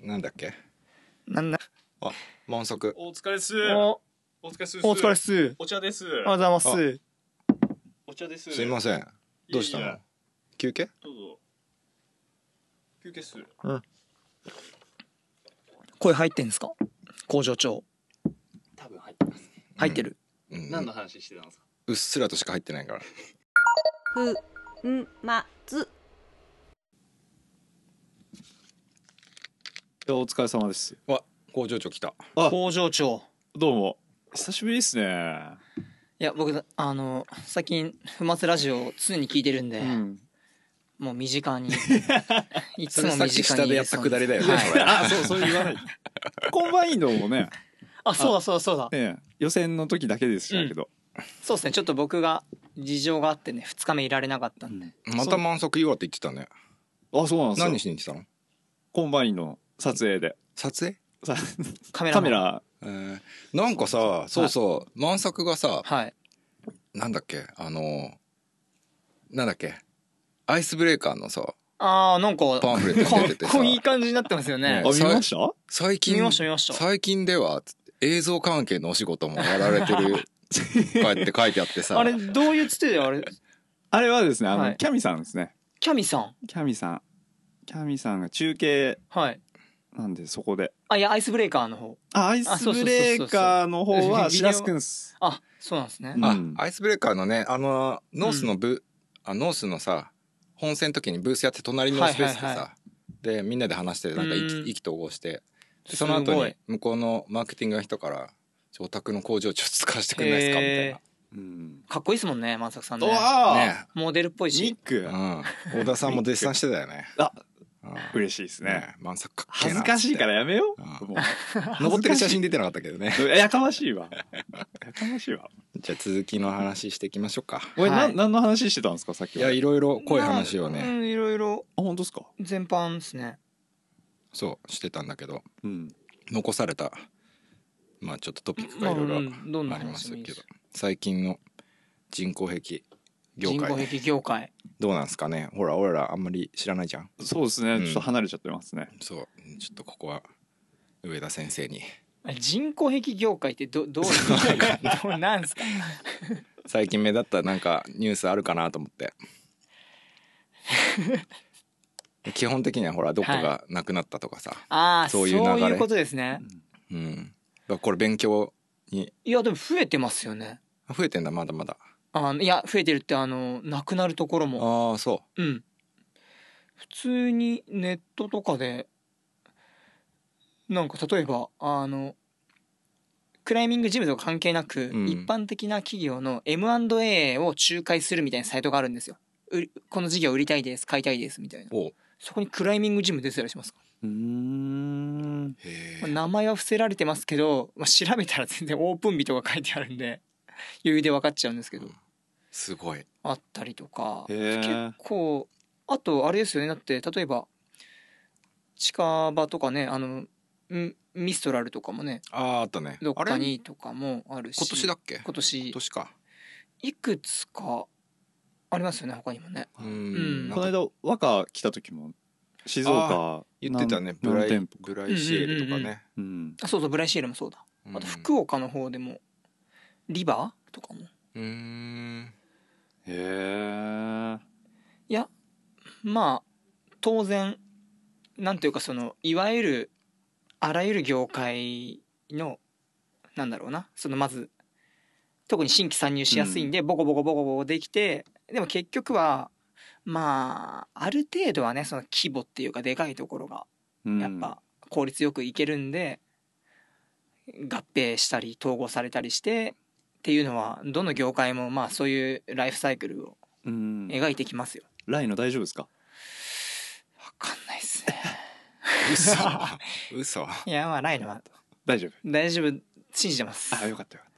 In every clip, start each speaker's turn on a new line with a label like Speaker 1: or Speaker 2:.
Speaker 1: なんだっけ
Speaker 2: なんだ
Speaker 1: あ、満足。
Speaker 3: お疲れっす。
Speaker 2: お
Speaker 3: お疲れっす。
Speaker 2: お疲れっ。す。
Speaker 3: お茶です。
Speaker 2: おはようございます。
Speaker 3: お茶です。
Speaker 1: すいません。どうした
Speaker 3: い
Speaker 1: の
Speaker 3: やいや
Speaker 1: 休憩
Speaker 3: どうぞ。休憩っす。
Speaker 2: 声入ってんですか工場長。
Speaker 3: 多分入ってます。
Speaker 2: 入ってる。
Speaker 1: うん
Speaker 3: 何の話してたんですか。
Speaker 1: うっすらとしか入って ないから。
Speaker 4: ふ、ん、ま、つ。
Speaker 5: お疲れ様です
Speaker 1: わ、工場長来た。
Speaker 5: うん
Speaker 2: 工場長。
Speaker 5: どうも久しぶりですね
Speaker 2: いや、僕、あの、最近、ふまつラジオ2に聞いてるん で、
Speaker 5: うん
Speaker 2: もう身 近に。いつ
Speaker 1: それ
Speaker 2: も
Speaker 1: さっ
Speaker 2: 身
Speaker 1: き
Speaker 2: 近
Speaker 1: 下
Speaker 2: に。
Speaker 1: でやったくだりだよね。これ
Speaker 5: あそうそう言わないコンバインドもね
Speaker 2: あ、そうだそうだそうだ。
Speaker 5: ね予選の時だけですけど、
Speaker 2: そうですね。ちょっと僕が事情があってね、2日目いられなかったんで。
Speaker 1: また満足言わって言ってたね。
Speaker 5: あそうなんですよ
Speaker 1: 何しに行ってたの
Speaker 5: コンバインドの撮影で
Speaker 1: 撮影
Speaker 5: さ
Speaker 2: カメラ
Speaker 5: カ
Speaker 2: マ
Speaker 5: メ
Speaker 2: ン。
Speaker 5: ラ
Speaker 1: えーなんかさ、そうそう、満作がさ、
Speaker 2: はい。
Speaker 1: なんだっけ、あの、なんだっけ、アイスブレーカーのさ、
Speaker 2: あー、なんか、
Speaker 1: パンフレットに
Speaker 2: か
Speaker 1: 出て
Speaker 2: っ
Speaker 1: さ
Speaker 2: こ、いい感じになってますよね。
Speaker 5: あ
Speaker 1: ね
Speaker 5: 見ました
Speaker 1: 最近、
Speaker 2: 見ました見ました
Speaker 1: 最近では、つって映像関係のお仕事もやられて る、かって書いてあってさ、
Speaker 2: あれ、どういうつてであれ、
Speaker 5: あれはですねあの、
Speaker 2: はい
Speaker 5: キャミさんですね
Speaker 2: キャミさん。
Speaker 5: キャミさんキャミさんが中継
Speaker 2: はい。
Speaker 5: なんでそこで
Speaker 2: あ、いや、アイスブレーカーの方。
Speaker 5: あアイスブレーカーの方
Speaker 2: あ
Speaker 5: は
Speaker 2: そうそうそうそう
Speaker 5: しらすくんっす
Speaker 2: あ、そうなんですね。
Speaker 1: あ、
Speaker 5: うん
Speaker 1: アイスブレーカーのねあのノースのブ、あノースのさ本戦の時にブースやって隣のスペースでさ、
Speaker 2: はいはいは
Speaker 1: でみんなで話してなんか意
Speaker 2: うん
Speaker 1: 気意気投合してでその後
Speaker 2: すごい
Speaker 1: に向こうのマーケティングの人から「ちょお宅の工場ちょっと使わせてくれないですか?」みたい
Speaker 2: へ
Speaker 1: な
Speaker 2: ー。
Speaker 5: うん
Speaker 2: かっこいいですもんね、万作さんね。
Speaker 5: あー
Speaker 1: ね
Speaker 2: モデルっぽい
Speaker 5: ニッ
Speaker 2: し。
Speaker 5: ク
Speaker 1: うん、小田さんも絶賛してたよね。
Speaker 5: あ
Speaker 1: うん
Speaker 5: 嬉しいですね
Speaker 1: ね満作かっけえ
Speaker 5: 恥
Speaker 1: な
Speaker 5: ずかしいからやめよ
Speaker 1: うん
Speaker 5: うも う
Speaker 1: 登ってる写真出てなかったけどね
Speaker 5: やかましいわ。やかましいわ。
Speaker 1: じゃあ続きの話していきましょうか
Speaker 5: これ、
Speaker 2: は
Speaker 5: ないん、何の話してたんですか、さっき
Speaker 1: い
Speaker 5: は。
Speaker 1: や
Speaker 5: あ、
Speaker 1: いろいろ濃い話を
Speaker 2: まあ
Speaker 1: ね
Speaker 2: うん、いろいろ、
Speaker 5: 本当ですか。
Speaker 2: 全般ですね。
Speaker 1: そうしてたんだけど
Speaker 5: うん。
Speaker 1: 残されたまあちょっとトピック
Speaker 2: ま
Speaker 1: が
Speaker 2: あ、
Speaker 1: いろいろ
Speaker 2: うんどんな
Speaker 1: ありま
Speaker 2: 話
Speaker 1: す
Speaker 2: でもいい
Speaker 1: け
Speaker 2: で
Speaker 1: ど
Speaker 2: す。
Speaker 1: 最近の人工壁業
Speaker 2: 人工
Speaker 1: 界
Speaker 2: 壁業界。
Speaker 1: どうなんすかねほら俺らあんまり知らないじゃん
Speaker 5: そうですね、
Speaker 1: うん
Speaker 5: ちょっと離れちゃってますね。
Speaker 1: そうちょっとここは上田先生に
Speaker 2: あ人工壁業界ってど、どういう、 どうなんですか
Speaker 1: 最近目立ったなんかニュースあるかなと思って 基本的にはほらどこがなくなったとかさ、
Speaker 2: ああ、
Speaker 1: そ
Speaker 2: そうう
Speaker 1: い
Speaker 2: いう
Speaker 1: 流れ
Speaker 2: うことですね。
Speaker 1: うんだからこれ勉強に
Speaker 2: いや、でも増えてますよね。
Speaker 1: 増えてんだまだまだ
Speaker 2: あのいや、増えてるって、あの、なくなるところも。
Speaker 1: ああそ
Speaker 2: うん普通にネットとかでなんか例えばあのクライミングジムとか関係なく、
Speaker 1: うん
Speaker 2: 一般的な企業の M&A を仲介するみたいなサイトがあるんですよ売りこの事業売りたいです買いたいですみたいな
Speaker 1: うおう
Speaker 2: そこにクライミングジム出てたりしますか、
Speaker 5: うん。
Speaker 1: へ
Speaker 2: まあ
Speaker 1: え
Speaker 2: 名前は伏せられてますけど、まあ、調べたら全然オープン日とか書いてあるんで余裕で分かっちゃうんですけど
Speaker 1: すごい
Speaker 2: あったりとか
Speaker 5: へー
Speaker 2: 結構あとあれですよねだって例えば近場とかねあのんミストラルとかもね
Speaker 1: あああったね
Speaker 2: どっ
Speaker 1: あれ
Speaker 2: かにとかもあるし
Speaker 1: 今年だっけ
Speaker 2: 今年
Speaker 1: 今年か
Speaker 2: いくつかありますよね他にもね
Speaker 1: う
Speaker 2: うん
Speaker 1: んなん
Speaker 5: この
Speaker 1: か
Speaker 5: 間、和歌来た時も。静岡。
Speaker 1: 言ってたねブ
Speaker 5: 何
Speaker 1: ラ
Speaker 5: 何
Speaker 1: イ
Speaker 5: 店舗
Speaker 1: ブライシエルとかね
Speaker 5: うん。
Speaker 2: あそうそうブライシエルもそうだあと福岡の方でもリバーとかも
Speaker 1: うんうーん
Speaker 5: へえ。
Speaker 2: まあ当然なんていうかそのいわゆるあらゆる業界のなんだろうなそのまず特に新規参入しやすいんで、ボコボコボコボコできてでも結局はまあある程度はねその規模っていうかでかいところが
Speaker 5: うん
Speaker 2: やっ。ぱ効率よくいけるんで、合併したり統合されたりしてっていうのはどの業界もまあそういうライフサイクルを
Speaker 5: うん。
Speaker 2: 描いてきますよ。
Speaker 5: ライの大丈夫ですか。
Speaker 2: わかんないっすね。
Speaker 1: 嘘嘘
Speaker 2: いやまあないのは
Speaker 5: 大丈夫。
Speaker 2: 大丈夫信じてます
Speaker 5: あ、よかったよかっ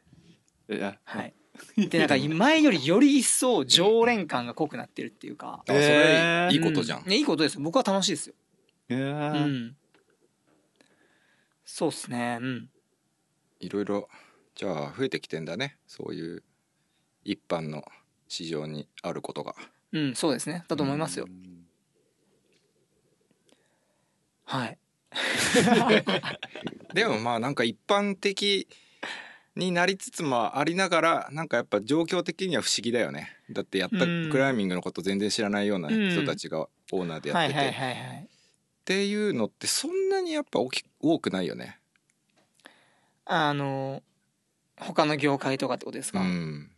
Speaker 5: た。いや、
Speaker 2: はいでなんか前よりより一層常連感が濃くなってるっていうか
Speaker 1: あそれいいいいことじゃ
Speaker 2: うんねいいことですよ僕は楽しいですよ
Speaker 5: へ
Speaker 2: う
Speaker 5: え。
Speaker 2: んそうっすねうん
Speaker 1: いろいろじゃあ増えてきてんだねそういう一般の市場にあることが
Speaker 2: うんそうですねだと思いますよ
Speaker 5: うん
Speaker 2: はい
Speaker 1: でもまあなんか一般的になりつつもありながらなんかやっぱ状況的には不思議だよねだってやった
Speaker 2: うん
Speaker 1: クライミングのこと全然知らないような人たちがオーナーでやっ
Speaker 2: はい
Speaker 1: て
Speaker 2: はい
Speaker 1: て
Speaker 2: はいはい
Speaker 1: っていうのってそんなにやっぱ大き多くないよね。
Speaker 2: あの他の業界とかってことです
Speaker 1: う
Speaker 2: か、
Speaker 1: ん、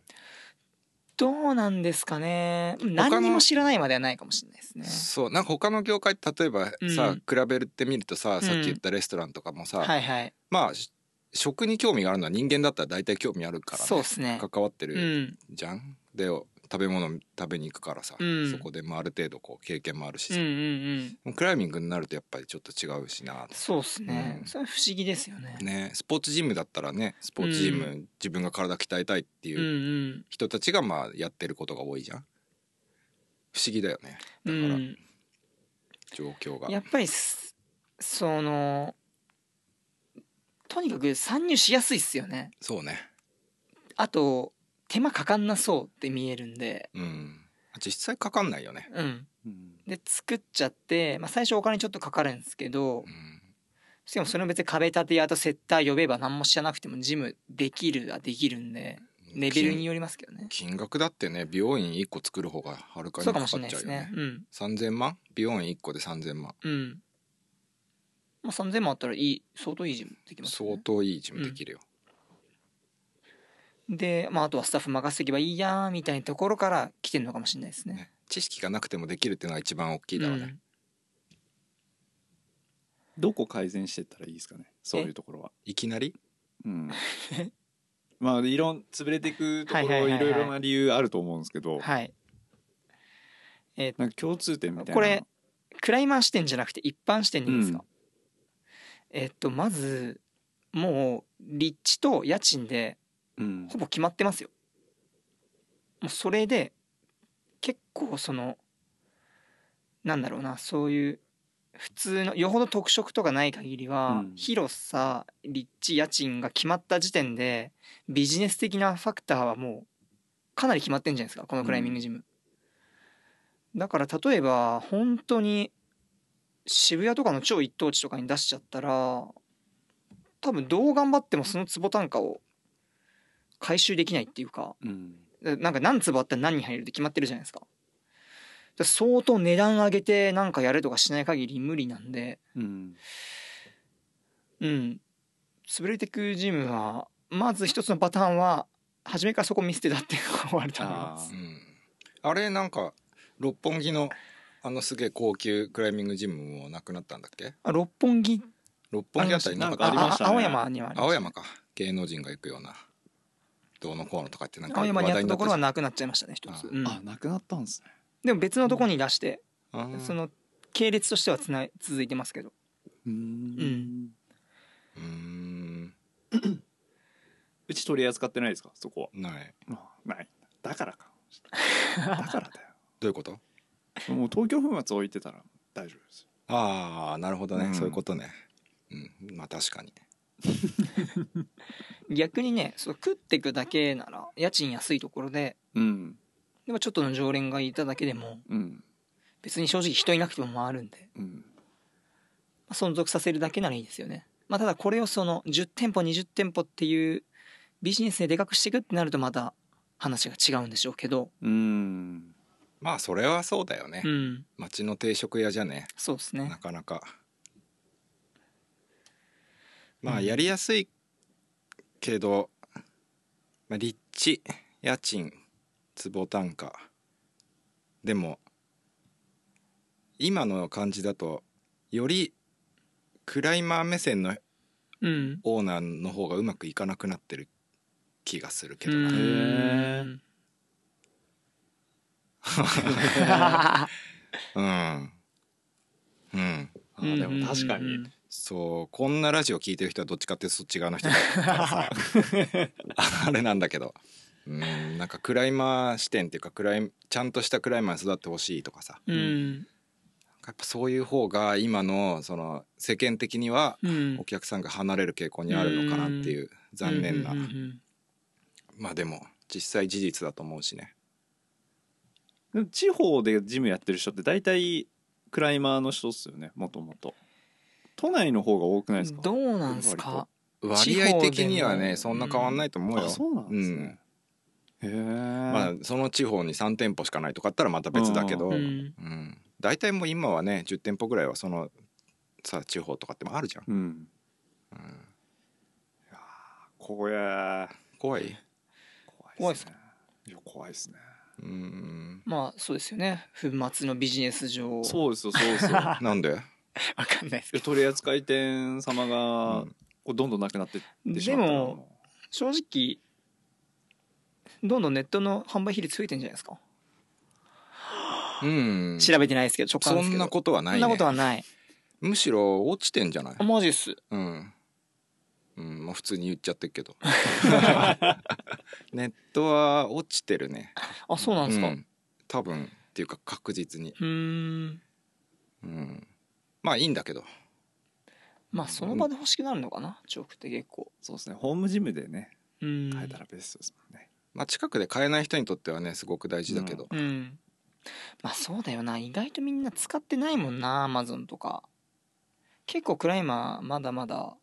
Speaker 2: どうなんですかね何にも知らないまではないかもしれないですね
Speaker 1: そうなんか他の業界って例えば
Speaker 2: う
Speaker 1: さ
Speaker 2: ん
Speaker 1: 比べてみるとささっき言ったレストランとかも
Speaker 2: は
Speaker 1: さ
Speaker 2: いはい
Speaker 1: まあし食に興味があるのは人間だったら大体興味あるから
Speaker 2: そうですね
Speaker 1: 関わって
Speaker 2: う
Speaker 1: る
Speaker 2: ん
Speaker 1: じゃん。で食べ物食べに行くからさ
Speaker 2: うん
Speaker 1: そこでもある程度こう経験もあるし
Speaker 2: うんうん
Speaker 1: さ
Speaker 2: うん
Speaker 1: クライミングになるとやっぱりちょっと違うしな
Speaker 2: そうですね、
Speaker 1: うん
Speaker 2: それは不思議ですよね
Speaker 1: ねスポーツジムだったらねスポーツジム、
Speaker 2: うん
Speaker 1: 自分が体鍛えたいって
Speaker 2: うんう
Speaker 1: いうん人たちがまあやってることが多いじゃん不思議だよね
Speaker 2: う
Speaker 1: だから
Speaker 2: ん
Speaker 1: 状況が、
Speaker 2: やっぱりすそのとにかく参入しやすいっすよね
Speaker 1: そうね
Speaker 2: あと手間かかんなそうって見えるんで
Speaker 1: うん実際かかんないよね、
Speaker 2: うん
Speaker 5: うん
Speaker 2: で作っちゃって、まあ、最初お金ちょっとかかるんですけど
Speaker 1: うん、
Speaker 2: しかもそれも別に壁立て屋とセッター呼べば何も知らなくてもジムできるはできるんでレベルによりますけどね
Speaker 1: 金金額だってね美容院1個作る方がはるかに
Speaker 2: そう
Speaker 1: か
Speaker 2: か
Speaker 1: かっ
Speaker 2: も
Speaker 1: ちゃ
Speaker 2: しれ
Speaker 1: う
Speaker 2: ないで
Speaker 1: よ
Speaker 2: す
Speaker 1: ね
Speaker 2: ねうん
Speaker 1: 3000万美容院1個で3000万
Speaker 2: うんまあ3000万あったらいい相当いいジムできますよ
Speaker 1: 相
Speaker 2: ね
Speaker 1: 当いいジムできるよ、
Speaker 2: で、まあ、あとはスタッフ任せとけばいいやーみたいなところから来てるのかもしれないですね
Speaker 1: ね知識がなくてもできるっていうのが一番大きいだろうね、
Speaker 2: うん
Speaker 5: どこ改善してったらいいですかねそういうところは。
Speaker 1: いきなり
Speaker 5: うん、まあいろん潰れていくところいろいろな理由あると思うんですけど
Speaker 2: はいえー
Speaker 5: なんか共通点みたいな
Speaker 2: これクライマー視点じゃなくて一般視点でいいですか、えっとまずもう立地と家賃で
Speaker 5: うん
Speaker 2: ほぼ決まってますよもうそれで結構そのなんだろうなそういう普通のよほど特色とかない限りは、
Speaker 5: うん
Speaker 2: 広さ立地家賃が決まった時点でビジネス的なファクターはもうかなり決まってんじゃないですかこのクライミングジム、だから例えば本当に渋谷とかの超一等地とかに出しちゃったら多分どう頑張ってもその坪単価を回収できないっていうか
Speaker 5: うん
Speaker 2: なんか何坪あったら何人入るって決まってるじゃないですかだから相当値段上げてなんかやるとかしない限り無理なんで
Speaker 5: うん
Speaker 2: うん潰れてくジムはまず一つのパターンは初めからそこ見捨てたっていうのが終わると思いま
Speaker 5: あ
Speaker 2: す
Speaker 1: うんあれなんか六本木のあのすげえ高級クライミングジムもなくなったんだっけ
Speaker 2: あ六本木
Speaker 1: 六本木あたりなんか
Speaker 5: あ
Speaker 1: ありまし
Speaker 5: したね
Speaker 2: ああ青山にはあり
Speaker 1: た青
Speaker 2: ました
Speaker 1: 山か芸能人が行くようなどうのこうのとかってなんか
Speaker 2: 青
Speaker 1: 話
Speaker 2: 山にあっ
Speaker 1: 題
Speaker 2: た
Speaker 1: にな
Speaker 2: と
Speaker 1: っ
Speaker 2: こ
Speaker 1: たじゃ
Speaker 2: ろは
Speaker 1: ん
Speaker 2: なくなっちゃいましたね一つ、
Speaker 1: あ
Speaker 2: うん
Speaker 5: あなくなったんですね
Speaker 2: でも別のとこに出して
Speaker 1: あー
Speaker 2: その系列としてはつない続いてますけど
Speaker 5: う
Speaker 2: うんん
Speaker 1: うーん
Speaker 5: うち取り扱ってないですかそこは
Speaker 1: ない
Speaker 5: まあないだからかもしれないだからだ
Speaker 1: どういうこと
Speaker 5: よもう東京粉末置いてたら大丈夫ですよ
Speaker 1: ああなるほどね、
Speaker 5: うん
Speaker 1: そういうことねうんまあ確かに
Speaker 2: 逆にねそう食ってくだけなら家賃安いところで
Speaker 5: うん
Speaker 2: でもちょっとの常連がいただけでも
Speaker 5: うん
Speaker 2: 別に正直人いなくても回るんで、
Speaker 5: うん
Speaker 2: まあ存続させるだけならいいですよね、まあ、ただこれをその10店舗20店舗っていうビジネスででかくしていくってなるとまた話が違うんでしょうけど
Speaker 5: うん
Speaker 1: まあそれはそうだよね、
Speaker 2: うん
Speaker 1: 街の定食屋じゃね
Speaker 2: そうですね
Speaker 1: なかなかま
Speaker 2: う
Speaker 1: あ
Speaker 2: ん
Speaker 1: やりやすいけど、まあ、立地家賃坪単価でも今の感じだとよりクライマー目線の
Speaker 2: うん
Speaker 1: オーナーの方がうまくいかなくなってる気がするけ
Speaker 2: う
Speaker 1: どな、
Speaker 5: へ
Speaker 2: ん
Speaker 1: うんうん
Speaker 5: あーでも確か
Speaker 2: うんうんう
Speaker 5: に
Speaker 2: ん
Speaker 1: そうこんなラジオ聞いてる人はどっちかっていうとそっち側の人だから さあれなんだけどうんなんかクライマー視点っていうかクライちゃんとしたクライマーに育ってほしいとかさ
Speaker 2: うん
Speaker 1: やっぱそういう方が今のその世間的には
Speaker 2: うん
Speaker 1: お客さんが離れる傾向にあるのかなっていう残念な
Speaker 2: うんうんうん
Speaker 1: まあでも実際事実だと思うしね
Speaker 5: でも地方でジムやってる人って大体クライマーの人っすよねもともと都内の方が多くないですか
Speaker 2: どうなんすか
Speaker 1: 割合的には
Speaker 2: 地方でも
Speaker 1: ねそんな変わんないと思うよ、
Speaker 5: あそうなんですね、へえ、
Speaker 1: まあ、その地方に3店舗しかないとかあったらまた別だけど、
Speaker 5: う
Speaker 1: う
Speaker 2: うんん
Speaker 1: 大体もう今はね10店舗ぐらいはそのさ地方とかってもあるじゃん、
Speaker 5: うん
Speaker 1: うん
Speaker 5: 怖え
Speaker 1: 怖い
Speaker 2: 怖いっす
Speaker 5: ねいや怖いですね
Speaker 1: うん
Speaker 2: まあそうですよね粉末のビジネス上わ
Speaker 5: そうですよそう ですよ
Speaker 1: なんで、
Speaker 2: かんないです
Speaker 5: いや取り扱い店様が、
Speaker 1: うん
Speaker 5: こうどんどんなくなってってし
Speaker 2: で
Speaker 5: まったら
Speaker 2: も正直どんどんネットの販売比率増えてんじゃないですか、
Speaker 1: うん、
Speaker 2: 調べてないですけど直感
Speaker 1: そ
Speaker 2: ですけ
Speaker 1: ん
Speaker 2: ど
Speaker 1: なことはない、ね、
Speaker 2: そんなことはない
Speaker 1: むしろ落ちてんじゃない
Speaker 2: あマジっす
Speaker 1: うん、うん、まあ普通に言っちゃってるけ ど ネットは落ちてるね
Speaker 2: あそうなんですか
Speaker 1: う
Speaker 2: うん
Speaker 1: 多分っていうか確実に、
Speaker 2: ーん
Speaker 1: うん、まあいいんだけど
Speaker 2: まあその場で欲しくなるのかなチョークって結構
Speaker 5: そうですねホームジムでね
Speaker 2: うん
Speaker 5: 変えたらベストですもんね、
Speaker 1: まあ近くで買えない人にとってはねすごく大事だけど、
Speaker 2: うんまあそうだよな意外とみんな使ってないもんなアマゾンとか結構クライマーまだまだ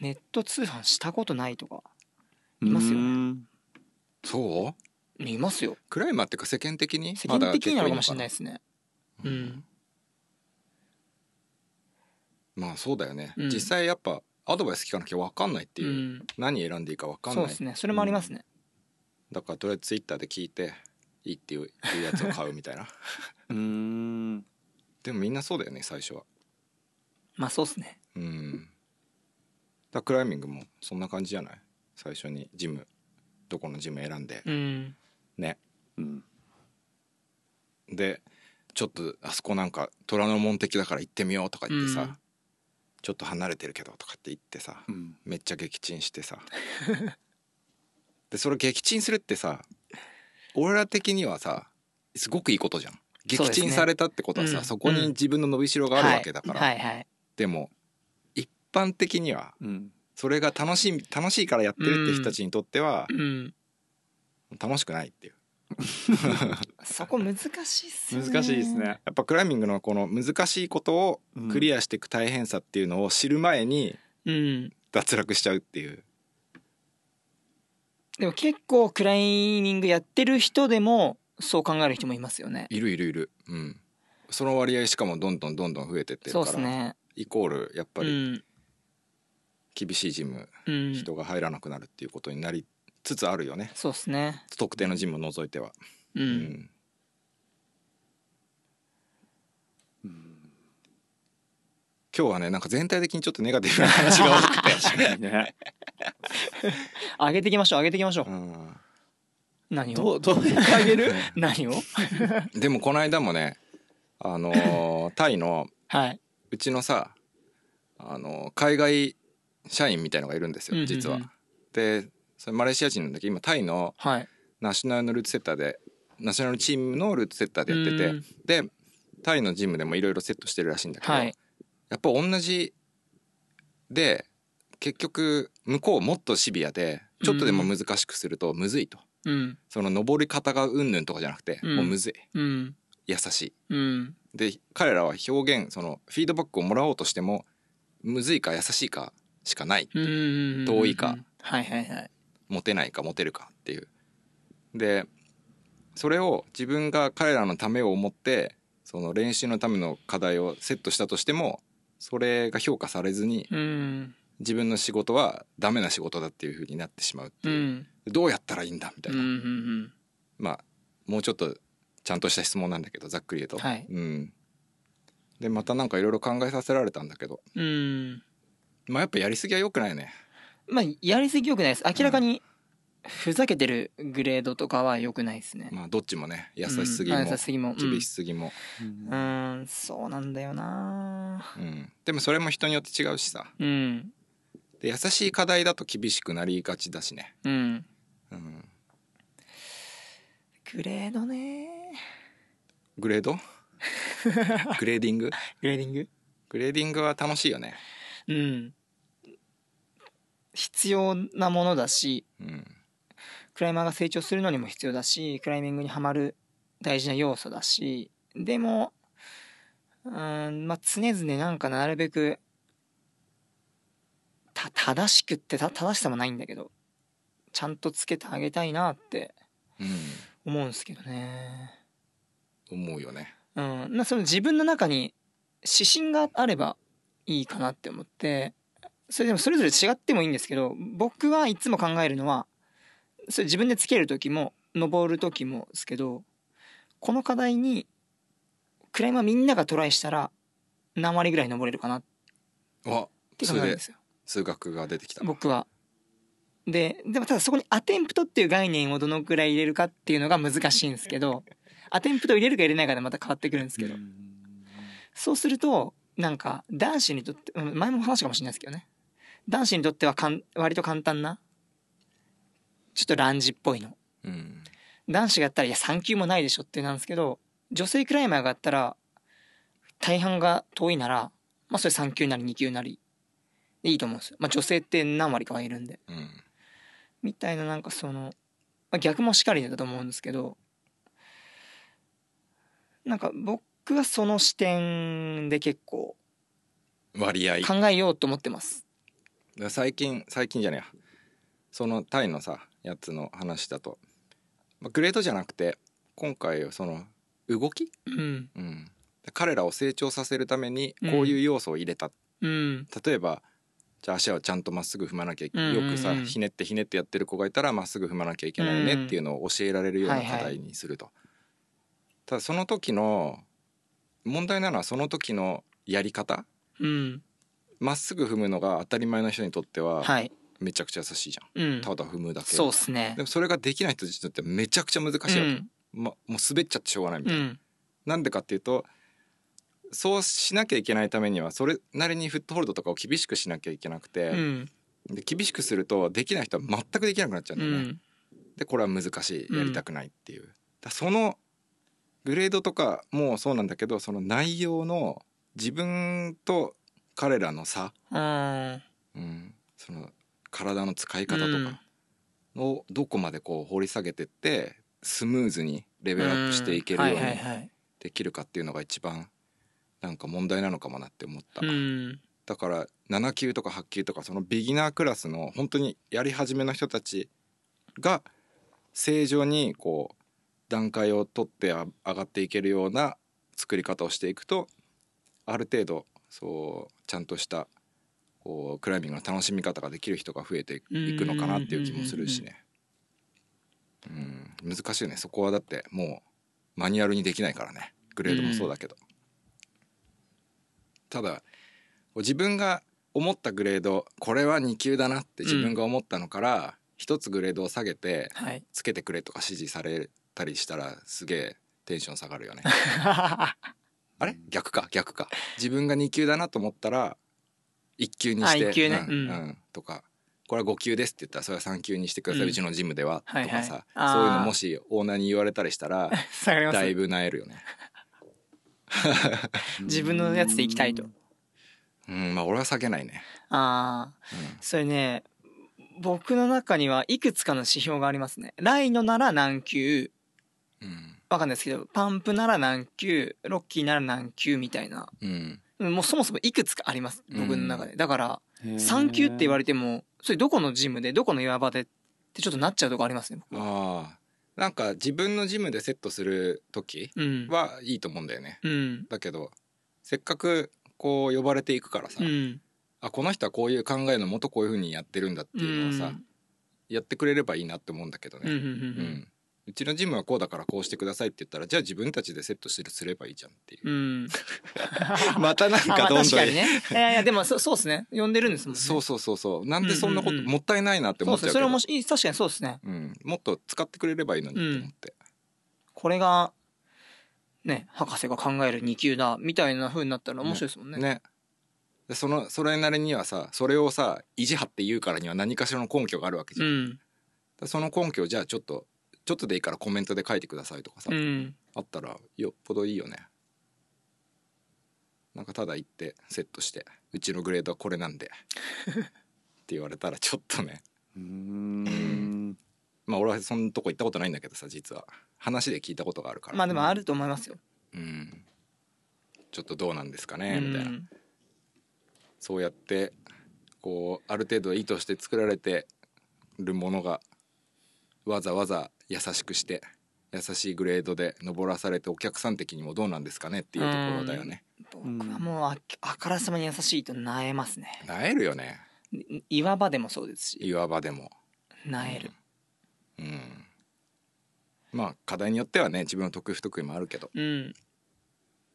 Speaker 2: ネット通販したことないとかいますよね
Speaker 5: ね
Speaker 1: そう
Speaker 2: ねいますよ
Speaker 1: クライマーっていうか世間的に
Speaker 2: 世間的になのかもしれない
Speaker 1: い、
Speaker 2: ですねうん
Speaker 1: まあそうだよね、
Speaker 2: うん
Speaker 1: 実際やっぱアドバイス聞かなきゃ分かんないって
Speaker 2: う
Speaker 1: いう、
Speaker 2: ん
Speaker 1: 何選んでいいか分かん
Speaker 2: そ
Speaker 1: な
Speaker 2: う
Speaker 1: い
Speaker 2: ですねそれもありますね
Speaker 1: だからとりあえずツイッターで聞いていいっていういうやつを買うみたい な
Speaker 5: うーん
Speaker 1: でもみんなそうだよね最初は
Speaker 2: まあそうですね
Speaker 1: うんだからクライミングもそんな感じじゃない最初にジムどこのジム選んで、
Speaker 2: うん
Speaker 1: ね
Speaker 5: うん
Speaker 1: でちょっとあそこなんか虎ノ門的だから行ってみようとか言ってさ、
Speaker 2: うん
Speaker 1: ちょっと離れてるけどとかって言ってさ、
Speaker 5: うん
Speaker 1: めっちゃ撃沈してさ でそれ撃沈するってさ俺ら的にはさすごくいいことじゃん
Speaker 2: そ
Speaker 1: 撃
Speaker 2: うですね
Speaker 1: 沈されたってことはさそ,、
Speaker 2: うん
Speaker 1: こに自分の伸びしろがあるわけだから、
Speaker 2: はいはいはい
Speaker 1: でも一般的には
Speaker 5: うん
Speaker 1: それが楽しい楽しいからやってるって人たちにとっては
Speaker 2: うん
Speaker 1: 楽しくないっていう
Speaker 2: そこ難しいっすよね
Speaker 5: 難しいですね
Speaker 1: やっぱクライミングのこの難しいことをクリアしていく大変さっていうのを知る前に
Speaker 2: うん
Speaker 1: 脱落しちゃうっていう
Speaker 2: でも結構クライミングやってる人でもそう考える人もいますよね
Speaker 1: いるいるいるうんその割合しかもどんどんどんどん増えてってる
Speaker 2: そう
Speaker 1: か
Speaker 2: で
Speaker 1: ら
Speaker 2: すね
Speaker 1: イコールやっぱ
Speaker 2: う
Speaker 1: り
Speaker 2: ん
Speaker 1: 厳しいジム、
Speaker 2: うん
Speaker 1: 人が入らなくなるっていうことになりつつあるよね
Speaker 2: そうですね
Speaker 1: 特定のジムを除いては、
Speaker 2: う
Speaker 1: うん
Speaker 5: うん
Speaker 1: 今日はねなんか全体的にちょっとネガティブな話が多く て、
Speaker 5: ね
Speaker 2: 上げていきましょう上げていきましょう
Speaker 1: うん
Speaker 2: 何を
Speaker 5: どうどうやってあげる
Speaker 2: 何を
Speaker 1: でもこの間もねあのータイの
Speaker 2: はいう
Speaker 1: ちのさ、あのー海外社員みたいのがいるんです
Speaker 2: うんうんう
Speaker 1: よ
Speaker 2: ん
Speaker 1: 実は。でそれマレーシア人なんだけど今タイの
Speaker 2: はい
Speaker 1: ナショナルのルーツセッターでナショナルチームのルーツセッターでやってて、
Speaker 2: うん
Speaker 1: でタイのジムでもいろいろセットしてるらしいんだけど、
Speaker 2: はい
Speaker 1: やっぱ同じで結局向こうもっとシビアでちょっとでも難しくするとむずいと、
Speaker 2: うん
Speaker 1: その登り方がうんぬんとかじゃなくて、
Speaker 2: うん
Speaker 1: もうむずい
Speaker 2: うん
Speaker 1: 優しい
Speaker 2: うん
Speaker 1: で彼らは表現そのフィードバックをもらおうとしてもむずいか優しいかしかない
Speaker 2: うんうん
Speaker 1: 遠いか
Speaker 2: はいはいはい
Speaker 1: モテないかモテるかっていうでそれを自分が彼らのためを思ってその練習のための課題をセットしたとしてもそれが評価されずに
Speaker 2: うん
Speaker 1: 自分の仕事はダメな仕事だっていう風になってしまうって
Speaker 2: うんう
Speaker 1: いう、
Speaker 2: ん
Speaker 1: どうやったらいいんだみた
Speaker 2: う
Speaker 1: い
Speaker 2: んう
Speaker 1: な、
Speaker 2: ん
Speaker 1: まあもうちょっとちゃんとした質問なんだけどざっくり言うと、
Speaker 2: はい
Speaker 1: うん、でまたなんかいろいろ考えさせられたんだけど
Speaker 2: うん
Speaker 1: まあやっぱやりすぎは良くないね
Speaker 2: まあやりすぎよくないです明らかにふざけてるグレードとかはよくないですね
Speaker 1: まあどっちもね優しすぎ
Speaker 2: う
Speaker 1: も
Speaker 2: ん優しすぎもうん
Speaker 1: 厳しすぎも、
Speaker 2: うーんそうなんだよな
Speaker 1: うん、でもそれも人によって違うしさ
Speaker 2: うん
Speaker 1: で優しい課題だと厳しくなりがちだしね、
Speaker 2: うん
Speaker 1: うん、
Speaker 2: グレードね
Speaker 1: グレードグレーディング
Speaker 2: グレーディング
Speaker 1: グレーディングは楽しいよね、
Speaker 2: うん必要なものだし
Speaker 1: うん、
Speaker 2: クライマーが成長するのにも必要だしクライミングにはまる大事な要素だしでもうーんまあ常々なんかなるべくた正しくってた正しさもないんだけどちゃんとつけてあげたいなって
Speaker 1: うん
Speaker 2: 思うんですけどね
Speaker 1: 思うよね
Speaker 2: うん、なその自分の中に指針があればいいかなって思ってそれでもそれぞれ違ってもいいんですけど僕はいつも考えるのはそれ自分でつける時も登る時もですけどこの課題にクライマーみんながトライしたら何割ぐらい登れるかなっ
Speaker 1: あ
Speaker 2: て考
Speaker 1: そ
Speaker 2: えるん
Speaker 1: れ
Speaker 2: で
Speaker 1: です
Speaker 2: よ
Speaker 1: 数学が出てきた
Speaker 2: 僕は。ででもただそこにアテンプトっていう概念をどのくらい入れるかっていうのが難しいんですけどアテンプトを入れるか入れないかでまた変わってくるんですけどそうすると、なんか、男子にとって、うん前も話したかもしれないですけどね。男子にとってはかん、割と簡単な、ちょっとランジっぽいの。
Speaker 1: うん
Speaker 2: 男子がやったら、いや、3級もないでしょってなんですけど、女性クライマーがやったら、大半が遠いなら、まあ、それ3級なり2級なり、でいいと思うんですよ。まあ、女性って何割かはいるんで。
Speaker 1: うん
Speaker 2: みたいな、なんかその、まあ、逆もしかりだと思うんですけど、なんか僕はその視点で結構、
Speaker 1: 割合
Speaker 2: 考えようと思ってます。
Speaker 1: 最近最近じゃねえやそのタイのさやつの話だと、まあ、グレードじゃなくて今回その動き、
Speaker 2: うん。
Speaker 1: うん、彼らを成長させるためにこういう要素を入れた、
Speaker 2: うん。
Speaker 1: 例えばじゃあ足をちゃんとまっすぐ踏まなきゃいけ
Speaker 2: うんうんうん
Speaker 1: よくさひねってひねってやってる子がいたらまっすぐ踏まなきゃいけないよ
Speaker 2: うんう
Speaker 1: ね
Speaker 2: ん
Speaker 1: っていうのを教えられるような課題にすると、ただその時の問題なのはその時のやり方
Speaker 2: うん。
Speaker 1: まっすぐ踏むのが当たり前の人にとっては
Speaker 2: はい。
Speaker 1: めちゃくちゃ優しいじゃん、
Speaker 2: うん。
Speaker 1: ただ踏むだけ
Speaker 2: そうっすね
Speaker 1: で。もそれができない人たちにとってはめちゃくちゃ難しいわけ、
Speaker 2: うん。
Speaker 1: ま、もう滑っちゃってしょうがないみた
Speaker 2: う
Speaker 1: いな、
Speaker 2: ん。
Speaker 1: なんでかっていうとそうしなきゃいけないためにはそれなりにフットホールドとかを厳しくしなきゃいけなく
Speaker 2: う
Speaker 1: て、
Speaker 2: ん。
Speaker 1: で厳しくするとできない人は全くできなくなっちゃうん
Speaker 2: う
Speaker 1: だよね、
Speaker 2: ん。
Speaker 1: でこれは難しいやりたくないっていう、だそのグレードとかもそうなんだけどその内容の自分と彼らの差、
Speaker 2: うん。
Speaker 1: うん、その体の使い方とか、
Speaker 2: うん
Speaker 1: をどこまでこう掘り下げてってスムーズにレベルアップしていけるように
Speaker 2: はいはいはい。
Speaker 1: できるかっていうのが一番なんか問題なのかもなって思った、
Speaker 2: うん。
Speaker 1: だから7級とか8級とかそのビギナークラスの本当にやり始めの人たちが正常にこう段階を取ってあ上がっていけるような作り方をしていくとある程度そうちゃんとしたこうクライミングの楽しみ方ができる人が増えていくのかなっていう気もするしね。うん難しいよねそこはだってもうマニュアルにできないからねグレードもそうだけど。ただ自分が思ったグレードこれは2級だなって自分が思ったのから一つグレードを下げて
Speaker 2: はい。
Speaker 1: つけてくれとか指示されたりしたらすげえテンション下がるよ ね。あれ逆か逆か自分が2級だなと思ったら1級にして
Speaker 2: あ1級ね
Speaker 1: うん
Speaker 2: うん
Speaker 1: うんとかこれは5級ですって言ったらそれは3級にしてください、
Speaker 2: う
Speaker 1: うんちのジムでは、
Speaker 2: はいはい
Speaker 1: とか
Speaker 2: あー
Speaker 1: さそういうのもしオーナーに言われたりした ら
Speaker 2: 下がりま
Speaker 1: だい
Speaker 2: す。
Speaker 1: ぶなえるよね。
Speaker 2: 自分のやつでいきたいと。
Speaker 1: うんまあ俺は避けないね。
Speaker 2: ああ。それね、僕の中にはいくつかの指標がありますね。ライノなら何級、
Speaker 1: うん
Speaker 2: わかんないですけど、パンプなら何級、ロッキーなら何級みたいな。
Speaker 1: うんうん
Speaker 2: うんもうそもそもいくつかあります。僕の中で。だから、
Speaker 5: 3
Speaker 2: 3級って言われてもそれどこのジムでどこの岩場でってちょっとなっちゃうとこありますね僕は
Speaker 1: ああなんか自分のジムでセットする時
Speaker 2: うん
Speaker 1: はいいと思うんだよね
Speaker 2: うん
Speaker 1: だけどせっかくこう呼ばれていくからさ、
Speaker 2: うん
Speaker 1: あこの人はこういう考えのもとこういうふうにやってるんだっていうのをさ、やってくれればいいなって思うんだけど
Speaker 2: うんうん
Speaker 1: ね、
Speaker 2: うんうん
Speaker 1: うちのジムはこうだからこうしてくださいって言ったらじゃあ自分たちでセットするすればいいじゃんっていう
Speaker 2: うん
Speaker 1: またなん
Speaker 2: あ ま
Speaker 1: か
Speaker 2: あ
Speaker 1: どん
Speaker 2: 確
Speaker 1: どん
Speaker 2: か、にねいやいやでもそそうっすね呼んでるんですもんね
Speaker 1: そう
Speaker 2: そ
Speaker 1: そうそうそうなんでそんなこと、
Speaker 2: うんうんうん
Speaker 1: もったいないなって
Speaker 2: う
Speaker 1: 思
Speaker 2: で
Speaker 1: っちゃ
Speaker 2: すね
Speaker 1: うけ
Speaker 2: それ
Speaker 1: ど
Speaker 2: はもしいい確かにそうですね
Speaker 1: うん、もっと使ってくれればいいのにって思って、
Speaker 2: これがね博士が考える2級だみたいな風になったら面白いですもんね
Speaker 1: ねでそのそれなりにはさそれをさ意地張って言うからには何かしらの根拠があるわけじ
Speaker 2: う
Speaker 1: ゃん、
Speaker 2: ん
Speaker 1: だその根拠をじゃあちょっとちょっとでいいからコメントで書いてくださいとかさ、
Speaker 2: うん
Speaker 1: あったらよっぽどいいよねなんかただ行ってセットして「うちのグレードはこれ なんで」って言われたらちょっとね
Speaker 5: うん
Speaker 1: まあ俺はそんなとこ行ったことないんだけどさ実は話で聞いたことがあるから
Speaker 2: まあでもあると思いますよ
Speaker 1: うんちょっとどうなんですか
Speaker 2: う
Speaker 1: ねみたいなんそうやってここうある程度意図して作られてるものがわざわざ優しくして優しいグレードで上らされてお客さん的にもどうなんですかねっていうところだよね。
Speaker 2: 僕はもうああからさまに優しいとなえますね
Speaker 1: なえるよね
Speaker 2: い岩場でもそうですし
Speaker 1: 岩場でも。
Speaker 2: なえる
Speaker 1: うんまあ課題によってはね自分の得意不得意もあるけど
Speaker 2: うん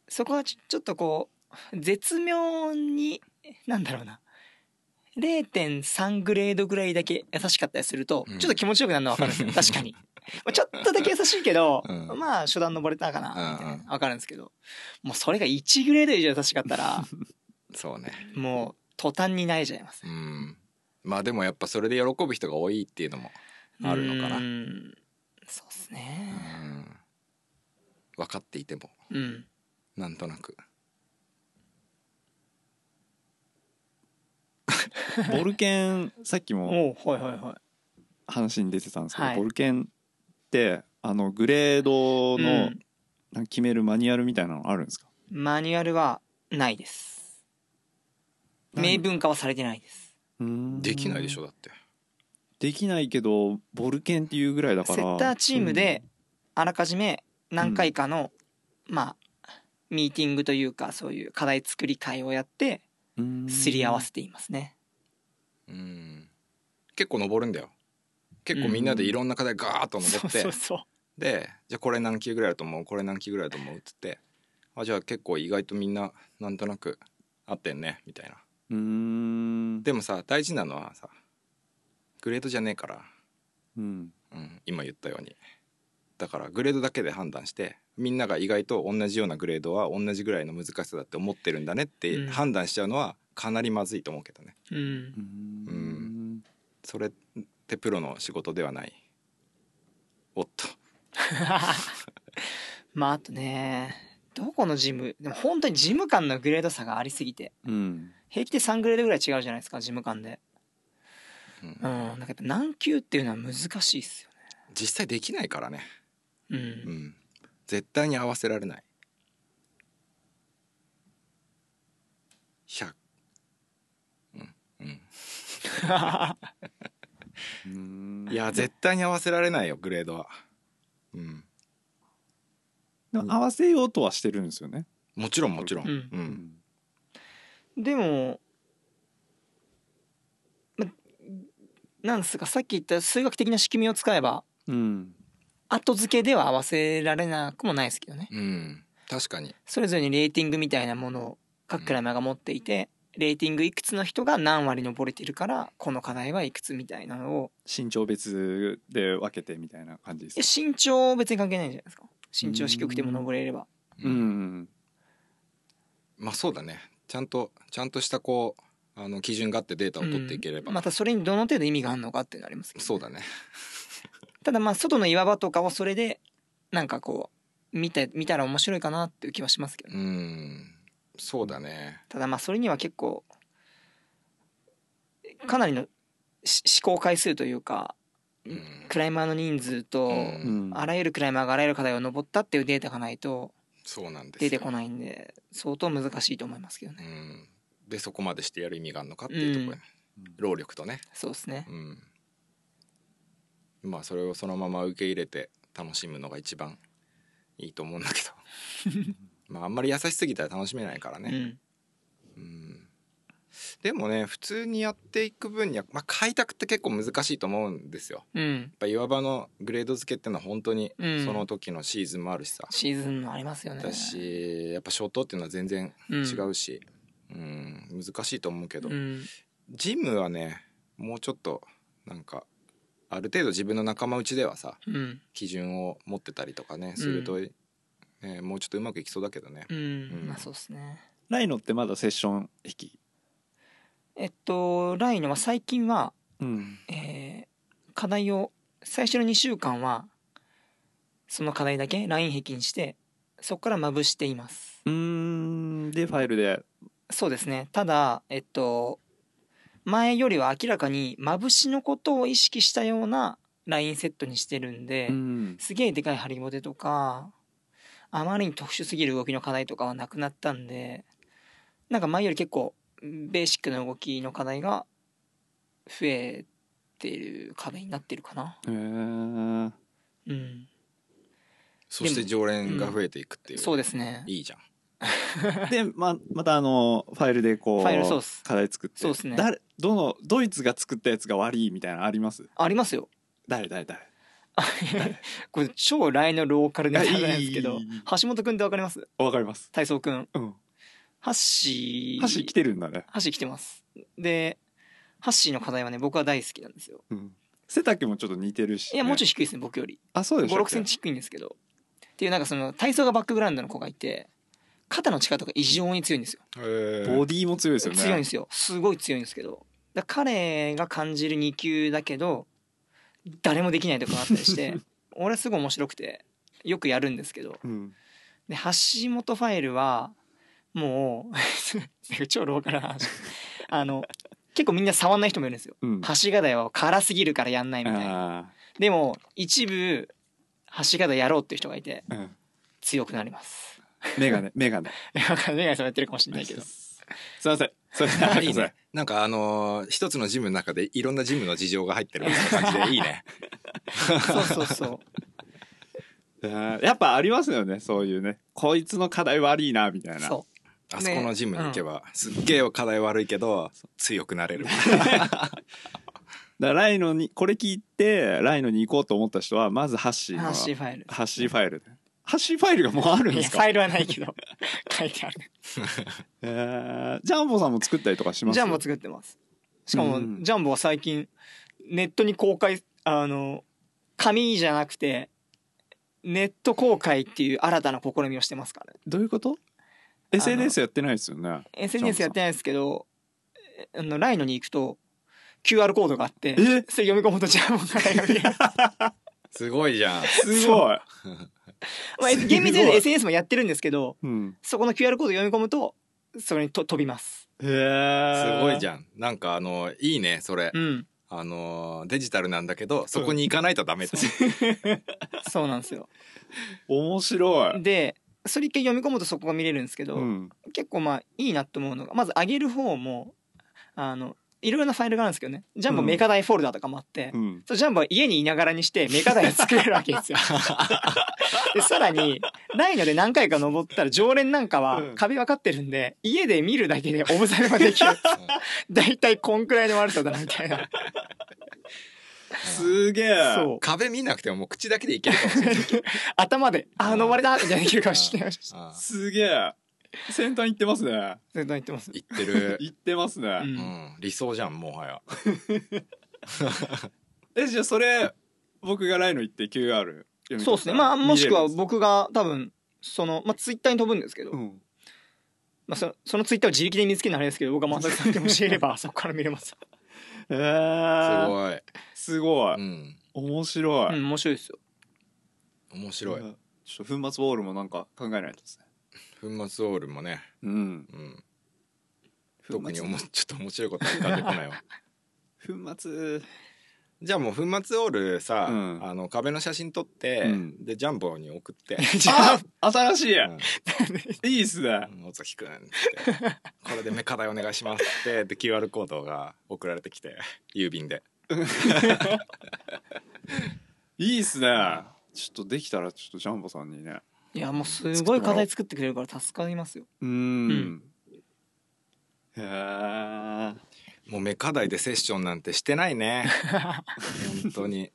Speaker 2: そこはちちょっとこう絶妙になんだろうな0.3グレードぐらいだけ優しかったりすると、
Speaker 1: うん
Speaker 2: ちょっと気持ちよくなるのは分かるんです よ確かにまあちょっとだけ優しいけど、
Speaker 1: うん
Speaker 2: まあ初段登れたかなみたいな
Speaker 1: うんうん
Speaker 2: 分かるんですけどもうそれが1グレード以上優しかった ら
Speaker 1: そうね
Speaker 2: もう途端に泣いちゃいます
Speaker 1: うんまあでもやっぱそれで喜ぶ人が多いっていうのもあるのかな
Speaker 2: うんそうっす
Speaker 1: う
Speaker 2: ね
Speaker 1: ん分かっていても
Speaker 2: うん
Speaker 1: なんとなく
Speaker 5: ボルケンさっきも
Speaker 2: おうはいはいはい
Speaker 5: 話に出てたんですけど、
Speaker 2: はい
Speaker 5: ボルケンってあのグレード
Speaker 2: う、
Speaker 5: の
Speaker 2: ん
Speaker 5: なんか決めるマニュアルみたいなのあるんですか
Speaker 2: マニュアルはないです
Speaker 5: なん
Speaker 2: 明文化はされてないです
Speaker 1: できないでしょ
Speaker 5: ょ
Speaker 1: だって
Speaker 5: できないけどボルケンっていうぐらいだから
Speaker 2: セッターチームであらかじめ何回かの、まあミーティングというかそういう課題作り会をやって
Speaker 5: うん
Speaker 2: すり合わせていますね
Speaker 1: うん結構登るんだよ結構みんなでいろんな課題ガーッと
Speaker 2: そ
Speaker 1: 登
Speaker 2: う
Speaker 1: って、
Speaker 2: そうそう
Speaker 1: でじゃあこれ何級ぐらいだと思うこれ何級ぐらいだと思うっつってあじゃあ結構意外とみんななんとなく合ってんねみたいな
Speaker 5: うん
Speaker 1: でもさ大事なのはさグレードじゃねえから、
Speaker 5: うん
Speaker 1: うん、今言ったようにだからグレードだけで判断してみんなが意外と同じようなグレードは同じぐらいの難しさだって思ってるんだねっ
Speaker 2: う
Speaker 1: て
Speaker 2: ん
Speaker 1: 判断しちゃうのはかなりまずいと思うけどね
Speaker 2: うん
Speaker 5: うん
Speaker 1: それってプロの仕事ではないおっと
Speaker 2: まああとねどこのジムでも本当にジム間のグレード差がありすぎて
Speaker 5: うん
Speaker 2: 平気で3グレードぐらい違うじゃないですかジム間で
Speaker 1: うん
Speaker 2: うんなんかやっぱ何級っていうのは難しいっす
Speaker 1: 実際できないからね
Speaker 2: よね
Speaker 1: う
Speaker 2: うん
Speaker 1: ん絶対に合わせられない100うんうん
Speaker 5: うん
Speaker 1: いや絶対に合わせられないよグレードは、うん、
Speaker 5: でも合わせようとはしてるんですよね、
Speaker 1: もちろんもちろん、
Speaker 2: うん
Speaker 1: う
Speaker 5: うん
Speaker 2: でも、ま、なんすかさっき言った数学的な仕組みを使えば
Speaker 5: うん
Speaker 2: 後付けでは合わせられなくもないですけどね
Speaker 1: うん確かに
Speaker 2: それぞれにレーティングみたいなものを各クライマーが持っていて、レーティングいくつの人が何割登れてるからこの課題はいくつみたいなのを
Speaker 5: 身長別で分けてみたいな感じ
Speaker 2: いや
Speaker 5: ですか
Speaker 2: 身長別に関係ないんじゃないですか身長低くても登れれば
Speaker 5: うん
Speaker 1: まあそうだねちゃんとちゃんとしたこうあの基準があってデータを取っていければ、
Speaker 2: うんまたそれにどの程度意味があるのかっていうのありますけど
Speaker 1: そうだね
Speaker 2: ただまあ外の岩場とかをそれでなんかこう見て見たら面白いかなっていう気はしますけどね
Speaker 1: うんそうだね
Speaker 2: ただまあそれには結構かなりのし試行回数というか
Speaker 1: うん
Speaker 2: クライマーの人数と、
Speaker 1: うん
Speaker 5: うん
Speaker 2: あらゆるクライマーがあらゆる課題を登ったっていうデータがないと
Speaker 1: そうなんです
Speaker 2: 出てこ
Speaker 1: い、
Speaker 2: ないんで相当難しいと思いますけど
Speaker 1: う
Speaker 2: ね
Speaker 1: ん、でそこまでしてやる意味があるのかっていうところ、ね
Speaker 5: うん
Speaker 1: 労力とね
Speaker 2: そうですね
Speaker 1: うんまあそれをそのまま受け入れて楽しむのが一番いいと思うんだけどまああんまり優しすぎたら楽しめないから
Speaker 2: う
Speaker 1: ね、
Speaker 2: ん
Speaker 1: うんでもね普通にやっていく分には、まあ、開拓って結構難しいと思うんですよや
Speaker 2: うん
Speaker 1: っぱ岩場のグレード付けってのは本当に
Speaker 2: うん
Speaker 1: その時のシーズンもあるしさ、
Speaker 2: シーズンもありますよね
Speaker 1: だしやっぱ初頭っていうのは全然
Speaker 2: うん
Speaker 1: 違うし、うん難しいと思うけど、
Speaker 2: うん
Speaker 1: ジムはねもうちょっとなんかある程度自分の仲間内ではさ
Speaker 2: うん
Speaker 1: 基準を持ってたりとかねすると、ね、もうちょっとうまくいきそうだけどね
Speaker 2: うん、
Speaker 1: うん
Speaker 2: まあそうですね
Speaker 5: ライノってまだセッション引き
Speaker 2: えっとライノは最近は、
Speaker 5: うん
Speaker 2: えー課題を最初の2週間はその課題だけライン壁にしてそこからまぶしています
Speaker 5: うーんでファイルで
Speaker 2: そうですねただえっと前よりは明らかにまぶしのことを意識したようなラインセットにしてるんで、
Speaker 5: うん
Speaker 2: すげえでかいハリボテとかあまりに特殊すぎる動きの課題とかはなくなったんでなんか前より結構ベーシックな動きの課題が増えてる壁になってるかな。
Speaker 5: へー
Speaker 2: うん、
Speaker 1: そして常連が増えていくっていう、
Speaker 2: そうですね。
Speaker 1: いいじゃん
Speaker 5: でままたあのファイルでこう
Speaker 2: ファイルそうっす
Speaker 5: 課題作って
Speaker 2: そうっすね
Speaker 5: 誰どのドイツが作ったやつが悪いみたいなのあります
Speaker 2: あり ますよ。
Speaker 5: 誰誰誰
Speaker 2: これ超来のローカルネタなんですけ
Speaker 5: あ
Speaker 2: ど
Speaker 5: いいいいいい、
Speaker 2: 橋本くんってわかります
Speaker 5: わかります
Speaker 2: 体操くん。
Speaker 5: うん
Speaker 2: ハッシー。
Speaker 5: 箸来てるんだね、
Speaker 2: ハッシー来てます。で、ハッシーの課題はね、僕は大好きなんですよ。
Speaker 5: うん、背丈もちょっと似てるし、
Speaker 2: いや、もうちょい低いですね、僕より。
Speaker 5: あそう
Speaker 2: 5、
Speaker 5: でしょ
Speaker 2: 6センチ低いんですけど。っていう、なんかその、体操がバックグラウンドの子がいて、肩の力とか異常に強いんですよ。
Speaker 5: ボディも強いですよね
Speaker 2: 強いんですよすごい強いんですけどだ彼が感じる2級だけど誰もできないとかあったりして 俺すごい面白くてよくやるんですけど
Speaker 5: うん、
Speaker 2: で橋本ファイルはもう 超ローカルな話あの結構みんな触んない人もいるんですよ
Speaker 5: うん、
Speaker 2: 橋が台は辛すぎるからやんないみたいな
Speaker 5: あ
Speaker 2: でも一部橋が台やろうっていう人がいて
Speaker 5: ーうん
Speaker 2: 強くなります
Speaker 5: メガネメガネ
Speaker 2: わかんない それやってるかもしれないけど
Speaker 5: すいませんすいません
Speaker 1: いいねなんかあのー一つのジムの中でいろんなジムの事情が入ってるみたいな感じでいい ね
Speaker 2: そうそうそう
Speaker 5: あーやっぱありますよねそういうねこいつの課題悪いなみたいな
Speaker 2: そう
Speaker 1: あそこのジムに行けば、すっげえ課題悪いけど強くなれる
Speaker 5: だからライノにこれ聞いてライノに行こうと思った人はまずハッシーの
Speaker 2: ハッシーファイル
Speaker 5: ハッシーファイルでハッシーファイルがもうあるん
Speaker 2: い
Speaker 5: で
Speaker 2: や
Speaker 5: す
Speaker 2: フ
Speaker 5: か
Speaker 2: ァイルはないけど 書いてある
Speaker 5: えージャンボさんも作ったりとかします
Speaker 2: ジャンボ作ってますしかも、
Speaker 5: うん
Speaker 2: ジャンボは最近ネットに公開あの紙じゃなくてネット公開っていう新たな試みをしてますからね
Speaker 5: どういうこと ?SNS やってないですよね
Speaker 2: SNS やってないんですけどえあのライノに行くと QR コードがあって
Speaker 5: え
Speaker 2: それ読み込むとジャンボが手が 見えま す
Speaker 1: すごいじゃん
Speaker 5: すごい、
Speaker 2: まあえ厳密に言うと SNS もやってるんですけど
Speaker 5: うん、
Speaker 2: そこの QR コード読み込むとそれにと飛びます
Speaker 5: へ
Speaker 1: す
Speaker 5: え
Speaker 1: ごいじ
Speaker 5: ゃん
Speaker 1: ゃんなんかあのーいいねそれ、
Speaker 2: うん
Speaker 1: あのーデジタルなんだけどそこに行かないとダメって、
Speaker 2: そうなんですよ
Speaker 5: 面白い、
Speaker 2: でそれ一回読み込むとそこが見れるんですけど、
Speaker 5: うん、
Speaker 2: 結構まあいいなと思うのがまず上げる方もあのいろいろなファイルがあるんですけどねジャンボ
Speaker 5: うん
Speaker 2: メカダイフォルダとかもあって、
Speaker 5: うん、
Speaker 2: そうジャンボは家にいながらにしてメカダイを作れるわけですよ。でさらにライノで何回か登ったら常連なんかは
Speaker 5: うん
Speaker 2: 壁分かってるんで、家で見るだけでオブザイブが できる大体こんくらいの悪さだなみたいな
Speaker 5: すげえ
Speaker 2: そう
Speaker 1: 壁見なくてももう口だけでいけるかもしれない
Speaker 2: 頭で「ああ登れた!」みたいなできるかもしれないそう
Speaker 1: あー
Speaker 5: すげえ先端行ってますね
Speaker 2: いうの言ってます。
Speaker 1: 行ってる、
Speaker 5: 行ってますね、
Speaker 2: うん
Speaker 1: うん、理想じゃんもはや
Speaker 5: えじゃあそれ僕がライノ行って QR
Speaker 2: そうですね。まあ、もしくは
Speaker 5: 僕
Speaker 2: 僕が多分、その、まあ、ツイッターに飛ぶんですけど、
Speaker 5: うん、
Speaker 2: まあ、そそのツイッターを自力で見つけるのはあれですけど、僕が松崎さんに教え れば、そこから見れます。
Speaker 1: す
Speaker 5: えー、
Speaker 1: ごい、
Speaker 5: すごい、
Speaker 1: うん、
Speaker 5: 面白
Speaker 2: う
Speaker 5: い、
Speaker 2: ん、面白いですよ。
Speaker 1: 面白い
Speaker 5: うんちょっと粉末ボールもなんか考えないとですね
Speaker 1: 粉末オールもね、
Speaker 5: うん
Speaker 1: うん、
Speaker 5: 粉
Speaker 1: 特
Speaker 5: 末
Speaker 1: におもちょっと面白いことは浮かんでこないわ
Speaker 5: 粉末
Speaker 1: じゃあもう粉末オールさ、
Speaker 5: うん
Speaker 1: あの壁の写真撮って、
Speaker 5: うん
Speaker 1: でジャンボに送って
Speaker 5: あ新しい、
Speaker 1: うん
Speaker 5: いいっすね
Speaker 1: うん尾崎くんってこれで目課題お願いしますってで QR コードが送られてきて郵便で
Speaker 5: いいっすねちょっとできたらちょっとジャンボさんにね
Speaker 2: いや、もうすごい課題作ってくれるから助かりますよ。
Speaker 5: うーん、へえ
Speaker 1: もう目課題でセッションなんてしてないね本当に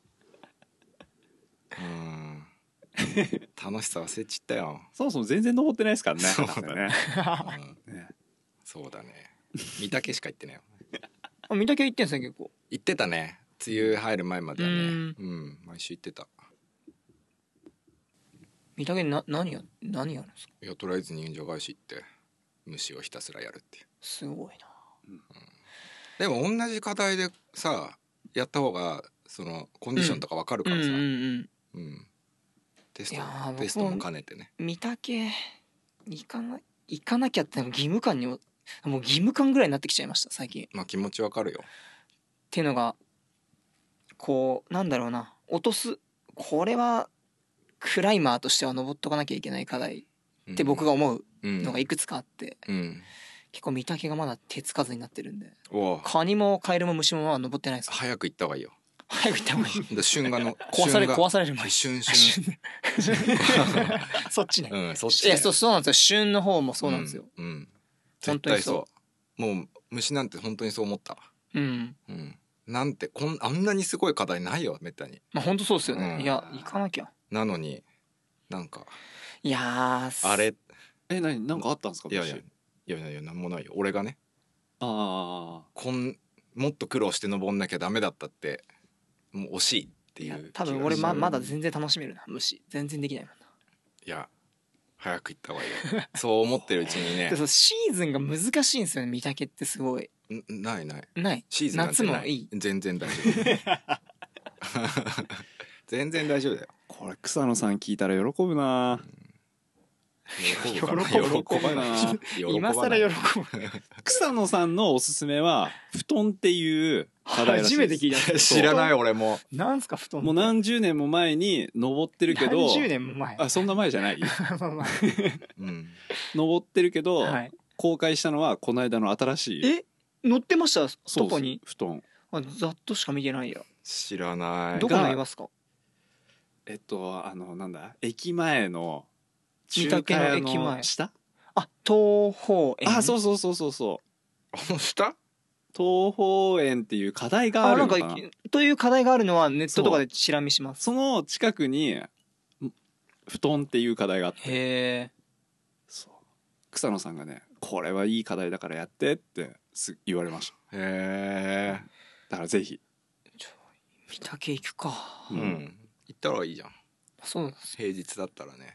Speaker 1: うん楽しさ忘れちったよ、
Speaker 5: そもそも全然登ってないですからね
Speaker 1: そうだね
Speaker 5: なんかね
Speaker 1: うん
Speaker 5: ね
Speaker 1: そうだね三宅しか行ってないよ
Speaker 2: あ見たけは言ってんすね、結構。
Speaker 1: 行ってたね梅雨入る前まではね
Speaker 2: う
Speaker 1: うんん、毎週行ってた
Speaker 2: 見たけな、何や、何やるんですか
Speaker 1: いやとりあえず人形返し行って虫をひたすらやるっていう
Speaker 2: すごいな。
Speaker 1: でも同じ課題でさやった方がそのコンディションとかわかる
Speaker 2: う
Speaker 1: か
Speaker 2: ん
Speaker 1: ら
Speaker 2: うん
Speaker 1: さ、
Speaker 2: うん。
Speaker 1: うんテス
Speaker 2: い
Speaker 1: ト
Speaker 2: やー僕も
Speaker 1: テストも兼ねてね
Speaker 2: 見たけ、行かな、行かなきゃって義務感にも、もう義務感ぐらいになってきちゃいました、最近。
Speaker 1: まあ気持ちわかるよ
Speaker 2: っていうのがこうなんだろうな落とすこれはクライマーとしては登っとかなきゃいけない課題って僕
Speaker 1: が
Speaker 2: が思う
Speaker 1: の
Speaker 2: のがいくつかあって、
Speaker 1: うん、うん
Speaker 2: 結結構見たけがまだ手つかずになってるんで
Speaker 1: おお
Speaker 2: カニもカエルも虫もまだ登ってないです
Speaker 1: 早く行った方がいいよ
Speaker 2: 早く行った方がい い
Speaker 1: で春画の
Speaker 2: 壊され
Speaker 1: 春画
Speaker 2: 壊される前
Speaker 1: 旬旬
Speaker 2: そっ ちね
Speaker 1: うんそっち
Speaker 2: い
Speaker 1: ね
Speaker 2: やそうそうなんですよ旬の方もそうなんですよ、
Speaker 1: うん、うん
Speaker 2: 本
Speaker 1: 絶
Speaker 2: 当に
Speaker 1: 対
Speaker 2: そう
Speaker 1: そうもう虫なんて本当にそう思った
Speaker 2: うん、
Speaker 1: うんなんてこんあんなにすごい課題ないよめったに
Speaker 2: まあ本当そうですよね、
Speaker 1: うん
Speaker 2: いや行かなきゃ
Speaker 1: なのになんか
Speaker 2: いやー
Speaker 1: あれ
Speaker 5: え何なんかあったんですか
Speaker 1: いやいや
Speaker 5: 昔
Speaker 1: いやいやいやなんもないよ俺がね
Speaker 5: あ
Speaker 1: こんもっと苦労して登んなきゃダメだったってもう惜しいって
Speaker 2: い
Speaker 1: い
Speaker 2: や
Speaker 1: う
Speaker 2: 多分
Speaker 1: 気が
Speaker 2: 俺ま
Speaker 1: する
Speaker 2: まだ全然楽しめるな虫全然できないもんな、
Speaker 1: いや早く行った方がいいよそう思ってるうちにね
Speaker 2: でそのシーズンが難しいんですよね見たけってすごい
Speaker 1: んないない
Speaker 2: ない
Speaker 1: シーズンなんて
Speaker 2: 夏
Speaker 1: ない
Speaker 2: もいい
Speaker 1: 全然大丈夫全然大丈夫だよ
Speaker 5: あこれ草野さん聞いたら喜ぶな
Speaker 1: 喜ぶから
Speaker 5: 喜ぶ喜ぶな
Speaker 1: 喜ばない
Speaker 2: 今更喜ぶ
Speaker 5: 草野さんのおすすめは布団っていう課題らし
Speaker 2: 初
Speaker 5: い
Speaker 2: め
Speaker 5: で
Speaker 2: て
Speaker 5: す
Speaker 2: 聞いたんですよ
Speaker 1: 知らない俺も
Speaker 2: なんすか布団
Speaker 5: もう何十年も前に登ってるけど
Speaker 2: 何十年も前
Speaker 5: あそんな前じゃない
Speaker 2: まあま
Speaker 1: うん
Speaker 5: 登ってるけ
Speaker 2: あ
Speaker 5: ど、
Speaker 2: はい、
Speaker 5: 公開したのはこの間の新しい
Speaker 2: え乗ってました
Speaker 5: そう
Speaker 2: 外に
Speaker 5: 布団
Speaker 2: あざっとしか見てないや
Speaker 1: 知らない
Speaker 2: どこのいますか
Speaker 5: えっとあのなんだ駅前の
Speaker 2: 三宅の駅前
Speaker 5: 中華屋の下
Speaker 2: あ東方園
Speaker 5: あそう
Speaker 2: う
Speaker 5: そうそうそうそう
Speaker 1: あの下
Speaker 5: 東方園っていう課題があ
Speaker 2: あな
Speaker 5: るの
Speaker 2: んか
Speaker 5: かな
Speaker 2: という課題があるのはネットとかでチラ見します
Speaker 5: その近くにん布団っていう課題があって
Speaker 2: へえ
Speaker 5: そう草野さんがねこれはいい課題だからやってってす言われました
Speaker 1: へえ
Speaker 5: だからぜひ、
Speaker 2: 見たけ行くか
Speaker 1: うん、行ったらいいじゃん
Speaker 2: そうなんです
Speaker 1: 平日だったらね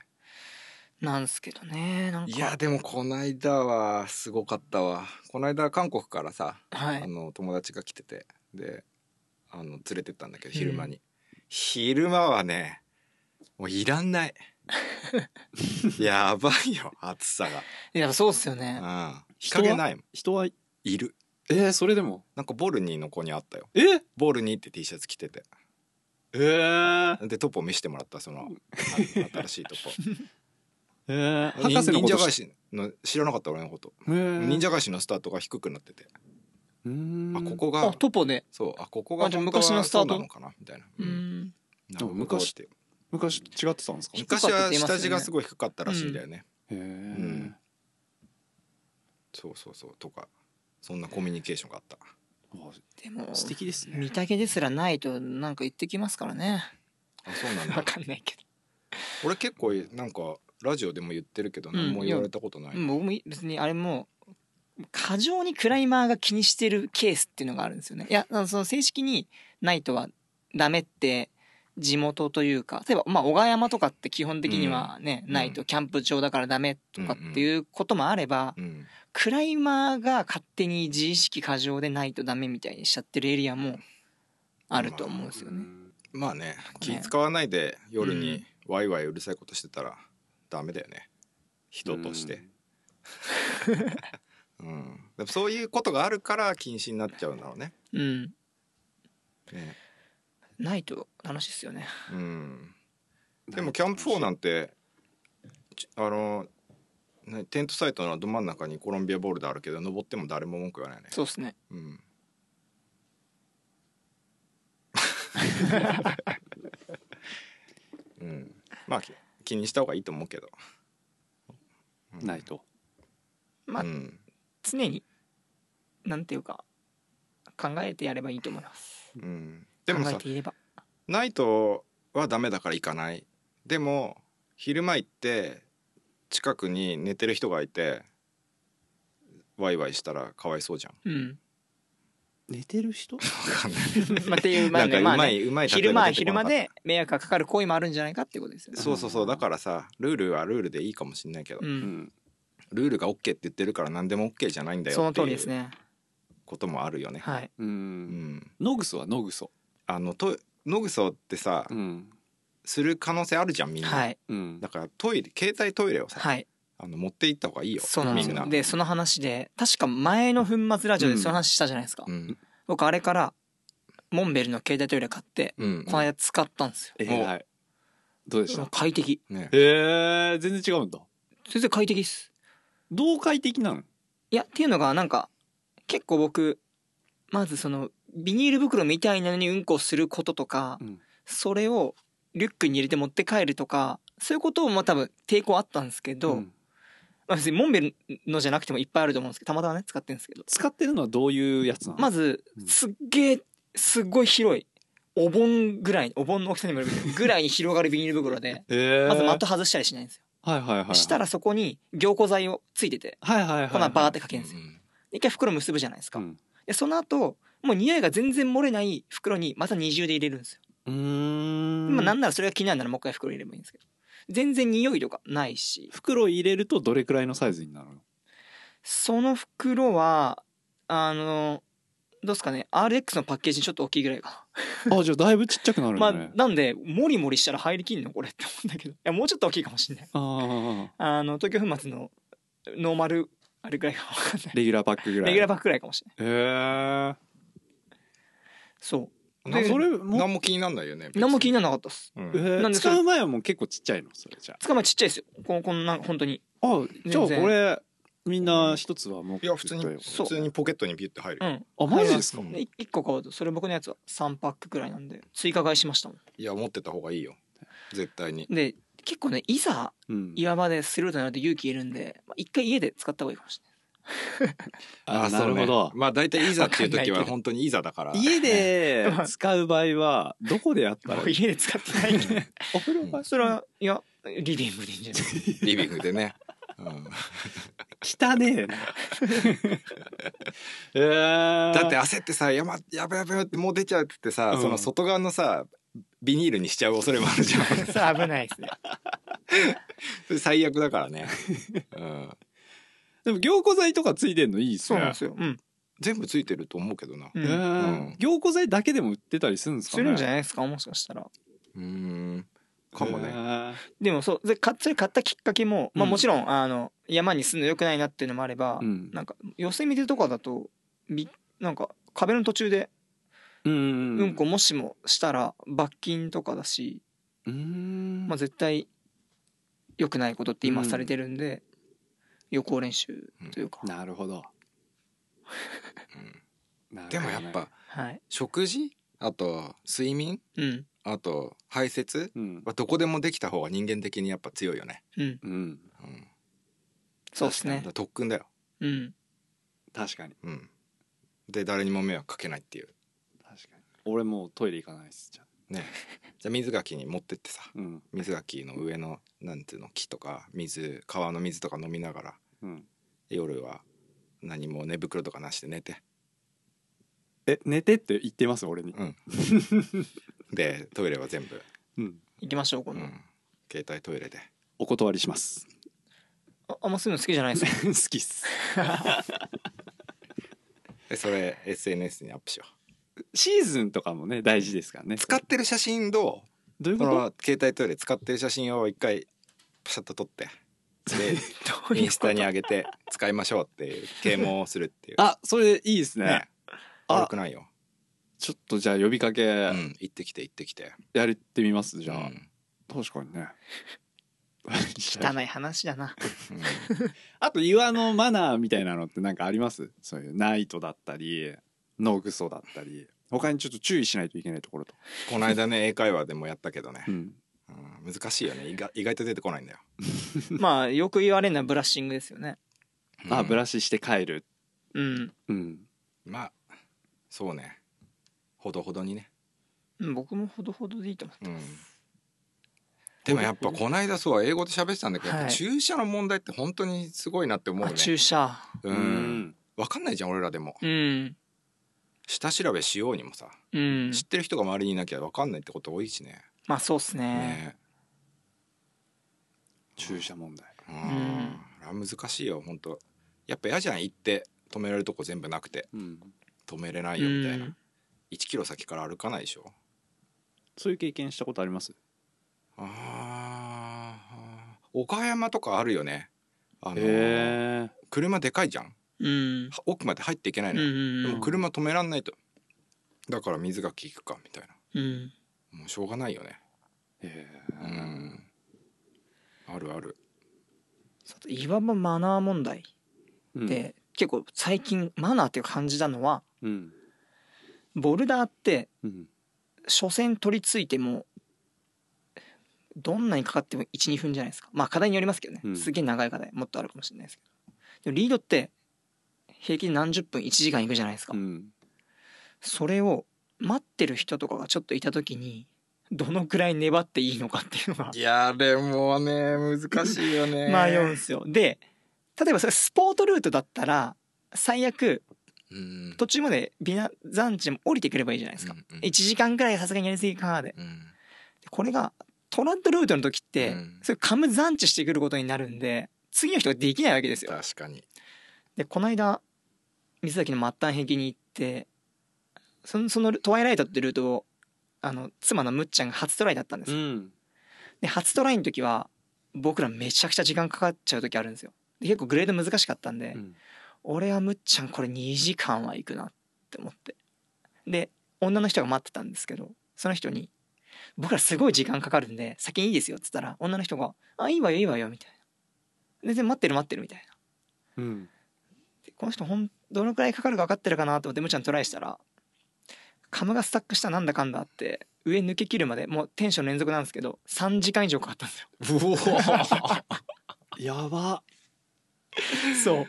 Speaker 2: なんすけどねなんか
Speaker 1: いやでもこないだはすごかったわこないだ韓国からさ、
Speaker 2: は
Speaker 1: あ
Speaker 2: い
Speaker 1: の友達が来ててであの連れてったんだけど昼間に、昼間はねもういらんない やばいよ暑さ
Speaker 2: いやそうっすよね
Speaker 1: が、うん、日
Speaker 5: 人は
Speaker 1: 陰ないもん
Speaker 5: 人はい
Speaker 1: る
Speaker 5: えー、それでも
Speaker 1: なんかボルニーの子に会ったよ
Speaker 5: え
Speaker 1: ボルニーって T シャツ着てて
Speaker 5: えー、
Speaker 1: でトポ見せてもらったそのあの新しいトポ
Speaker 5: えー、博
Speaker 1: 忍
Speaker 5: 士のこ
Speaker 1: 者
Speaker 5: と
Speaker 1: 返
Speaker 5: し、
Speaker 1: しの知らなかった俺のこと、
Speaker 5: えー、
Speaker 1: 忍者返しのスタートが低くなってて、
Speaker 5: うーん
Speaker 1: あここ
Speaker 2: あ
Speaker 1: が
Speaker 2: トポで
Speaker 1: そうあここが
Speaker 2: あじゃあ
Speaker 1: 本当は
Speaker 2: 昔のスタート
Speaker 1: そうなのかなみたいな、
Speaker 2: う
Speaker 1: うん
Speaker 2: ん
Speaker 1: なるほど
Speaker 5: 昔
Speaker 1: って
Speaker 5: 昔違ってたんですか
Speaker 2: 低
Speaker 5: へ
Speaker 2: かっ
Speaker 1: 昔
Speaker 2: たって
Speaker 1: は
Speaker 2: 言いますよ
Speaker 1: 下
Speaker 2: ね
Speaker 1: 地がすごい低かったらしいんだよね、
Speaker 5: え、
Speaker 1: んそうそうそうとかそんなコミュニケーションがあった
Speaker 5: わ
Speaker 2: でも
Speaker 5: 素敵ですね
Speaker 2: 見たけですらないとなんか行ってきますからね
Speaker 1: あそうなん
Speaker 2: わ
Speaker 1: だ
Speaker 2: かんないけ
Speaker 1: 俺結構なんかラジオでも言ってるけど何も言われたことない、
Speaker 2: どもう僕も別にあれも過剰にクライマーが気にしてるケースっていうのがあるんですよねいやあのその正式にないとはダメって地元というか例えばまあ小川山とかって基本的にはね、
Speaker 1: うん
Speaker 2: ないとキャンプ場だからダメとかっていうこともあれば、
Speaker 1: うん
Speaker 2: クライマーが勝手に自意識過剰でないとダメみたいにしちゃってるエリアもあると思うんですよね。
Speaker 1: まあね気使わないで夜
Speaker 2: う
Speaker 1: に
Speaker 2: ん
Speaker 1: ワイワイうるさいことしてたらダメだよね人としてうん、でもそういうことがあるから禁止になっちゃうんだろうね
Speaker 2: うん
Speaker 1: ね
Speaker 2: ないと楽しいですよね。
Speaker 1: うんでもキャンプ4なんてちあのねテントサイトのど真ん中にコロンビアボールであるけど登っても誰も文句言わないね
Speaker 2: そうですね。
Speaker 1: うんうん、まあき気にした方がいいと思うけど、うん
Speaker 5: ないと
Speaker 2: まあ
Speaker 1: うん、
Speaker 2: 常になんていうか考えてやればいいと思います。
Speaker 1: うん、でも
Speaker 2: 考え
Speaker 1: さ
Speaker 2: ていれば。
Speaker 1: ナイトはダメだから行かないでも昼間行って近くに寝てる人がいてワイワイしたらかわいそうじゃん
Speaker 2: うん。
Speaker 5: 寝て る人
Speaker 1: 分かんない
Speaker 2: まあっていうま
Speaker 1: な
Speaker 2: あ
Speaker 1: んか
Speaker 2: ね
Speaker 1: う
Speaker 2: まあ
Speaker 1: ま
Speaker 2: ね
Speaker 1: いうまい例え
Speaker 2: 昼間
Speaker 1: が
Speaker 2: は
Speaker 1: 出てこ
Speaker 2: 昼
Speaker 1: なか
Speaker 2: 間
Speaker 1: った
Speaker 2: で迷惑がかかる行為もあるんじゃないかっていうことですよね。
Speaker 1: そうそうそうだからさルールはルールでいいかもしんないけど、
Speaker 2: う。
Speaker 5: うんん
Speaker 1: ルールが OK って言ってるから何でも OK じゃないんだ
Speaker 2: そ
Speaker 1: よ
Speaker 2: の
Speaker 1: って
Speaker 2: 通り
Speaker 1: い
Speaker 2: です
Speaker 1: う
Speaker 2: ね。
Speaker 1: こともあるよね。
Speaker 2: はい。
Speaker 5: う
Speaker 1: うんん、
Speaker 5: ノグソはノグソ
Speaker 1: あのと野草ってさ、
Speaker 5: うん
Speaker 1: する可能性あるじゃんみんな、
Speaker 2: はい。
Speaker 5: うん
Speaker 1: だからトイレ携帯トイレをさ、
Speaker 2: はい。
Speaker 1: あの持って行った方がいいよ
Speaker 2: そうなんです
Speaker 1: みんな
Speaker 2: よ。で、その話で、確か前の粉末ラジオでその話したじゃないですか。
Speaker 1: うん
Speaker 2: 僕あれから、モンベルの携帯トイレ買って、
Speaker 1: うん
Speaker 2: この間使ったんですよ。
Speaker 5: えーはいどうでした
Speaker 2: 快適。
Speaker 1: ね、
Speaker 5: えー、全然違うんだ
Speaker 2: 全然快適です。
Speaker 5: 同快的なの
Speaker 2: いやっていうのがなんか結構僕まずそのビニール袋みたいなのにうんこすることとか、
Speaker 5: うん
Speaker 2: それをリュックに入れて持って帰るとかそういうことも多分抵抗あったんですけど、
Speaker 5: うん
Speaker 2: まあ、別にモンベルのじゃなくてもいっぱいあると思うんですけどたまたまね使ってるんですけど
Speaker 5: 使ってるのはどういうやつなの
Speaker 2: まず
Speaker 5: うん
Speaker 2: すっげえすっごい広いお盆ぐらいお盆の大きさにもよるけどぐらいに広がるビニール袋で
Speaker 5: えー
Speaker 2: まず的外したりしないんですよ、
Speaker 5: はいはいはいはい
Speaker 2: したらそこに凝固剤をついてて
Speaker 5: はいはいはい
Speaker 2: 粉バーってかけ
Speaker 1: う
Speaker 2: る
Speaker 1: ん
Speaker 2: んですよ一回袋結ぶじゃないですか、
Speaker 5: うん
Speaker 2: でその後もう匂いが全然漏れない袋にまた二重で入れるんですよ、
Speaker 5: うーん
Speaker 2: まあなんならそれが気になるならもう一回袋入れればいいんですけど全然匂いとかないし
Speaker 5: 袋入れるとどれくらいのサイズになるの
Speaker 2: その袋はあのどうですかね RX のパッケージにちょっと大きいぐらいか
Speaker 5: あじゃあだいぶちっちゃくなる
Speaker 2: な、まあ
Speaker 5: よね、
Speaker 2: なんでモリモリしたら入りきんのこれって思うんだけどいやもうちょっと大きいかもしんない
Speaker 5: ああ
Speaker 2: あの東京粉末のノーマルあれぐらいかわかんない
Speaker 5: レギュラーパックぐらい
Speaker 2: レギュラー
Speaker 5: パッ
Speaker 2: パックぐらいかもしれない
Speaker 5: クへ
Speaker 2: そ
Speaker 1: うんな
Speaker 5: えそ
Speaker 1: それ
Speaker 5: れも
Speaker 1: 何も気になんないよね
Speaker 2: う何も気に
Speaker 1: な
Speaker 2: ならなかったっす
Speaker 5: えー
Speaker 2: なんでそれ
Speaker 5: 使う前はもう結構ちっちゃいのそれじゃ
Speaker 2: つかまえちっちゃいですよこんこんな本当に
Speaker 5: ああじゃあ
Speaker 2: 全然
Speaker 5: これみんな一つはもう
Speaker 1: いや普通に
Speaker 5: 絶対
Speaker 2: そう
Speaker 1: 普通にポケットにビュって入る
Speaker 2: う
Speaker 1: よ
Speaker 2: ん
Speaker 5: あマジですか
Speaker 1: うん
Speaker 2: で1個買うとそれ僕のやつは3パックくらいなんで追加買いしましたも
Speaker 1: いや持ってた方がいいよ絶対に
Speaker 2: んで結構ねいざ
Speaker 5: うん
Speaker 2: 岩場でするとなると勇気いるんでまあ一回家で使った方がいいかもし
Speaker 5: あ
Speaker 1: そ
Speaker 5: な
Speaker 1: う
Speaker 5: る
Speaker 1: ね
Speaker 5: ほど
Speaker 1: まあ大体いざっていう時
Speaker 2: わかんないけ
Speaker 1: は
Speaker 2: ど
Speaker 1: 本当にいざだから
Speaker 5: 家で
Speaker 2: まあ
Speaker 5: 使う場合はどこでやった
Speaker 2: れ
Speaker 5: ら
Speaker 2: ない
Speaker 5: い
Speaker 2: 僕
Speaker 5: い
Speaker 2: 家で使ってないけど
Speaker 5: お風呂場
Speaker 2: それ はいやリビングでいいんじゃ ない
Speaker 1: リビングでね、うん
Speaker 5: 汚ねえなえー
Speaker 1: だって焦ってさ「や,、ま、やばいやばいやばいってもう出ちゃう」っつってさ、
Speaker 5: うん
Speaker 1: その外側のさビニールにしちゃう恐れもあるじゃん
Speaker 2: ですか危ないですね
Speaker 1: それ最悪だから ね、うん、
Speaker 5: でも凝固剤とかついてんのいいっす
Speaker 2: そうなん
Speaker 5: ね
Speaker 2: ですようん、
Speaker 1: 全部ついてると思うけどな
Speaker 2: う
Speaker 5: え
Speaker 2: ん、
Speaker 5: ー
Speaker 1: うん
Speaker 5: 凝固剤だけでも売ってたりするんです
Speaker 2: す
Speaker 5: かね
Speaker 2: るんじゃないですかもしかしたら
Speaker 1: うーんかも
Speaker 5: へ
Speaker 1: ね
Speaker 5: ー
Speaker 2: でもそうでかそれ買ったきっかけも、まあ、
Speaker 5: うん
Speaker 2: もちろんあの山に住んの良くないなっていうのもあれば、
Speaker 5: うん
Speaker 2: なんか寄せ見てとかだとびなんか壁の途中で
Speaker 5: うんうん
Speaker 2: うんこもしもしたら罰金とかだし、
Speaker 5: うーん
Speaker 2: まあ、絶対良くないことって今されてるんで、予行練習というか、
Speaker 5: なるほど、なるほどね
Speaker 1: でもやっぱ
Speaker 2: はい
Speaker 1: 食事あと睡眠
Speaker 2: うん
Speaker 1: あと排泄
Speaker 5: うん
Speaker 1: はどこでもできた方が人間的にやっぱ強いよね、
Speaker 2: うん
Speaker 5: うん
Speaker 1: うん、
Speaker 2: そうです
Speaker 1: だ
Speaker 2: ね
Speaker 1: から特訓だよ、
Speaker 2: うん
Speaker 5: 確かに
Speaker 1: うん、で誰にも迷惑かけないっていう
Speaker 5: 確かに俺もうトイレ行かないですじゃあ
Speaker 1: ねじゃあ水垣に持ってってさ
Speaker 5: うん
Speaker 1: 水垣の上のなんていうの木とか水川の水とか飲みながら
Speaker 5: うん
Speaker 1: 夜は何も寝袋とかなしで寝て
Speaker 5: え寝てって言ってます俺に
Speaker 1: うんでトイレは全部、
Speaker 5: うん
Speaker 2: 行きましょう
Speaker 1: う
Speaker 2: 今度、
Speaker 1: ん、携帯トイレで
Speaker 5: お断りします
Speaker 2: ああんまそういうの好きじゃないですよ
Speaker 5: 好きっす
Speaker 1: でそれ SNS にアップしよう
Speaker 5: シーズンとかもね大事ですからね
Speaker 1: 使ってる写真ど
Speaker 5: どういううこ
Speaker 1: ことの携帯トイレ使ってる写真を一回パシャッと撮って
Speaker 2: どう
Speaker 1: でイ
Speaker 2: いう
Speaker 1: ン
Speaker 2: こ
Speaker 1: ス
Speaker 2: と
Speaker 1: タに上げて使いましょうっていう啓蒙をするっていう
Speaker 5: あそれいいですね
Speaker 1: ね
Speaker 5: あ
Speaker 1: 悪くないよ、
Speaker 5: ちょっとじゃあ呼びか
Speaker 1: う
Speaker 5: け
Speaker 1: ん、行ってきて行ってきて
Speaker 5: やってみます、じゃあ、
Speaker 1: うん
Speaker 5: 確かにね
Speaker 2: 汚い話だな
Speaker 1: うん
Speaker 5: あと岩のマナーみたいなのってなんかありますそういうナイトだったりノグソだったり他にちょっと注意しないといけないところとか、
Speaker 1: この間ね英会話でもやったけどね
Speaker 5: う、ん、
Speaker 1: うん、難しいよね意外意外と出てこないんだよ、
Speaker 2: まあよく言われるのはブラッシングですよね
Speaker 5: あブ
Speaker 1: ラ
Speaker 5: ラシして帰る、
Speaker 2: うん
Speaker 5: うん、
Speaker 1: まあそうねほどほどにね、
Speaker 2: うん僕もほどほどでいいと思
Speaker 1: うん、でもやっぱこの間そう英語で喋ってたんだけど、
Speaker 2: はい
Speaker 1: やっぱ注射の問題って本当にすごいなって思
Speaker 2: う、
Speaker 1: う
Speaker 2: あ
Speaker 1: ね
Speaker 2: 注射
Speaker 1: うん、分かんないじゃん俺らでも
Speaker 2: うん
Speaker 1: 下調べしようにもさ、
Speaker 2: うん
Speaker 1: 知ってる人が周りにいなきゃ分かんないってこと多いしね
Speaker 2: まあそうっすね
Speaker 1: ね
Speaker 5: 注射問題
Speaker 1: うん、
Speaker 2: ん
Speaker 1: あ難しいよ本当やっぱ嫌じゃん行って止められるとこ全部なくて
Speaker 5: うん
Speaker 1: 止めれな
Speaker 2: う
Speaker 1: いよみたいな、
Speaker 2: ん
Speaker 1: 1キロ先から歩かないでしょ
Speaker 5: そういう経験したことあります
Speaker 1: ああ岡山とかあるよねあの、
Speaker 5: へえ
Speaker 1: 車でかいじゃん
Speaker 2: うん
Speaker 1: は奥まで入っていけない
Speaker 2: うん
Speaker 1: の
Speaker 2: う
Speaker 1: よ、
Speaker 2: ん
Speaker 1: で
Speaker 2: う
Speaker 1: も
Speaker 2: ん
Speaker 1: 車止めらんないとだから水が効くかみたい
Speaker 2: うん
Speaker 1: なもうしょうがないよねう
Speaker 5: うん
Speaker 1: んあるある
Speaker 2: そう岩場マナー問題っ
Speaker 5: うん
Speaker 2: て、結結構最近マナーっていう感じたのは
Speaker 5: うん
Speaker 2: ボルダーって
Speaker 5: うん
Speaker 2: 所詮取り付いてもどんなにかかっても12分じゃないですかまあ課題によりますけどね、
Speaker 5: うん
Speaker 2: すげえ長い課題もっとあるかもしれないですけどでもリードって平均何十分1時間いくじゃないですか、
Speaker 5: うん
Speaker 2: それを待ってる人とかがちょっといた時にどのくらい粘っていいのかっていうのが
Speaker 1: いやーでもね難しいよ ね
Speaker 2: 迷うんですよで例えばそれスポートルートだったら最悪
Speaker 1: うん
Speaker 2: 途中まで美男山地でも降りてくればいいじゃないですか、
Speaker 1: うんうん
Speaker 2: 1時間くらいさすがにやりすぎかなで
Speaker 1: うん
Speaker 2: これがトラッドルートの時って、
Speaker 1: うん
Speaker 2: それカム残地してくることになるんで次の人ができないわけですよ
Speaker 1: 確かに
Speaker 2: でこの間水崎の末端壁に行ってそのそのトワイライトってルートをあの妻のむっちゃんが初トライだったんですよ、
Speaker 5: ん
Speaker 2: で初トライの時は僕らめちゃくちゃ時間かかっちゃう時あるんですよで結構グレード難しかったんで、
Speaker 5: うん
Speaker 2: 俺はむっちゃんこれ2時間は行くなって思ってで女の人が待ってたんですけどその人に「僕らすごい時間かかるんで先にいいですよ」っつったら女の人が「あいいわよいいわよ」みたいな全然待ってる待ってるみたいな
Speaker 5: うん
Speaker 2: でこの人ほんどのくらいかかるか分かってるかなと思ってむっちゃんトライしたらカムがスタックしたなんだかんだあって上抜け切るまでもうテンション連続なんですけど3時間以上かかったんですよ
Speaker 1: うお
Speaker 5: やば
Speaker 2: そう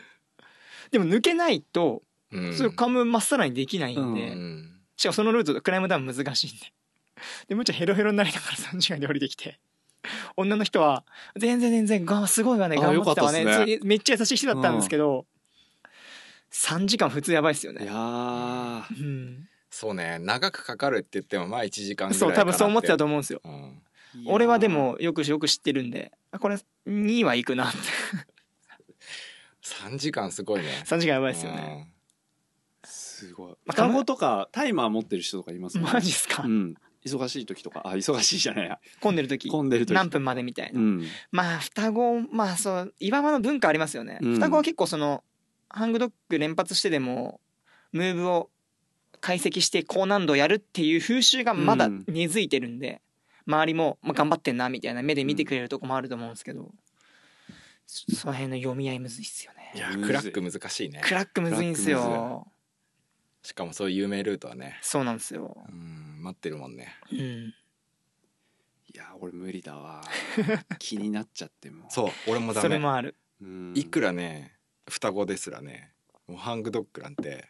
Speaker 2: でも抜けないと
Speaker 1: うん
Speaker 2: それカムまっさらにできないんで、
Speaker 5: う
Speaker 1: うん
Speaker 2: しかもそのルートクライムダウン難しいんででむっちゃんヘロヘロになりながら3時間で降りてきて女の人は「全然全然がすごいわね
Speaker 5: あ
Speaker 2: 頑張ってたわね
Speaker 5: よかったっすね
Speaker 2: ついめっちゃ優しい人だったんですけど、3時間普通やばいですよ
Speaker 5: い
Speaker 2: ね
Speaker 5: や、ー
Speaker 2: うん、
Speaker 1: そうね長くかかるって言ってもまあ1時間ぐらい
Speaker 2: そう多分そう思ってたと
Speaker 1: 思
Speaker 2: 思うんですよ
Speaker 1: う、うん、
Speaker 2: 俺はでもよくよく知ってるんであこれ2は行くなって
Speaker 1: 3時間すごいね
Speaker 2: 3時間やば
Speaker 1: う
Speaker 2: いですよね
Speaker 1: ん
Speaker 5: すごい
Speaker 2: まあ
Speaker 5: 双子とかタイマー持ってる人とかいますよね
Speaker 2: マジっすか、
Speaker 5: うん忙しい時とかあ忙しいじゃないや
Speaker 2: 混んでる時
Speaker 5: 混んでる時
Speaker 2: 何分までみたいな、
Speaker 5: うん
Speaker 2: まあ双子まあそう岩場の文化ありますよね、
Speaker 5: うん
Speaker 2: 双子は結構そのハングドッグ連発してでもムーブを解析して高難度やるっていう風習がまだ
Speaker 5: うん
Speaker 2: 根付いてるんで、周りも、まあ、頑張ってんなみたいな目で見てくれるとこもあると思うんですけど、そその辺の読み合いむずいっすよ
Speaker 1: い
Speaker 2: ね
Speaker 1: や
Speaker 5: むずい
Speaker 1: クラック難しいね
Speaker 2: クラックむずいんす
Speaker 5: クラ
Speaker 2: よ
Speaker 1: しかもそういう有名ルートはね
Speaker 2: そうなんですよ
Speaker 1: うん待ってるもんね
Speaker 2: うん
Speaker 5: いや俺無理 だわ気になっちゃっても
Speaker 1: そう俺もダ
Speaker 2: それ
Speaker 1: メ
Speaker 2: もある
Speaker 5: うん
Speaker 1: いくらね双子ですらねもうハングドッグなんて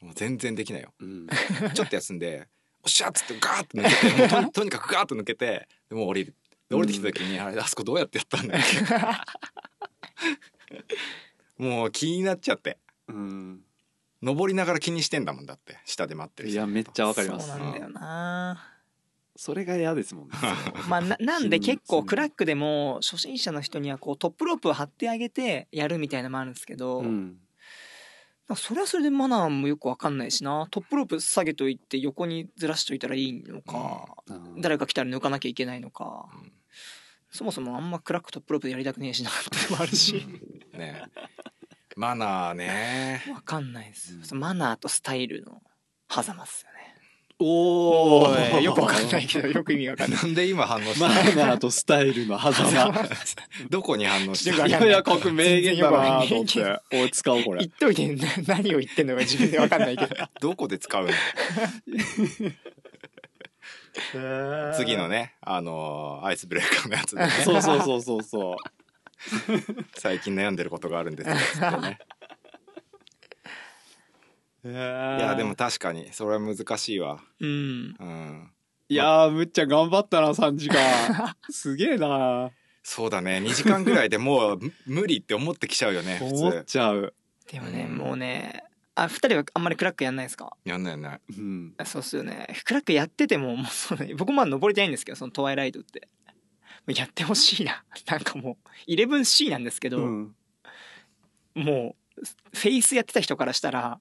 Speaker 1: もう全然できないよ
Speaker 5: うん
Speaker 1: ちょっと休んで 「おっしゃ!」っつってガーッと抜けてもうとにと にかくガーッと抜けてでもう降りるで降りてきた時に、あれあそこどうやってやったんだっ けもう気になっちゃって
Speaker 5: うん
Speaker 1: 登りながら気にしてんだもんだって下で待ってる
Speaker 5: い
Speaker 1: 人
Speaker 5: やめっちゃわかります
Speaker 2: そうなんだよな
Speaker 5: それが嫌です もんね
Speaker 2: まあ、ななんで結構クラックでも初心者の人にはこうトップロープを張ってあげてやるみたいなのもあるんですけど、
Speaker 5: うん
Speaker 2: まあそれはそれでマナーもよくわかんないしなトップロープ下げといて横にずらしといたらいいのか、
Speaker 5: うん
Speaker 2: 誰か来たら抜かなきゃいけないのか、
Speaker 1: うん
Speaker 2: そもそもあんまクラックトップロープでやりたくねえしなってのもあるし
Speaker 1: ねマナーね
Speaker 2: わかんないです、そのマナーとスタイルの狭間っすよね
Speaker 5: お
Speaker 2: お
Speaker 5: ー
Speaker 2: いよくわかんないけ どよく意味わかんない
Speaker 1: なんで今反応した
Speaker 5: マ
Speaker 1: の
Speaker 5: ナーとスタイルの 狭 間
Speaker 1: どこに反応した
Speaker 2: わ
Speaker 5: い
Speaker 2: かん
Speaker 5: や
Speaker 2: ない
Speaker 5: いやここ名言だなと思っ
Speaker 2: 全然よ
Speaker 5: て俺使おうこれ
Speaker 2: 言っといてな何を言ってんのか自分でわかんないけど
Speaker 1: どこで使うの次のねあのーアイスブレイカーのやつでね
Speaker 5: そうそうそうそうそう
Speaker 1: 最近悩んでることがあるんですよつってね
Speaker 5: い
Speaker 1: い
Speaker 5: や
Speaker 1: やでも確かにそれは難しいわ
Speaker 2: うん
Speaker 1: うん
Speaker 5: いやーむっちゃん頑張ったな3時 間すげえな
Speaker 1: そうだね2時間ぐらいでもうむ無理って思ってきちゃうよね普
Speaker 5: 思っ
Speaker 1: 通
Speaker 5: ちゃう、
Speaker 2: でもね、
Speaker 1: うん
Speaker 2: もうねあ二人はあんまりクラックやんないですか
Speaker 1: やんないやんない
Speaker 5: うん、
Speaker 2: そうっすよねクラックやっててももうそう、ね、僕まだ登りたいんですけどそのトワイライトってやってほしいな なんかもう 11C なんですけど、
Speaker 5: うん
Speaker 2: もうフェイスやってた人からしたら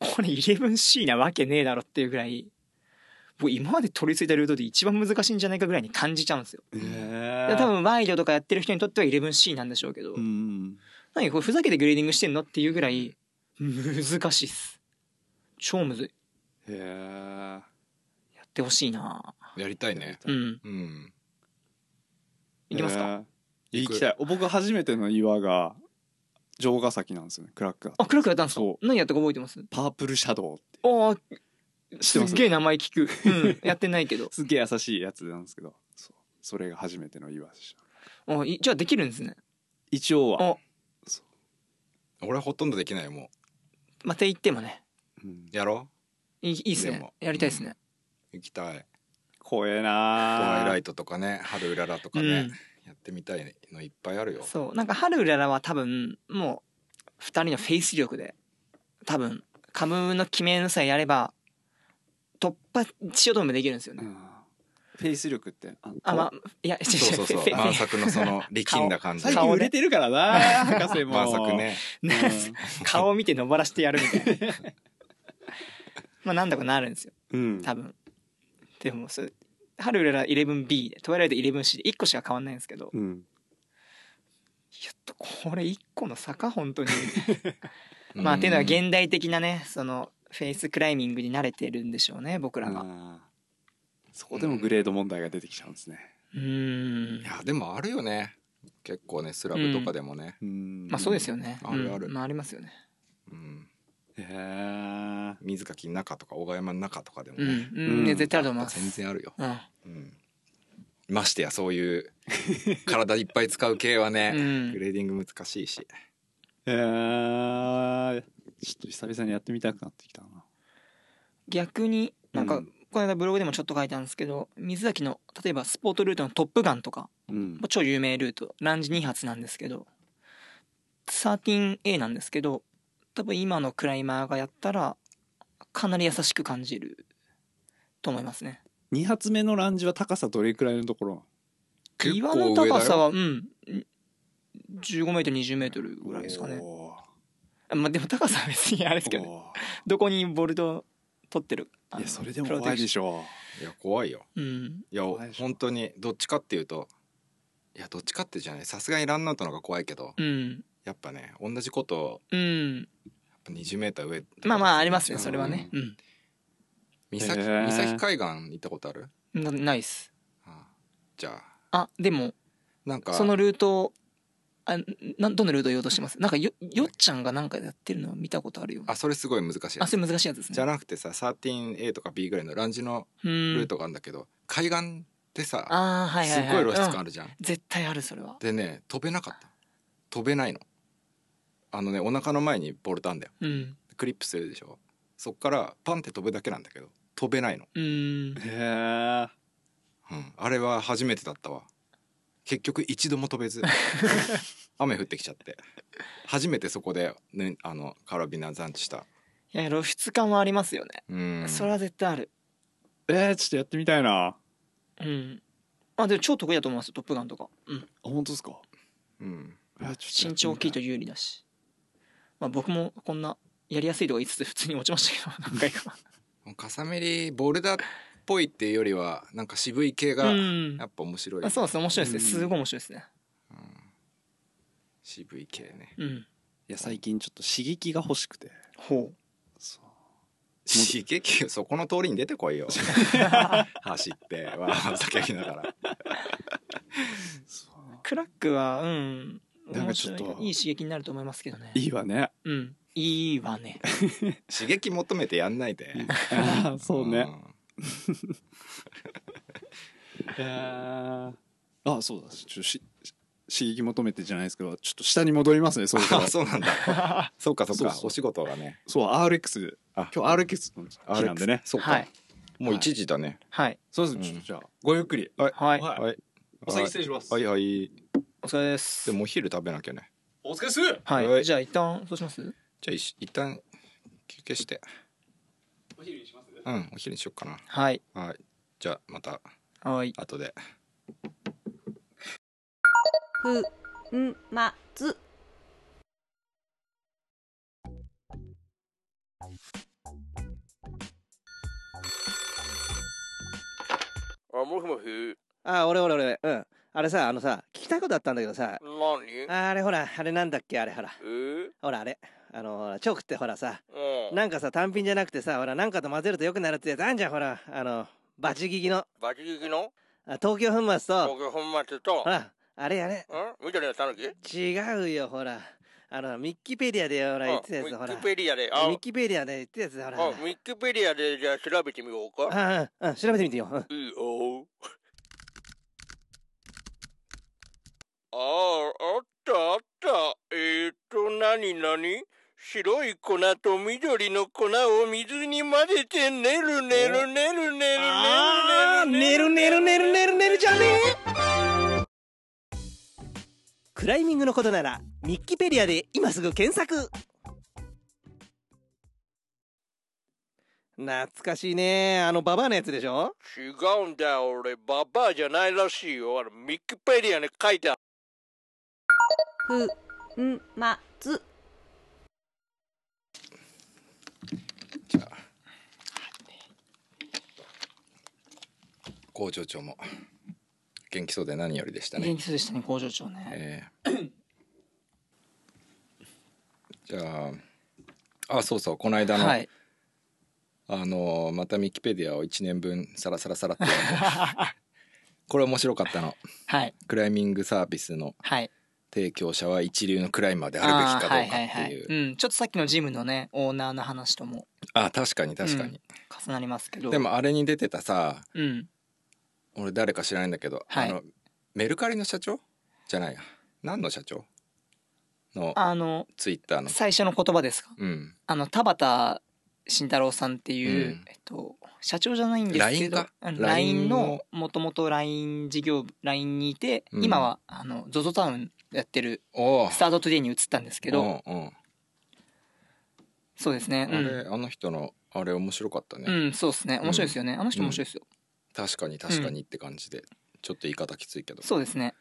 Speaker 2: これ 11C なわけねえだろっていうぐらい僕今まで取り付いたルートで一番難しいんじゃないかぐらいに感じちゃうんですよ、
Speaker 5: え
Speaker 2: で
Speaker 5: ー、
Speaker 2: 多分ワイドとかやってる人にとっては 11C なんでしょうけど、
Speaker 5: うん
Speaker 2: 何これふざけてグレーディングしてんのっていうぐらい難しいっす超むずい
Speaker 5: へえ
Speaker 2: やってほしいな
Speaker 1: やりたいね
Speaker 2: うん
Speaker 1: うん
Speaker 2: いきますか、
Speaker 5: 行きたい僕初めての岩が城ヶ崎なんですよねクラックだ
Speaker 2: あ、クラックやったんですか
Speaker 5: そ
Speaker 2: 何やったか覚えてます
Speaker 5: パープルシャドウって
Speaker 2: ああ、
Speaker 5: 知ってます
Speaker 2: っげえ名前聞く。うん。やってないけど。
Speaker 5: すっげえ優しいやつなんですけどそうそれが初めての岩でした
Speaker 2: あいじゃあできるんですね。
Speaker 5: 一応は
Speaker 2: お、
Speaker 1: 俺ほとんどできないよも
Speaker 2: また行ってもね。
Speaker 5: うん
Speaker 1: うやろ
Speaker 2: いいいっす
Speaker 1: で
Speaker 2: ね
Speaker 1: も。
Speaker 2: やりたいですね。
Speaker 1: う行きたい
Speaker 5: 怖え
Speaker 1: ト
Speaker 5: な
Speaker 1: ワ
Speaker 5: あ
Speaker 1: イライトとかね春うららとかね、やってみたいのいっぱいある
Speaker 2: うん
Speaker 1: よ
Speaker 2: そう。なんか、春うららは多分、もう、二人のフェイス力で、多分、カムの決めのさえやれば、突破しようともできるんですよ
Speaker 5: う
Speaker 2: ね。
Speaker 5: んフェイス力ってあ
Speaker 2: あ、まあ、いや、違
Speaker 1: そうそ
Speaker 2: 違
Speaker 1: うそう
Speaker 2: フェ
Speaker 1: 満作のその力んだ感じ
Speaker 5: 最
Speaker 2: 顔
Speaker 5: 近
Speaker 2: ね
Speaker 5: 売れてるからな博士も
Speaker 1: 満作ね
Speaker 5: うん
Speaker 2: ね顔を見て登らしてやるみたいな まあなんだかなるんですよ
Speaker 5: うん
Speaker 2: 多分でもそれ春うらら 11B でトワイライト 11C で1個しか変わんないんですけど
Speaker 5: うん
Speaker 2: ちょっとこれ1個の坂本当に
Speaker 1: うん
Speaker 2: まあっていうのは現代的なねそのフェイスクライミングに慣れてるんでしょうね僕らは
Speaker 5: あーそこでもグレード問題が出てきちゃうんですね
Speaker 2: うーん
Speaker 1: いやでもあるよね結構ねスラブとかでもね、
Speaker 5: うん
Speaker 2: まあそうですよね
Speaker 1: あるある
Speaker 2: うんまあありますよね
Speaker 1: うん
Speaker 5: へえ
Speaker 1: 水垣の中とか小川山の中とかでも
Speaker 2: うん
Speaker 1: ね、
Speaker 2: うんね
Speaker 5: うん
Speaker 2: 絶対あると思います
Speaker 1: 全然あるよ、
Speaker 2: うん
Speaker 1: うん、ましてやそういう体いっぱい使う系はね、
Speaker 2: うん
Speaker 1: グレーディング難しいし
Speaker 5: えー、ちょっと久々にやってみたくなってきたな。
Speaker 2: 逆になんか、
Speaker 5: うん
Speaker 2: この間ブログでもちょっと書いたんですけど水崎の例えばスポートルートの「トップガン」とか
Speaker 5: うん
Speaker 2: もう超有名ルートランジ2発なんですけど 13A なんですけど多分今のクライマーがやったらかなり優しく感じると思いますね
Speaker 5: 2発目のランジは高さどれくらいのところ
Speaker 1: 結
Speaker 2: 岩
Speaker 1: 構
Speaker 2: の
Speaker 1: 上だよ
Speaker 2: 高さはうん1 5ル2 0ルぐらいですかね
Speaker 5: お
Speaker 2: まあでも高さは別にあれです
Speaker 5: ー
Speaker 2: けどね
Speaker 5: お
Speaker 2: どこにボルト取ってる
Speaker 5: ーいやそれでも
Speaker 2: プロテク
Speaker 5: 怖い
Speaker 2: シ
Speaker 5: でしょ
Speaker 1: いや怖いよ
Speaker 2: ョンうん
Speaker 1: いや
Speaker 5: 怖いでしょ
Speaker 1: 本当にどっちかっていうといやどっちかってじゃないさすがにランナウトの方が怖いけど
Speaker 2: うん
Speaker 1: やっぱね同じことを
Speaker 2: うん
Speaker 1: やっぱ 20m 上
Speaker 2: まあまあありますねそれはね
Speaker 5: う
Speaker 2: うん
Speaker 1: 三崎
Speaker 5: へー
Speaker 1: 三崎海岸行ったことある
Speaker 2: なないっす
Speaker 1: あじゃあ
Speaker 2: あでも
Speaker 1: なんか
Speaker 2: そのルートあなどのルートを言おうとしてますなんかよよっちゃんがなんかやってるのを見たことあるよ
Speaker 1: あそれすごい難しいや
Speaker 2: あ
Speaker 1: つ
Speaker 2: それ難しいやつですね
Speaker 1: じゃなくてさ 13A とか B ぐらいのランジの
Speaker 2: う
Speaker 1: ル
Speaker 2: ー
Speaker 1: ー
Speaker 2: ん
Speaker 1: トがあるんだけど、海岸ってさ
Speaker 2: あーはいはい
Speaker 1: す
Speaker 2: はい
Speaker 1: ごい露出感あ
Speaker 2: る
Speaker 1: るじゃん、
Speaker 2: 絶対あるそれは
Speaker 1: でね飛べなかった飛べないのあのねお腹の前にボルトあんだよ
Speaker 2: うん
Speaker 1: クリップするでしょそっからパンって飛ぶだけなんだけど飛べないの、
Speaker 2: うーん
Speaker 5: うへえ
Speaker 1: うん、あれは初めてだったわ結局一度も飛べず雨降ってきちゃって初めてそこで、ね、あのカラビナ残地した
Speaker 2: いや露出感はありますよね、
Speaker 1: うん
Speaker 2: それは絶対ある
Speaker 5: えー、ちょっとやってみたいなあ
Speaker 2: うんあでも超得意だと思いますよトップガンとか、うん、
Speaker 5: 本当ですか
Speaker 1: うん
Speaker 5: えーちょ
Speaker 2: 身
Speaker 5: っと
Speaker 2: 長大
Speaker 5: やっ
Speaker 2: きいと
Speaker 5: てみた
Speaker 2: 有利だしまあ僕もこんなやりやすいとか言いつつ普通に落ちましたけど何回か
Speaker 1: カサメリボルダーっぽいっていうよりはなんか渋い系
Speaker 2: う
Speaker 1: がや
Speaker 2: ん
Speaker 1: っぱ面白い、
Speaker 2: あそうですね面白いですねすごい面白いですね
Speaker 1: 渋い系ね
Speaker 2: うん
Speaker 5: いや最近ちょっと刺激が欲しくて
Speaker 2: ほう
Speaker 5: そう
Speaker 1: 刺激そこの通りに出てこいよ走ってわー叫びながら
Speaker 5: そう
Speaker 2: クラックはうん
Speaker 5: なん
Speaker 2: 面
Speaker 5: かち
Speaker 2: 白
Speaker 5: ょっ
Speaker 2: い
Speaker 5: と
Speaker 2: いい刺激になると思いますけどね
Speaker 5: いいわね
Speaker 2: うんいいわね
Speaker 1: 刺激求めてやんないで
Speaker 5: あーそうね
Speaker 1: ん
Speaker 5: えーあそうだちょっとし刺激求めてじゃないですけどちょっと下に戻りますねそれから
Speaker 1: あそうなんだそうかそうか
Speaker 5: そうそう
Speaker 1: お仕事がね
Speaker 5: そう RX
Speaker 1: あ
Speaker 5: 今日 RX の日なんでね
Speaker 1: RX そうか、
Speaker 2: はい
Speaker 1: もう一時だね
Speaker 2: はい
Speaker 5: そうです、
Speaker 1: うん
Speaker 5: じゃあごゆっくり
Speaker 2: はい
Speaker 3: はい
Speaker 1: はい
Speaker 3: お先失礼します
Speaker 1: はいはい
Speaker 2: お疲れです
Speaker 1: でもお昼食べなきゃね
Speaker 3: お疲れっす
Speaker 2: はい、
Speaker 1: はい
Speaker 2: じゃあ一旦そうします
Speaker 1: じゃあいし一旦休憩して
Speaker 3: お昼にします
Speaker 1: うんお昼にしよっかな
Speaker 2: はい
Speaker 1: はいじゃあまた
Speaker 2: はい
Speaker 1: 後で
Speaker 4: ふんまつ
Speaker 6: あ、もふもふ。
Speaker 7: あ、俺俺俺、うん。あれさ、あのさ、聞きたいことあったんだけどさ、
Speaker 6: 何
Speaker 7: あれほら、あれなんだっけ、あれほら、
Speaker 6: えー、
Speaker 7: ほらあれ、あの、チョークってほらさ、
Speaker 6: うん。
Speaker 7: なんかさ、単品じゃなくてさ、ほら、なんかと混ぜると良くなるってやつあんじゃん、ほら、あの、バチギギの、
Speaker 6: バチギキの
Speaker 7: あ東京粉末と、
Speaker 6: 東京本町と
Speaker 7: ほ、ら、あれあれ、
Speaker 6: うん緑のたぬき
Speaker 7: 違うよ、ほら。あのミッキペディアでほら
Speaker 6: あ
Speaker 7: 言
Speaker 6: ウ
Speaker 7: ってたやつほら
Speaker 6: ィ
Speaker 7: ミ
Speaker 6: キペディアで。あ、あウ
Speaker 7: ッキペディアで言ってたやつだほら
Speaker 6: ィキペディアでじゃあ調べてみようか。
Speaker 7: ああうん調べてみてようん
Speaker 6: いいよ。ああ、あったあった。えーと、なになに白い粉と緑の粉を水に混ぜて練る練る練る練る練
Speaker 7: あー
Speaker 6: る
Speaker 7: 寝る寝る寝る寝る寝るじゃねえクライミングのことならミッキペディアで今すぐ検索懐かしいねあのババアのやつでしょ
Speaker 6: 違うんだよ俺ババアじゃないらしいよあのミッキペディアに書いてある
Speaker 4: ふんまつ
Speaker 1: じゃあ工場長も元気そうで何よりでしたね
Speaker 2: 元気そうでしたね工場長ね
Speaker 1: えー じゃああそうそうこの間の、
Speaker 2: はい
Speaker 1: あのまたミキペディアを1年分サラサラサラって読んで これ面白かったの
Speaker 2: はい
Speaker 1: クライミングサービスの
Speaker 2: はい
Speaker 1: 提供者は一流のクライマーであるべきかどうかっていう
Speaker 2: うんちょっとさっきのジムのねオーナーの話とも
Speaker 1: あ確かに確かに、
Speaker 2: 重なりますけど
Speaker 1: でもあれに出てたさ
Speaker 2: うん
Speaker 1: 俺誰か知らないんだけど、
Speaker 2: はい
Speaker 1: あのメルカリの社長じゃないや何の社長の
Speaker 2: あの
Speaker 1: ツイッターの
Speaker 2: 最初の言葉ですか
Speaker 1: うん
Speaker 2: あの田畑慎太郎さんっていう、
Speaker 1: うん
Speaker 2: えっと、社長じゃないんですけど
Speaker 1: LINE か
Speaker 2: うん
Speaker 1: LINE
Speaker 2: LINE
Speaker 1: の
Speaker 2: のもともと LINE 事業部 LINE にいて、
Speaker 1: うん
Speaker 2: 今はあの ZOZO タウンやってる
Speaker 1: おお
Speaker 2: スタートトゥデイに移ったんですけど、
Speaker 1: うんうん
Speaker 2: そうですね
Speaker 1: あ
Speaker 2: う
Speaker 1: れ
Speaker 2: ん、
Speaker 1: あの人のあれ面白かったね、
Speaker 2: うん、そうですね面白いですよね、あの人面白いですよ、
Speaker 1: 確かに確かにって感じで、ちょっと言い方きついけど
Speaker 2: そうですね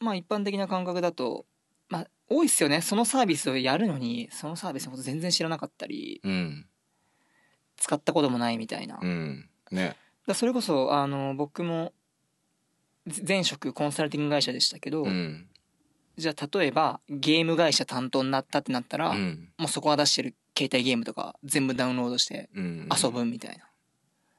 Speaker 2: まあ一般的な感覚だとまあ多いっすよねそのサービスをやるのにそのサービスのこと全然知らなかったり
Speaker 1: うん
Speaker 2: 使ったこともないみたいな、
Speaker 1: うんね
Speaker 2: だそれこそあの僕もぜ前職コンサルティング会社でしたけど、
Speaker 1: うん
Speaker 2: じゃあ例えばゲーム会社担当になったってなったら、
Speaker 1: うん
Speaker 2: もうそこが出してる携帯ゲームとか全部ダウンロードして
Speaker 1: うん
Speaker 2: 遊ぶみたいな、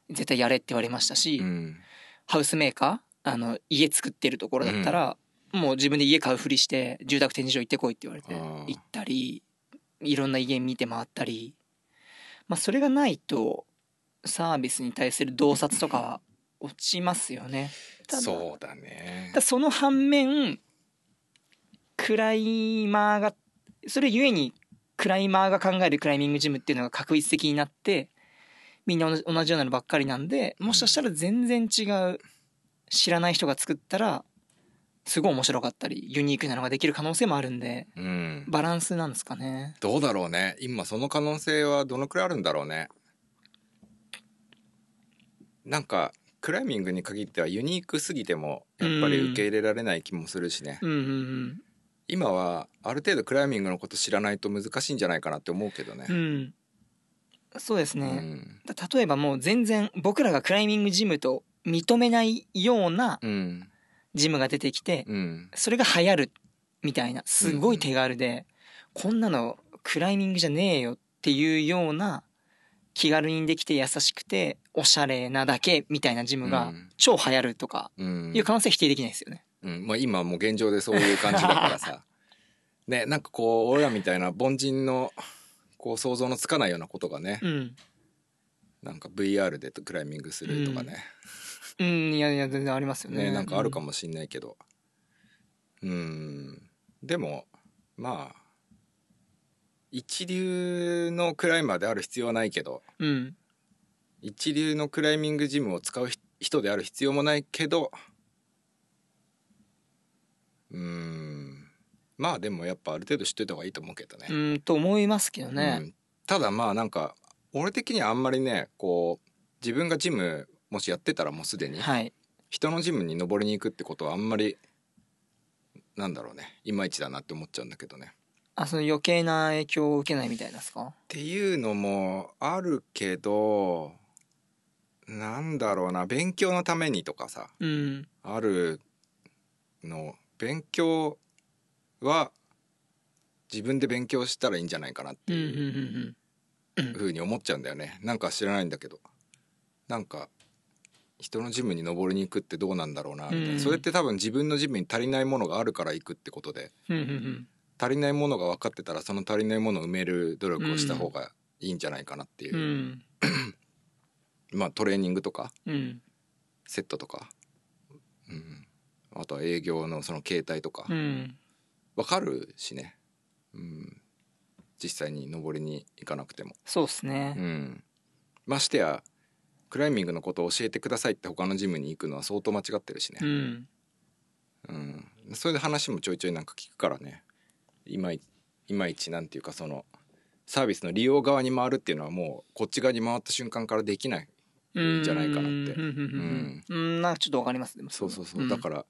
Speaker 2: 絶対やれって言われましたし、
Speaker 1: うん
Speaker 2: ハウスメーカーあの家作ってるところだったら、もう自分で家買うふりして住宅展示場行ってこいって言われて
Speaker 1: あー
Speaker 2: 行ったりいろんな家見て回ったり、まあ、それがないとサービスに対する洞察とかは落ちますよね。ただ
Speaker 1: そうだね
Speaker 2: ただその反面クライマーがそれゆえにクライマーが考えるクライミングジムっていうのが確一的になってみんな同じ同じようなのばっかりなんでもしかしたら全然違う知らない人が作ったらすごい面白かったりユニークなのができる可能性もあるんで
Speaker 1: うん
Speaker 2: バランスなんですかね
Speaker 1: どうだろうね今その可能性はどのくらいあるんだろうねなんかクライミングに限ってはユニークすぎてもやっぱり受け入れられない気もするしね、
Speaker 2: うんうんうん
Speaker 1: 今はある程度クライミングのこと知らないと難しいんじゃないかなって思うけどね
Speaker 2: う、んそうです
Speaker 1: う
Speaker 2: ね、
Speaker 1: ん
Speaker 2: だ例えばもう全然僕らがクライミングジムと認めないような
Speaker 1: うん
Speaker 2: ジムが出てきて
Speaker 1: うん
Speaker 2: それが流行るみたいなすごい手軽で、こんなのクライミングじゃねえよっていうような気軽にできて優しくておしゃれなだけみたいなジム
Speaker 1: う
Speaker 2: が
Speaker 1: ん
Speaker 2: 超流行るとか
Speaker 1: うん
Speaker 2: いう可能性否定できないですよね。
Speaker 1: うんまあ、今もう現状でそういう感じだから さねなんかこう俺らみたいな凡人のこう想像のつかないようなことがね、
Speaker 2: うん、
Speaker 1: なんか VR でクライミングするとかね、
Speaker 2: うん、いやいや全然ありますよね。
Speaker 1: ねなんかあるか
Speaker 2: も。
Speaker 1: もしんないけどうんでもまあ一流のクライマーである必要はないけど
Speaker 2: うん、
Speaker 1: 一流のクライミングジムを使うひ人である必要もないけどうんまあでもやっぱある程度知ってた方がいいと思うけどね
Speaker 2: う。ん、と思いますけど
Speaker 1: う
Speaker 2: ね。
Speaker 1: んただまあなんか俺的にはあんまりねこう自分がジムもしやってたらもうすでに
Speaker 2: はい。
Speaker 1: 人のジムに登りに行くってことはあんまりなんだろうねいまいちだなって思っちゃうんだけどね。
Speaker 2: あその余計な影響を受けないみたいなんですか。
Speaker 1: っていうのもあるけどなんだろうな勉強のためにとかさ
Speaker 2: うん、
Speaker 1: あるの勉強は自分で勉強したらいいんじゃないかなって
Speaker 2: うん、うん、う、
Speaker 1: いうんふうに思っちゃうんだよねなんか知らないんだけどなんか人のジムに登りに行くってどうなんだろうなみたいな、
Speaker 2: うん
Speaker 1: それって多分自分のジムに足りないものがあるから行くってことで
Speaker 2: うん、うん、うん、
Speaker 1: 足りないものが分かってたらその足りないものを埋める努力をした方がいいんじゃないかなっていうう、
Speaker 2: ん
Speaker 1: まあトレーニングとか
Speaker 2: うん
Speaker 1: セットとか、うん、あとは営業のその携帯とか
Speaker 2: うん
Speaker 1: 分かるしね、うん、実際に登りに行かなくても、
Speaker 2: そうですね
Speaker 1: う、ん、ましてやクライミングのことを教えてくださいって他のジムに行くのは相当間違ってるしね
Speaker 2: う、ん、
Speaker 1: うん、それで話もちょいちょいなんか聞くからねいまいいまいちなんていうかそのサービスの利用側に回るっていうのはもうこっち側に回った瞬間からできないんじゃないかなって
Speaker 2: うんうんうんうんなんかちょっとわかりますでも
Speaker 1: そうそうそう、
Speaker 2: ん
Speaker 1: だから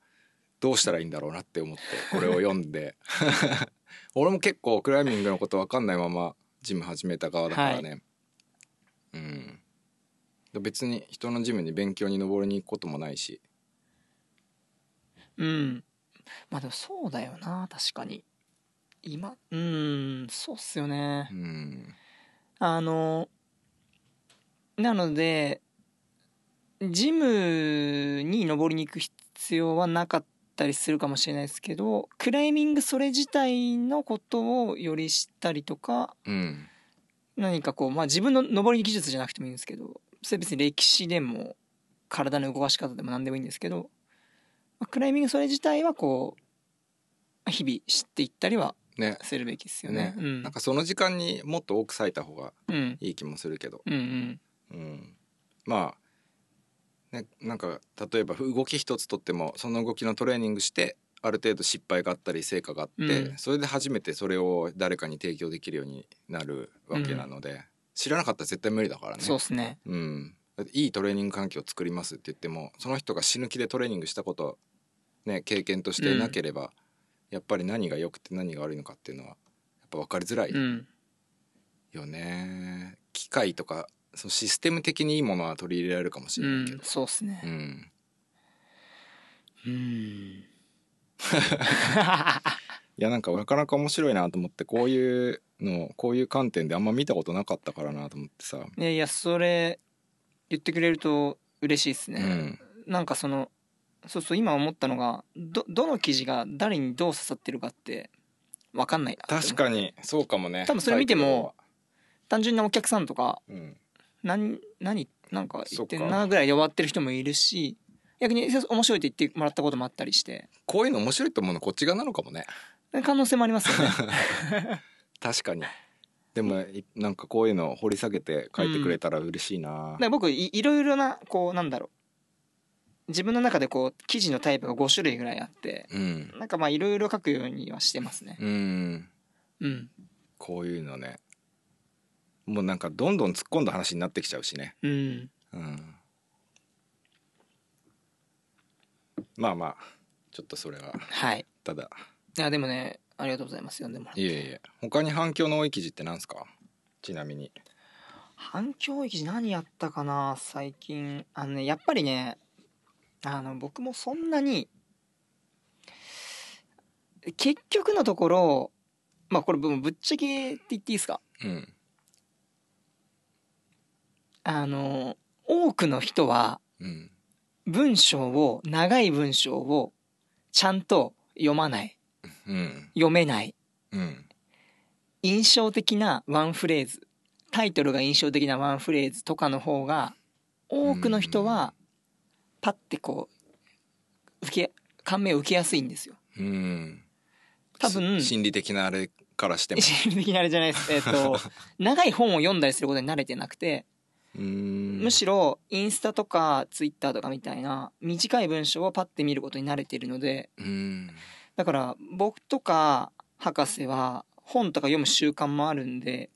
Speaker 1: どうしたらいいんだろうなって思ってこれを読んで 俺も結構クライミングのこと分かんないままジム始めた側だからね、うん別に人のジムに勉強に登りに行くこともないし
Speaker 2: うんまあでもそうだよな確かに今うんそうっすよね
Speaker 1: うん
Speaker 2: あのなのでジムに登りに行く必要はなかったりするかもしれないですけどクライミングそれ自体のことをより知ったりとか
Speaker 1: うん
Speaker 2: 何かこう、まあ、自分の登り技術じゃなくてもいいんですけどそれ別に歴史でも体の動かし方でも何でもいいんですけど、まあクライミングそれ自体はこうまあ日々知っていったりは
Speaker 1: ね
Speaker 2: するべきですよ
Speaker 1: ね。
Speaker 2: ねうん
Speaker 1: なんかその時間にもっと多く割いた方が
Speaker 2: うん
Speaker 1: いい気もするけど、
Speaker 2: うんうん
Speaker 1: うん、まあ、ね、なんか例えば動き一つとってもその動きのトレーニングしてある程度失敗があったり成果があって、
Speaker 2: うん
Speaker 1: それで初めてそれを誰かに提供できるようになるわけなので、知らなかったら絶対無理だからね。
Speaker 2: そうですね。
Speaker 1: うん、だっていいトレーニング環境を作りますって言ってもその人が死ぬ気でトレーニングしたこと、ね、経験としてなければ、やっぱり何が良くて何が悪いのかっていうのはやっぱ分かりづらい
Speaker 2: うん
Speaker 1: よね機械とかそのシステム的にいいものは取り入れられるかもし
Speaker 2: う
Speaker 1: れないけ
Speaker 2: ん
Speaker 1: ど、
Speaker 2: そうです
Speaker 1: う
Speaker 2: ね。
Speaker 1: ん
Speaker 2: うん
Speaker 1: いやなんかなかなか面白いなと思ってこういうのこういう観点であんま見たことなかったからなと思ってさ、
Speaker 2: いやいやそれ言ってくれると嬉しいです
Speaker 1: う
Speaker 2: ね。
Speaker 1: ん、
Speaker 2: なんかそのそうそう今思ったのがどどの記事が誰にどう刺さってるかって分かんないなって思う
Speaker 1: 確かにそうかもね
Speaker 2: 多分それ見ても単純なお客さんとか
Speaker 1: タイトルの方はうん
Speaker 2: 何何なんか言ってん
Speaker 1: そっ
Speaker 2: なぐらいで終わってる人もいるし逆にそう面白いって言ってもらったこともあったりして
Speaker 1: こういうの面白いと思うのこっち側なのかもね
Speaker 2: 可能性もあります よね。
Speaker 1: 確かにでもいなんかこういうのを掘り下げて書いてくれたら嬉しいな、
Speaker 2: だから僕いいろいろなこうなんだろう自分の中でこう記事のタイプが5種類ぐらいあって
Speaker 1: うん
Speaker 2: なんかまあいろいろ書くようにはしてますね
Speaker 1: うん
Speaker 2: うん
Speaker 1: こういうのねもうなんかどんどん突っ込んだ話になってきちゃうしね
Speaker 2: うん
Speaker 1: うんまあまあちょっとそれは
Speaker 2: はい
Speaker 1: ただ
Speaker 2: いやでもねありがとうございます読んでもらって
Speaker 1: いえいえ他に反響の多い記事って何すかちなみに
Speaker 2: 反響記事何やったかな最近あのねやっぱりねあの僕もそんなに結局のところまあこれぶぶっちゃけって言っていいですか
Speaker 1: うん
Speaker 2: あの多くの人は
Speaker 1: うん
Speaker 2: 文章を長い文章をちゃんと読まない
Speaker 1: うん
Speaker 2: 読めない
Speaker 1: うん
Speaker 2: 印象的なワンフレーズタイトルが印象的なワンフレーズとかの方が多くの人はパッてこう受け感銘を受けやすいんですよ。
Speaker 1: うん
Speaker 2: 多分
Speaker 1: し心理的なあれからしても
Speaker 2: 心理的なあれじゃないです。えっと 長い本を読んだりすることに慣れてなくて
Speaker 1: うん
Speaker 2: むしろインスタとかツイッターとかみたいな短い文章をパッて見ることに慣れてるので
Speaker 1: うん
Speaker 2: だから僕とか博士は本とか読む習慣もあるんで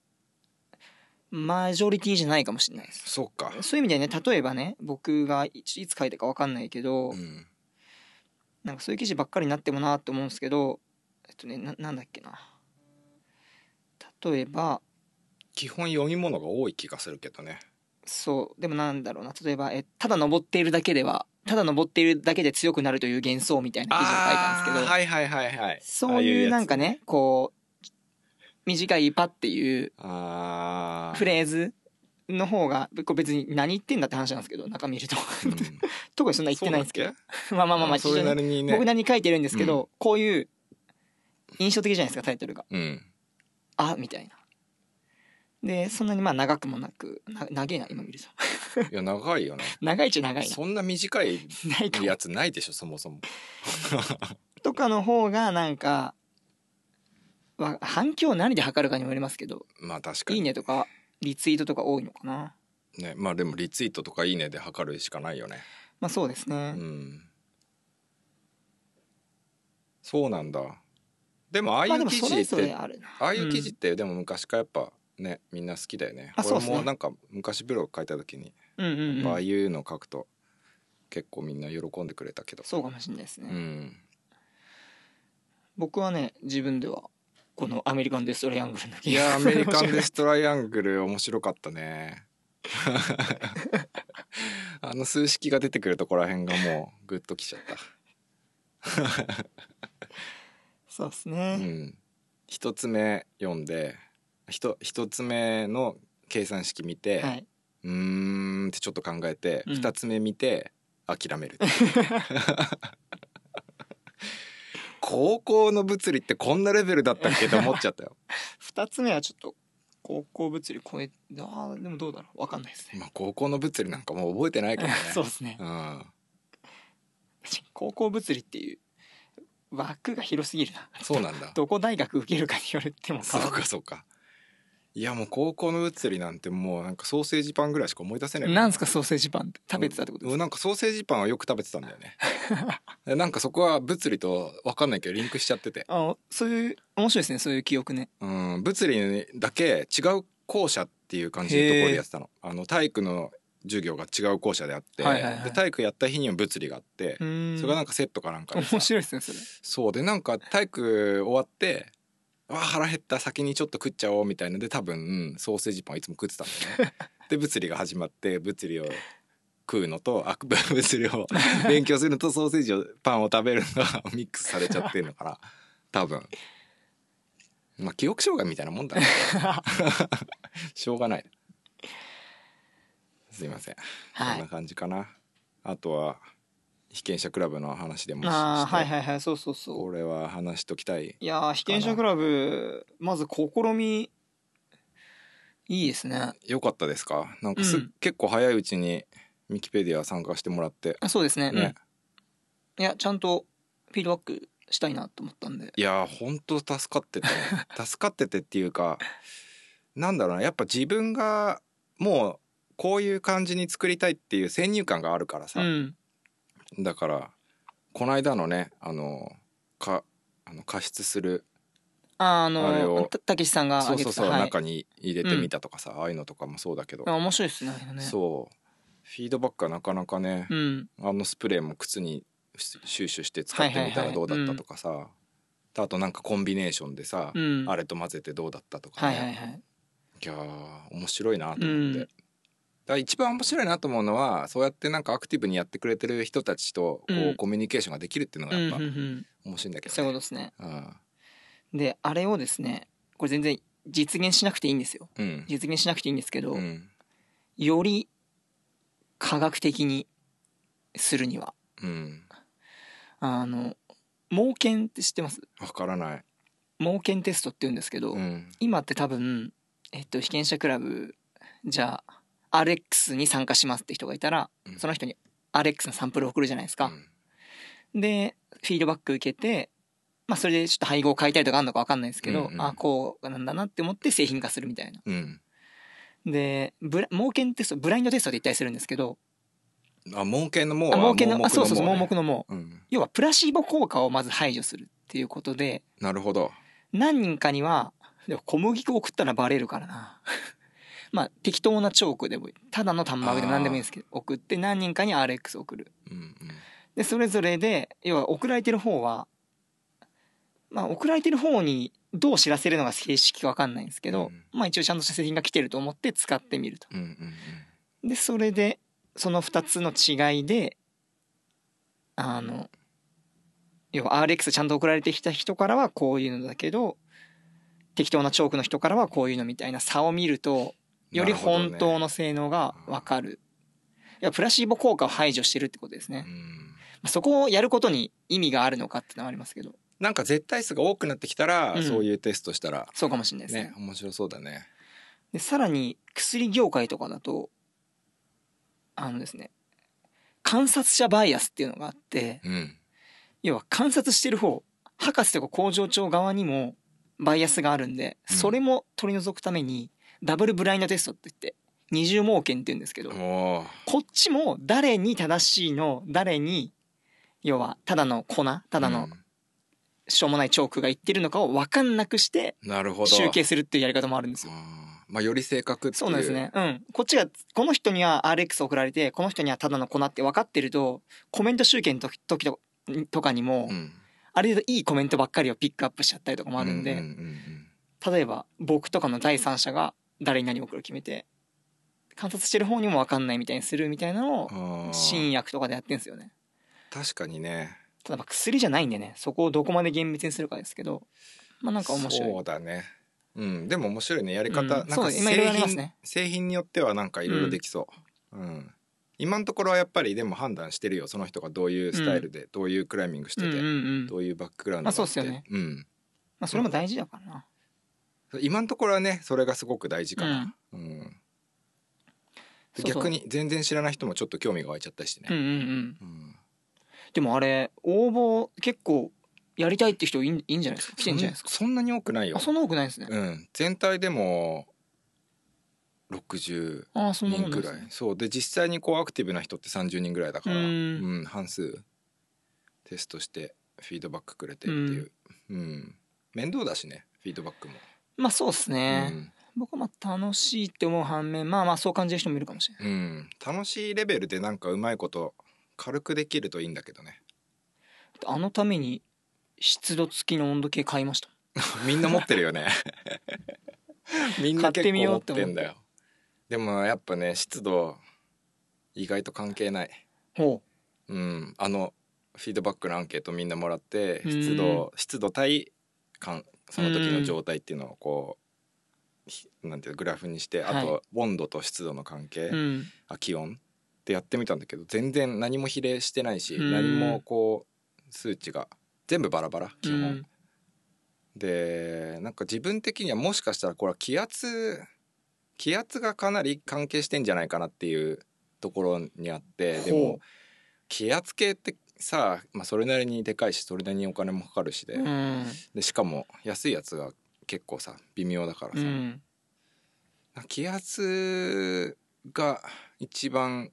Speaker 2: マジョリティじゃないかもしれないです
Speaker 1: そうか
Speaker 2: そういう意味でね例えばね僕がいついつ書いたか分かんないけど、
Speaker 1: うん
Speaker 2: なんかそういう記事ばっかりになってもなって思うんですけどえっとねななんだっけな例えば
Speaker 1: 基本読み物が多い気がするけどね
Speaker 2: そうでもなんだろうな例えばえただ登っているだけではただ登っているだけで強くなるという幻想みたいな記事を書いたんですけど
Speaker 1: あーはいはいはいはい
Speaker 2: そういうなんかねこう短い「パ」っていう
Speaker 1: ああ
Speaker 2: フレーズの方がこう別に何言ってんだって話なんですけど中見ると 特 にそんな言ってないんですけどまあまあまあまあ
Speaker 1: それなりにね
Speaker 2: 僕何書いてるんですけど、こういう印象的じゃないですかタイトルが
Speaker 1: うん
Speaker 2: 「あ」みたいなでそんなにまあ長くもなくな長いな今見ると
Speaker 1: いや長いよな
Speaker 2: 長いっちゃ長いな
Speaker 1: そんな短い
Speaker 2: ないかも
Speaker 1: やつないでしょそもそも
Speaker 2: とかの方がなんかわ反響を何で測るかにもよりますけど
Speaker 1: まあ確
Speaker 2: 「
Speaker 1: かに
Speaker 2: いいね」とかリツイートとか多いのかな
Speaker 1: ねまあでもリツイートとか「いいね」で測るしかないよね
Speaker 2: まあそうですね、
Speaker 1: うんそうなんだでもああい
Speaker 2: まあで
Speaker 1: う
Speaker 2: も
Speaker 1: 記
Speaker 2: そ
Speaker 1: 事
Speaker 2: れ
Speaker 1: っ
Speaker 2: ぞれ
Speaker 1: て
Speaker 2: あるな
Speaker 1: ああいう記事ってでも昔からやっぱねみんな好きだよね
Speaker 2: あそうっ
Speaker 1: 俺
Speaker 2: すね
Speaker 1: もなんか昔ブログ書いた時に
Speaker 2: うんうんうん、
Speaker 1: ああいうの書くと結構みんな喜んでくれたけど
Speaker 2: そうかもしれないですね、
Speaker 1: うん
Speaker 2: 僕はね自分ではこの「アメリカン・デストライアングル」の
Speaker 1: い
Speaker 2: ゲーム
Speaker 1: やアメリカンデストライアングル面白かった ねあの数式が出てくるとこら辺がもうグッときちゃっ
Speaker 2: そうです
Speaker 1: たう
Speaker 2: ね、
Speaker 1: ん一つ目読んでひと一つ目の計算式見て、
Speaker 2: はいう
Speaker 1: ーんってちょっと考えて
Speaker 2: うん
Speaker 1: 二、つ目見て諦める 高校の物理ってこんなレベルだったっけと思っちゃったよ
Speaker 2: 2つ目はちょっと高校物理超えあーでもどうだろう分かんないですね、
Speaker 1: まあ高校の物理なんかもう覚えてないけどね
Speaker 2: そうですね
Speaker 1: うん
Speaker 2: 高校物理っていう枠が広すぎるな
Speaker 1: そうなんだ
Speaker 2: どこ大学受けるかによるっても
Speaker 1: そ
Speaker 2: 変わ
Speaker 1: う
Speaker 2: る
Speaker 1: かそうかいやもう高校の物理なんてもうなんかソーセージパンぐらいしか思い出せない
Speaker 2: なんすかソーセージパンって食べてたってことです
Speaker 1: うんなんかソーセージパンはよく食べてたんだよね でなんかそこは物理と分かんないけどリンクしちゃってて
Speaker 2: か、あそういう面白いですねそういう記憶ね
Speaker 1: うん、物理だけ違う校舎っていう感じのところでやってたのあの体育の授業が違う校舎であって、
Speaker 2: はいはいはい
Speaker 1: で体育やった日にも物理があって
Speaker 2: う、ーん
Speaker 1: それがなんかセットかなんかでさ
Speaker 2: 面白いですねそれ
Speaker 1: そうでなんか体育終わってあ腹減った先にちょっと食っちゃおうみたいので多分ソーセージパンいつも食ってたんだよ ねで物理が始まって物理を食うのとあ物理を勉強するのとソーセージをパンを食べるのが ミックスされちゃってるのかな多分まあ記憶障害みたいなもん だねしょうがないすいません、
Speaker 2: は
Speaker 1: こん
Speaker 2: い
Speaker 1: な感じかなあとは被験者クラブの話でもし
Speaker 2: あ
Speaker 1: し
Speaker 2: あ
Speaker 1: て
Speaker 2: はいはいはいそうそうそう
Speaker 1: これは話しときたい
Speaker 2: いやー被験者クラブまず試みいいですね
Speaker 1: よかったですかなんかす、
Speaker 2: うん
Speaker 1: 結構早いうちにミキペディア参加してもらって
Speaker 2: あそうですね
Speaker 1: ね、
Speaker 2: うん、いやちゃんとフィードバックしたいなと思ったんで
Speaker 1: いやーほんと助か ってたね助かっててっていうかなんだろうなやっぱ自分がもうこういう感じに作りたいっていう先入観があるからさ、
Speaker 2: うん
Speaker 1: だからこの間のねあのかあの加湿する
Speaker 2: あーあ
Speaker 1: あれ
Speaker 2: の
Speaker 1: を
Speaker 2: たたけしさんが
Speaker 1: そ
Speaker 2: 挙
Speaker 1: う
Speaker 2: げ
Speaker 1: そう
Speaker 2: てた
Speaker 1: そう、
Speaker 2: はい
Speaker 1: 中に入れてみたとかさ、ああいうのとかもそうだけど、
Speaker 2: あ面白いですねあれね
Speaker 1: そうフィードバックはなかなかね、
Speaker 2: うん
Speaker 1: あのスプレーも靴に収集して使ってみた
Speaker 2: はいはいは
Speaker 1: ら
Speaker 2: い
Speaker 1: どうだったとかさ、あとなんかコンビネーションでさ、
Speaker 2: うん
Speaker 1: あれと混ぜてどうだったとか、
Speaker 2: はい
Speaker 1: ね
Speaker 2: はいはい
Speaker 1: いやー面白いなと思って、
Speaker 2: うん
Speaker 1: だから一番面白いなと思うのはそうやってなんかアクティブにやってくれてる人たちとこ
Speaker 2: うん
Speaker 1: うコミュニケーションができるっていうの
Speaker 2: う
Speaker 1: が
Speaker 2: ん
Speaker 1: やっ
Speaker 2: う
Speaker 1: ぱ
Speaker 2: んうん
Speaker 1: 面白いんだけど、
Speaker 2: そういう
Speaker 1: ね
Speaker 2: ことですね
Speaker 1: うん
Speaker 2: であれをですねこれ全然実現しなくていいんですよ
Speaker 1: うん
Speaker 2: 実現しなくていいんですけど、
Speaker 1: うん
Speaker 2: より科学的にするには
Speaker 1: うん
Speaker 2: あの盲検って知ってます
Speaker 1: わからない、
Speaker 2: 盲検テストって言うんですけど、
Speaker 1: うん、
Speaker 2: 今って多分、えっと、被験者クラブじゃあアレックスに参加しますって人がいたら、
Speaker 1: うん
Speaker 2: その人にアレックスのサンプルを送るじゃないですか、でフィードバック受けて、まあ、それでちょっと配合を変えたりとかあるのか分かんないですけど、
Speaker 1: うんうん
Speaker 2: あこうなんだなって思って製品化するみたいな
Speaker 1: うん、
Speaker 2: でブラ盲検テストブラインドテストって言ったりするんですけど
Speaker 1: うん、あ盲検の盲は
Speaker 2: あ盲検のあそうそうそう
Speaker 1: 盲
Speaker 2: 盲
Speaker 1: 目ね
Speaker 2: 目の盲
Speaker 1: うん、
Speaker 2: 要はプラシーボ効果をまず排除するっていうことで
Speaker 1: なるほど
Speaker 2: 何人かにはでも小麦粉を送ったらバレるからな まあ適当なチョークでもいいただの単マグでも何でもいいんですけど送って何人かに RX 送る
Speaker 1: うんうん
Speaker 2: でそれぞれで要は送られてる方はまあ送られてる方にどう知らせるのが正式か分かんないんですけど、
Speaker 1: うん
Speaker 2: まあ一応ちゃんとした製品が来てると思って使ってみると
Speaker 1: うんうん
Speaker 2: でそれでその2つの違いであの要は RX ちゃんと送られてきた人からはこういうのだけど適当なチョークの人からはこういうのみたいな差を見るとより
Speaker 1: なるほどね
Speaker 2: 本当の性能が分かるいやプラシーボ効果を排除してるってことですね
Speaker 1: う、ん
Speaker 2: まあそこをやることに意味があるのかってのはありますけど
Speaker 1: なんか絶対数が多くなってきたら、
Speaker 2: うん
Speaker 1: そういうテストしたら
Speaker 2: そうかもしれないですね
Speaker 1: ね面白そうだね
Speaker 2: でさらに薬業界とかだとあのですね観察者バイアスっていうのがあって
Speaker 1: うん
Speaker 2: 要は観察してる方博士とか工場長側にもバイアスがあるんで
Speaker 1: うん
Speaker 2: それも取り除くためにダブルブラインドテストって言って二重盲検って言うんですけど
Speaker 1: おー
Speaker 2: こっちも誰に正しいの誰に要はただの粉ただの
Speaker 1: う
Speaker 2: しょうもないチョークが言ってるのかを分かんなくして
Speaker 1: んなるほど
Speaker 2: 集計するっていうやり方もあるんですよ。
Speaker 1: あーまあより正確っていう
Speaker 2: そうなんですね。うん。こっちが、この人には RX 送られて、この人にはただの粉って分かってると、コメント集計の時時ととかにも、
Speaker 1: うん
Speaker 2: ある程度いいコメントばっかりをピックアップしちゃったりとかもあるんで、
Speaker 1: うんうんうん
Speaker 2: 例えば僕とかの第三者が誰に何を送る決めて、観察してる方にも分かんないみたいにするみたいなのを
Speaker 1: う、んあー
Speaker 2: 新薬とかでやってんですよね。
Speaker 1: 確かにね
Speaker 2: ただまあ薬じゃないんでね、そこをどこまで厳密にするかですけど、まあなんか面白い。
Speaker 1: そうだねうんでも面白いねやり方、
Speaker 2: うん
Speaker 1: なん
Speaker 2: そう
Speaker 1: か
Speaker 2: 今いろいろあ
Speaker 1: 製
Speaker 2: ります
Speaker 1: 品、
Speaker 2: ね
Speaker 1: 製品によってはなんかいろいろできそううん、今のところはやっぱりでも判断してるよその人がどういうスタイルで、どういうクライミングして
Speaker 2: うん
Speaker 1: て、
Speaker 2: うんうん。
Speaker 1: どういうバックグラウンドが
Speaker 2: まあそうっすよね
Speaker 1: うん
Speaker 2: まあそれも大事だからな。
Speaker 1: 今のところはねそれがすごく大事かな、うん
Speaker 2: そうそう
Speaker 1: 逆に全然知らない人もちょっと興味が湧いちゃったし
Speaker 2: う
Speaker 1: ね、
Speaker 2: んうんうん。
Speaker 1: うん
Speaker 2: でもあれ応募結構やりたいって人いんいいんじゃないですか来てんじゃないですか
Speaker 1: そんなに多くないよ
Speaker 2: あそんな多くないですね、
Speaker 1: うん、全体でも60
Speaker 2: ああそんなも
Speaker 1: 人
Speaker 2: んなん
Speaker 1: ぐ
Speaker 2: で
Speaker 1: ら
Speaker 2: す
Speaker 1: い、
Speaker 2: ね
Speaker 1: そうで実際にこうアクティブな人って30人ぐらいだから
Speaker 2: う
Speaker 1: うんん、半数テストしてフィードバックくれてっていう、うん面倒だしねフィードバックも、
Speaker 2: まあそうですね、僕はまあ楽しいって思う反面まあまあそう感じる人もいるかもしれない
Speaker 1: うん、うん、楽しいレベルでなんかうまいこと軽くできるといいんだけどね
Speaker 2: あのために湿度付きの温度計買いました
Speaker 1: みんな持ってるよねみんな
Speaker 2: 買っ
Speaker 1: 結
Speaker 2: てみ
Speaker 1: 構
Speaker 2: よ
Speaker 1: 持
Speaker 2: う
Speaker 1: っ
Speaker 2: って
Speaker 1: て
Speaker 2: 思
Speaker 1: ん
Speaker 2: っ
Speaker 1: だ
Speaker 2: た
Speaker 1: よでもやっぱね湿度意外と関係ない
Speaker 2: ほ
Speaker 1: うん、あのフィードバックのアンケートみんなもらって
Speaker 2: うん
Speaker 1: 湿度湿度対感その時の状態っていうのをこうひなんていうのグラフにしてあ
Speaker 2: は
Speaker 1: と温度と湿度の関係、
Speaker 2: ううん
Speaker 1: あ気温ってやってみたんだけど全然何も比例してないし
Speaker 2: うん
Speaker 1: 何もこう数値が全部バラバラ基
Speaker 2: う
Speaker 1: 本。
Speaker 2: ん
Speaker 1: でなんか自分的にはもしかしたらこれは気圧気圧がかなり関係してんじゃないかなっていうところにあってで
Speaker 2: ほ
Speaker 1: も気圧計ってさ、まあ、それなりにでかいしそれなりにお金もかかるしで,、
Speaker 2: うん
Speaker 1: でしかも安いやつが結構さ微妙だから
Speaker 2: う
Speaker 1: さ、
Speaker 2: ん
Speaker 1: 気圧が一番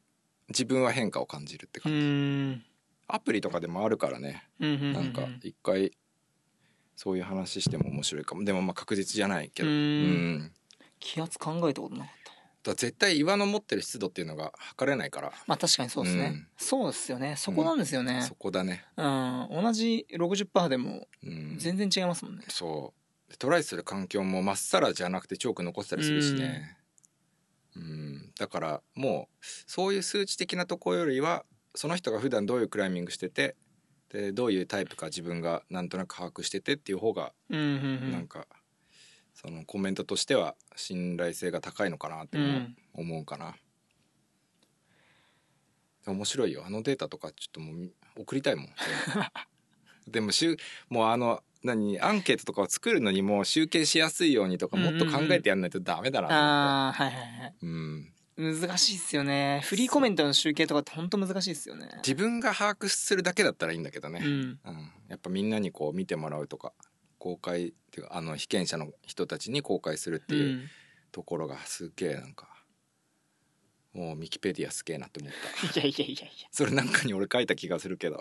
Speaker 1: 自分は変化を感じるって
Speaker 2: う
Speaker 1: 感じ、
Speaker 2: ん
Speaker 1: アプリとかでもあるからね
Speaker 2: うん
Speaker 1: なんか一回そういう話しても面白いかもでもまあ確実じゃないけど
Speaker 2: う
Speaker 1: うんん
Speaker 2: 気圧考えたことなかった
Speaker 1: だから絶対岩の持ってる湿度っていうのが測れないから、
Speaker 2: まあ確かにそうですね、
Speaker 1: うん
Speaker 2: そうですよねそこなんですよね
Speaker 1: そ、こだね
Speaker 2: うん同じ60%でも
Speaker 1: うん
Speaker 2: 全然違いますもんね、
Speaker 1: そうでトライする環境もまっさらじゃなくてチョーク残ってたりするしねうんだからもうそういう数値的なところよりはその人が普段どういうクライミングしててでどういうタイプか自分がなんとなく把握しててっていう方が
Speaker 2: うんうんうん
Speaker 1: なんか、そのコメントとしては信頼性が高いのかなっても
Speaker 2: うん
Speaker 1: 思うかな、面白いよあのデータとかちょっともうみ送りたい もんでもしゅもうあの何アンケートとかを作るのにもう集計しやすいようにとかもっと考えてやんないとダメだな
Speaker 2: ああはいはい
Speaker 1: と思ったうん
Speaker 2: はい難しいっすよねフリーコメントの集計とかって本当難しいっすよね
Speaker 1: 自分が把握するだけだったらいいんだけどね、
Speaker 2: うん
Speaker 1: うん、やっぱみんなにこう見てもらうとか公開っていうかあの被験者の人たちに公開するって
Speaker 2: う
Speaker 1: いう、
Speaker 2: ん
Speaker 1: ところがすげえなんかもうミキペディアすげえなって思った
Speaker 2: いやいやいやい
Speaker 1: それなんかに俺書いた気がするけど、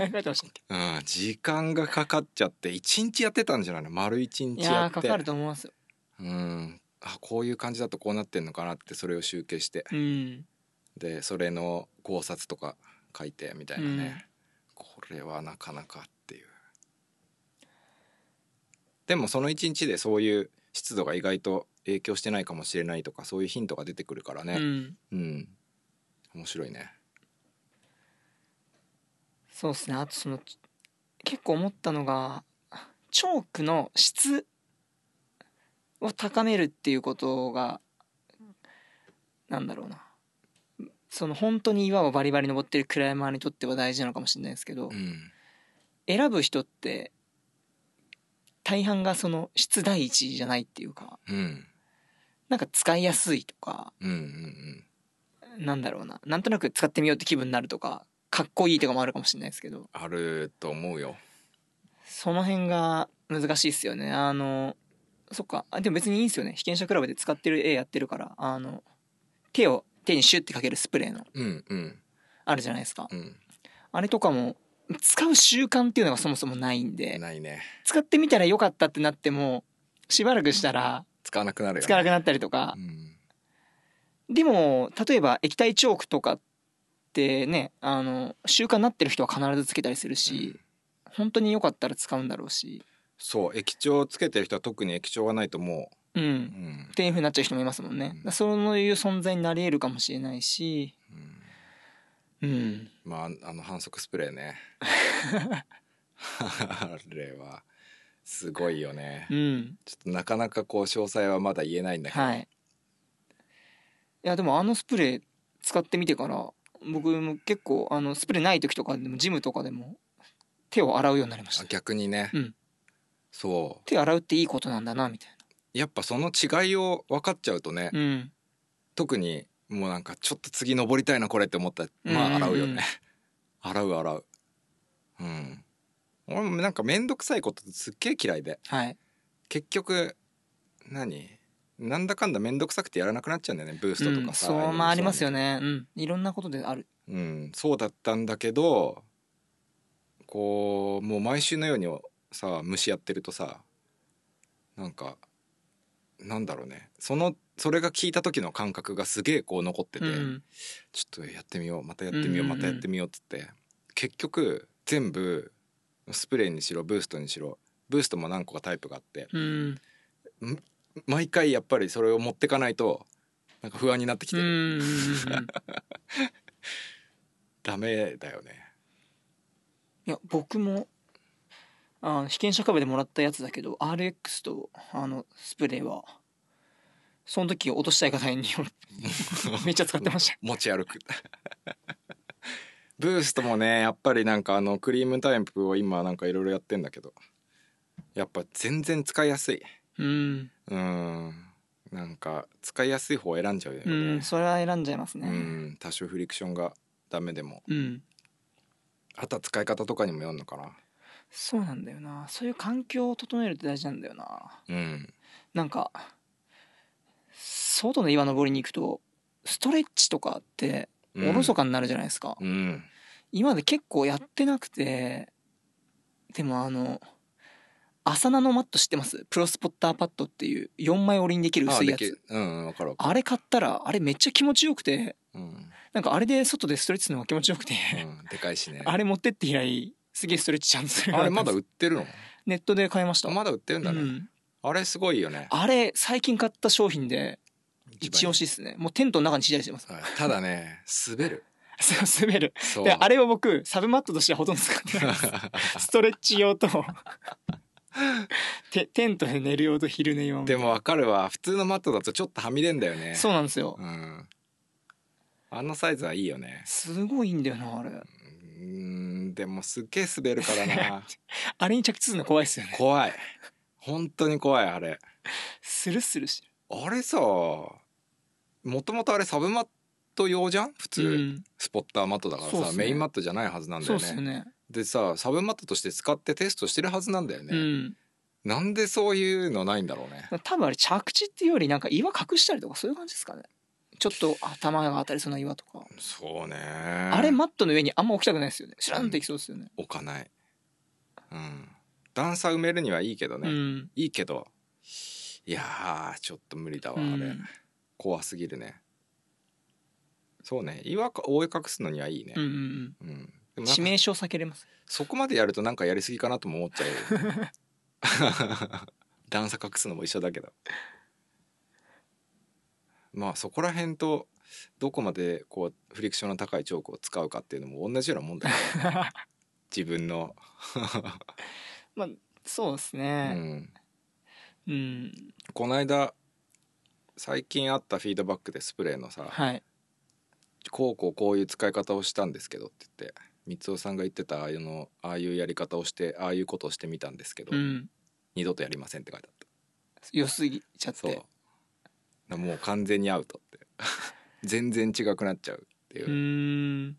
Speaker 2: や 考えてましたっけ
Speaker 1: うん、時間がかかっちゃって一日やってたんじゃないの丸一
Speaker 2: い
Speaker 1: 日や
Speaker 2: やー
Speaker 1: って
Speaker 2: かかると思いますよ
Speaker 1: うんあこういう感じだとこうなってんのかなってそれを集計して
Speaker 2: うん
Speaker 1: でそれの考察とか書いてみたいなね、これはなかなかっていうでもその一日でそういう湿度が意外と影響してないかもしれないとかそういうヒントが出てくるから
Speaker 2: う
Speaker 1: ね、
Speaker 2: ん
Speaker 1: うん面白いね
Speaker 2: そうっすねあとその結構思ったのがチョークの質を高めるっていうことがなんだろうなその本当に岩をバリバリ登ってるクライマーにとっては大事なのかもしれないですけど、
Speaker 1: うん
Speaker 2: 選ぶ人って大半がその質第一じゃないっていうか
Speaker 1: うん
Speaker 2: なんか使いやすいとか
Speaker 1: うんうん
Speaker 2: なんだろうななんとなく使ってみようって気分になるとかかっこいいとかもあるかもしれないですけど
Speaker 1: あると思うよ
Speaker 2: その辺が難しいっすよねあのそっかあでも別にいいんですよね被験者クラブで使ってる絵やってるからあの手を手にシュッてかけるスプレーの
Speaker 1: うんうん
Speaker 2: あるじゃないですか
Speaker 1: うん
Speaker 2: あれとかも使う習慣っていうのがそもそもないんで
Speaker 1: ないね
Speaker 2: 使ってみたら良かったってなってもしばらくしたら
Speaker 1: 使わなくなるよ、ね、
Speaker 2: 使わなくなったりとか
Speaker 1: うん
Speaker 2: でも例えば液体チョークとかってねあの習慣になってる人は必ずつけたりするし、本当に良かったら使うんだろうし
Speaker 1: そう液晶をつけてる人は特に液晶がないとも
Speaker 2: う
Speaker 1: う、うんん
Speaker 2: っていうふうになっちゃう人もいますもんね、
Speaker 1: うん
Speaker 2: だからそういう存在になり得るかもしれないし
Speaker 1: うん、
Speaker 2: うん
Speaker 1: まああの反則スプレー ねあれはすごいよね
Speaker 2: うん
Speaker 1: ちょっとなかなかこう詳細はまだ言えないんだけど、
Speaker 2: はいいやでもあのスプレー使ってみてから僕も結構あのスプレーない時とかでもジムとかでも手を洗うようになりまし
Speaker 1: あ
Speaker 2: た
Speaker 1: 逆にね、
Speaker 2: うん
Speaker 1: そ
Speaker 2: 手洗うっていいことなんだなみたいう
Speaker 1: やっぱその違いを分かっちゃうとね、
Speaker 2: なうん
Speaker 1: 特にもうなんかちょっと次登りたいなこれって思ったらまあ洗うよね 洗う洗ううん俺もなんか面倒くさいことすっげえ嫌いで
Speaker 2: はい
Speaker 1: 結局何なんだかんだ面倒くさくてやらなくなっちゃうんだよねブーストとかさ、
Speaker 2: うん、そうまあありますよ
Speaker 1: ね
Speaker 2: ねうんいろんなことである
Speaker 1: うんそうだったんだけどこうもう毎週のようにさ虫やってるとさなんかなんだろうねそのそれが聞いた時の感覚がすげえこう残ってて、
Speaker 2: うん
Speaker 1: ちょっとやってみようまたやってみよう
Speaker 2: うんうんう
Speaker 1: ま
Speaker 2: ん
Speaker 1: たやってみようっつって結局全部スプレーにしろブーストにしろブーストも何個かタイプがあって
Speaker 2: うん
Speaker 1: 毎回やっぱりそれを持ってかないとなんか不安になってき
Speaker 2: う
Speaker 1: て
Speaker 2: んう
Speaker 1: る
Speaker 2: んうん
Speaker 1: ダメだよね
Speaker 2: いや僕もあの被験者カバーでもらったやつだけど RX とあのスプレーはその時落としたい方に めっちゃ使ってました
Speaker 1: 持ち歩く ブーストもねやっぱりなんかあのクリームタイプを今なんかいろいろやってんだけどやっぱ全然使いやすい
Speaker 2: うん、
Speaker 1: うんなんか使いやすい方を選んじゃうよ
Speaker 2: う
Speaker 1: ね、
Speaker 2: ん、それは選んじゃいます
Speaker 1: う
Speaker 2: ね
Speaker 1: ん多少フリクションがダメでも
Speaker 2: うん、
Speaker 1: あとは使い方とかにもよるのかな
Speaker 2: そうなんだよなそういう環境を整えるって大事なんだよな
Speaker 1: うん
Speaker 2: なんか外の岩登りに行くとストレッチとかっておろそかになるじゃないですか、
Speaker 1: うん
Speaker 2: 今まで結構やってなくてでもあのアサナのマット知ってますプロスポッターパッドっていう4枚折りにできる
Speaker 1: あ
Speaker 2: 薄い
Speaker 1: で
Speaker 2: や
Speaker 1: き
Speaker 2: つ
Speaker 1: るうんうんわかるわか
Speaker 2: あれ買ったらあれめっちゃ気持ちよくて
Speaker 1: るうん
Speaker 2: なんかあれで外でストレッチするのが気持ちよくて、
Speaker 1: うんでかいしね
Speaker 2: あれ持ってって以来すげえストレッチちゃんとするよう
Speaker 1: あれ
Speaker 2: に
Speaker 1: ま
Speaker 2: なった
Speaker 1: だ
Speaker 2: ん
Speaker 1: 売
Speaker 2: です
Speaker 1: ってるの
Speaker 2: ネットで買いました、
Speaker 1: まだ売ってるんだね、
Speaker 2: うん
Speaker 1: あれすごいよね
Speaker 2: あれ最近買った商品で一押し
Speaker 1: いい
Speaker 2: ですねもうテントの中に敷いたりしてます
Speaker 1: はいただね滑る
Speaker 2: そう滑る
Speaker 1: そう
Speaker 2: であれを僕サブマットとしてはほとんど使ってないですストレッチ用と テテントで寝る用と昼寝用
Speaker 1: でもわかるわ普通のマットだとちょっとはみ出んだよね
Speaker 2: そうなんですよ
Speaker 1: うんあのサイズはいいよね
Speaker 2: すごいんだよなあれ
Speaker 1: うんでもすっげえ滑るからな
Speaker 2: あれに着地するの怖いですよね
Speaker 1: 怖い本当に怖いあれ
Speaker 2: スルスルして
Speaker 1: あれさもともとあれサブマット用じゃん普通、
Speaker 2: る、うん、
Speaker 1: スポッターマットだから
Speaker 2: そうっ
Speaker 1: さ、
Speaker 2: すね
Speaker 1: メインマットじゃないはずなんだ
Speaker 2: そ
Speaker 1: よ
Speaker 2: うっ
Speaker 1: ね
Speaker 2: すよね
Speaker 1: でさサブマットとして使ってテストしてるはずなんだよね、
Speaker 2: うん
Speaker 1: なんでそういうのないんだろうね
Speaker 2: 多分あれ着地っていうよりなんか岩隠したりとかそういう感じですかねちょっと頭が当たりそうな岩とか、
Speaker 1: そうね
Speaker 2: あ
Speaker 1: あ
Speaker 2: れマットの上にあんま置きたくないですよねシュランっていきそうですよね
Speaker 1: 置かないうん段差埋めるにはいいけどね、
Speaker 2: うん、
Speaker 1: いいけどいやーちょっと無理だわ
Speaker 2: う
Speaker 1: あれ、
Speaker 2: ん
Speaker 1: 怖すぎるねそうね岩か覆い隠すのにはいいね
Speaker 2: うんう、ん
Speaker 1: うんで
Speaker 2: う
Speaker 1: も
Speaker 2: ん、
Speaker 1: なん
Speaker 2: 致
Speaker 1: か
Speaker 2: 命傷避けれます
Speaker 1: そこまでやるとなんかやりすぎかなとも思っちゃうよね 段差隠すのも一緒だけどまあそこら辺とどこまでこうフリクションの高いチョークを使うかっていうのも同じようなもんだよ ね自分の、
Speaker 2: そうです
Speaker 1: う
Speaker 2: ね
Speaker 1: ん、
Speaker 2: うん、
Speaker 1: この間最近あったフィードバックでスプレーのさ
Speaker 2: はい
Speaker 1: こうこうこういう使い方をしたんですけどって言って三尾さんが言ってたああいうのああいうやり方をしてああいうことをしてみたんですけど、
Speaker 2: うん
Speaker 1: 二度とやりませんって書いてあっ
Speaker 2: 良すぎちゃ
Speaker 1: た
Speaker 2: っ
Speaker 1: そう
Speaker 2: て
Speaker 1: だもう完全にアウトって 全然違くなっちゃうっていう
Speaker 2: う、ーん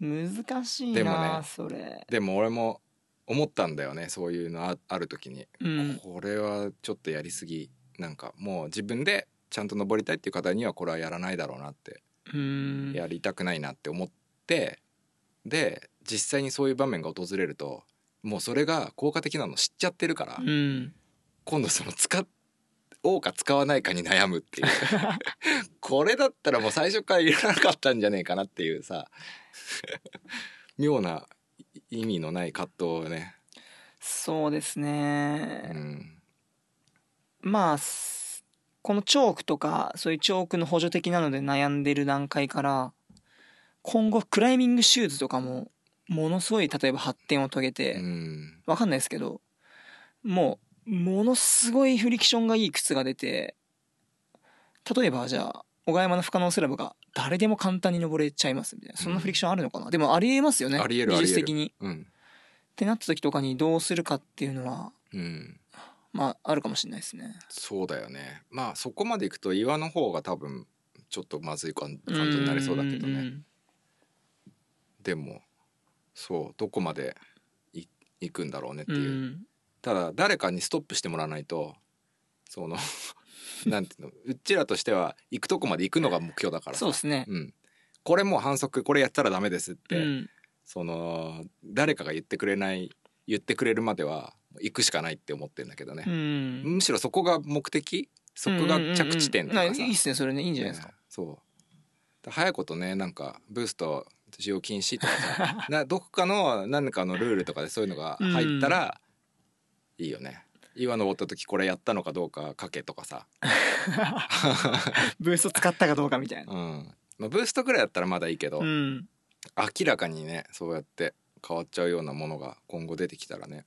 Speaker 1: うん
Speaker 2: 難しいな
Speaker 1: でもね
Speaker 2: それ
Speaker 1: でも俺も思ったんだよねそういうのあある時に、
Speaker 2: うん
Speaker 1: これはちょっとやりすぎなんかもう自分でちゃんと登りたいっていう方にはこれはやらないだろうなって
Speaker 2: うん
Speaker 1: やりたくないなって思ってで実際にそういう場面が訪れるともうそれが効果的なの知っちゃってるから、
Speaker 2: うん
Speaker 1: 今度その使おうか使わないかに悩むっていう これだったらもう最初からいらなかったんじゃねえかなっていうさ妙ない意味のない葛藤をね、
Speaker 2: そうです
Speaker 1: う
Speaker 2: ね、
Speaker 1: ん、
Speaker 2: まあすこのチョークとかそういうチョークの補助的なので悩んでる段階から今後クライミングシューズとかもものすごい例えば発展を遂げ
Speaker 1: う
Speaker 2: て
Speaker 1: ん
Speaker 2: わかんないですけどもうものすごいフリクションがいい靴が出て例えばじゃあ小川山の不可能スラブが誰でも簡単に登れちゃいますみたいなそんなフリクションあるのかな、でもありえますよね
Speaker 1: ありえるありえる
Speaker 2: 技術的に
Speaker 1: うん
Speaker 2: ってなった時とかにどうするかっていうのは
Speaker 1: うん
Speaker 2: まああるかもしれないですね。
Speaker 1: そうだよねまあそこまでいくと岩の方が多分ちょっとまずい感感じになりそうだけどね、
Speaker 2: うんうんうん
Speaker 1: でもそうどこまでい行くんだろうねって
Speaker 2: う
Speaker 1: いう、
Speaker 2: ん
Speaker 1: ただ誰かにストップしてもらわないとその なんていうのうちらとしては行くとこまで行くのが目標だから
Speaker 2: そうですね。
Speaker 1: うん、これもう反則これやったらダメですって、
Speaker 2: うん、
Speaker 1: その誰かが言ってくれない言ってくれるまでは行くしかないって思ってるんだけど
Speaker 2: う
Speaker 1: ね、
Speaker 2: ん、
Speaker 1: むしろそこが目的そこが着地点とかさ、
Speaker 2: うんうんうんうんいいっすねそれねいいんじゃないですか。
Speaker 1: ねそうだから早いことねなんかブースト使用禁止とか さなどこかの何かのルールとかでそういうのが入ったらいいよね、岩登った時これやったのかどうかかけとかさ、
Speaker 2: ブースト使ったかどうかみたいな。
Speaker 1: うんまあ、ブーストくらいだったらまだいいけど、
Speaker 2: うん、
Speaker 1: 明らかにねそうやって変わっちゃうようなものが今後出てきたらね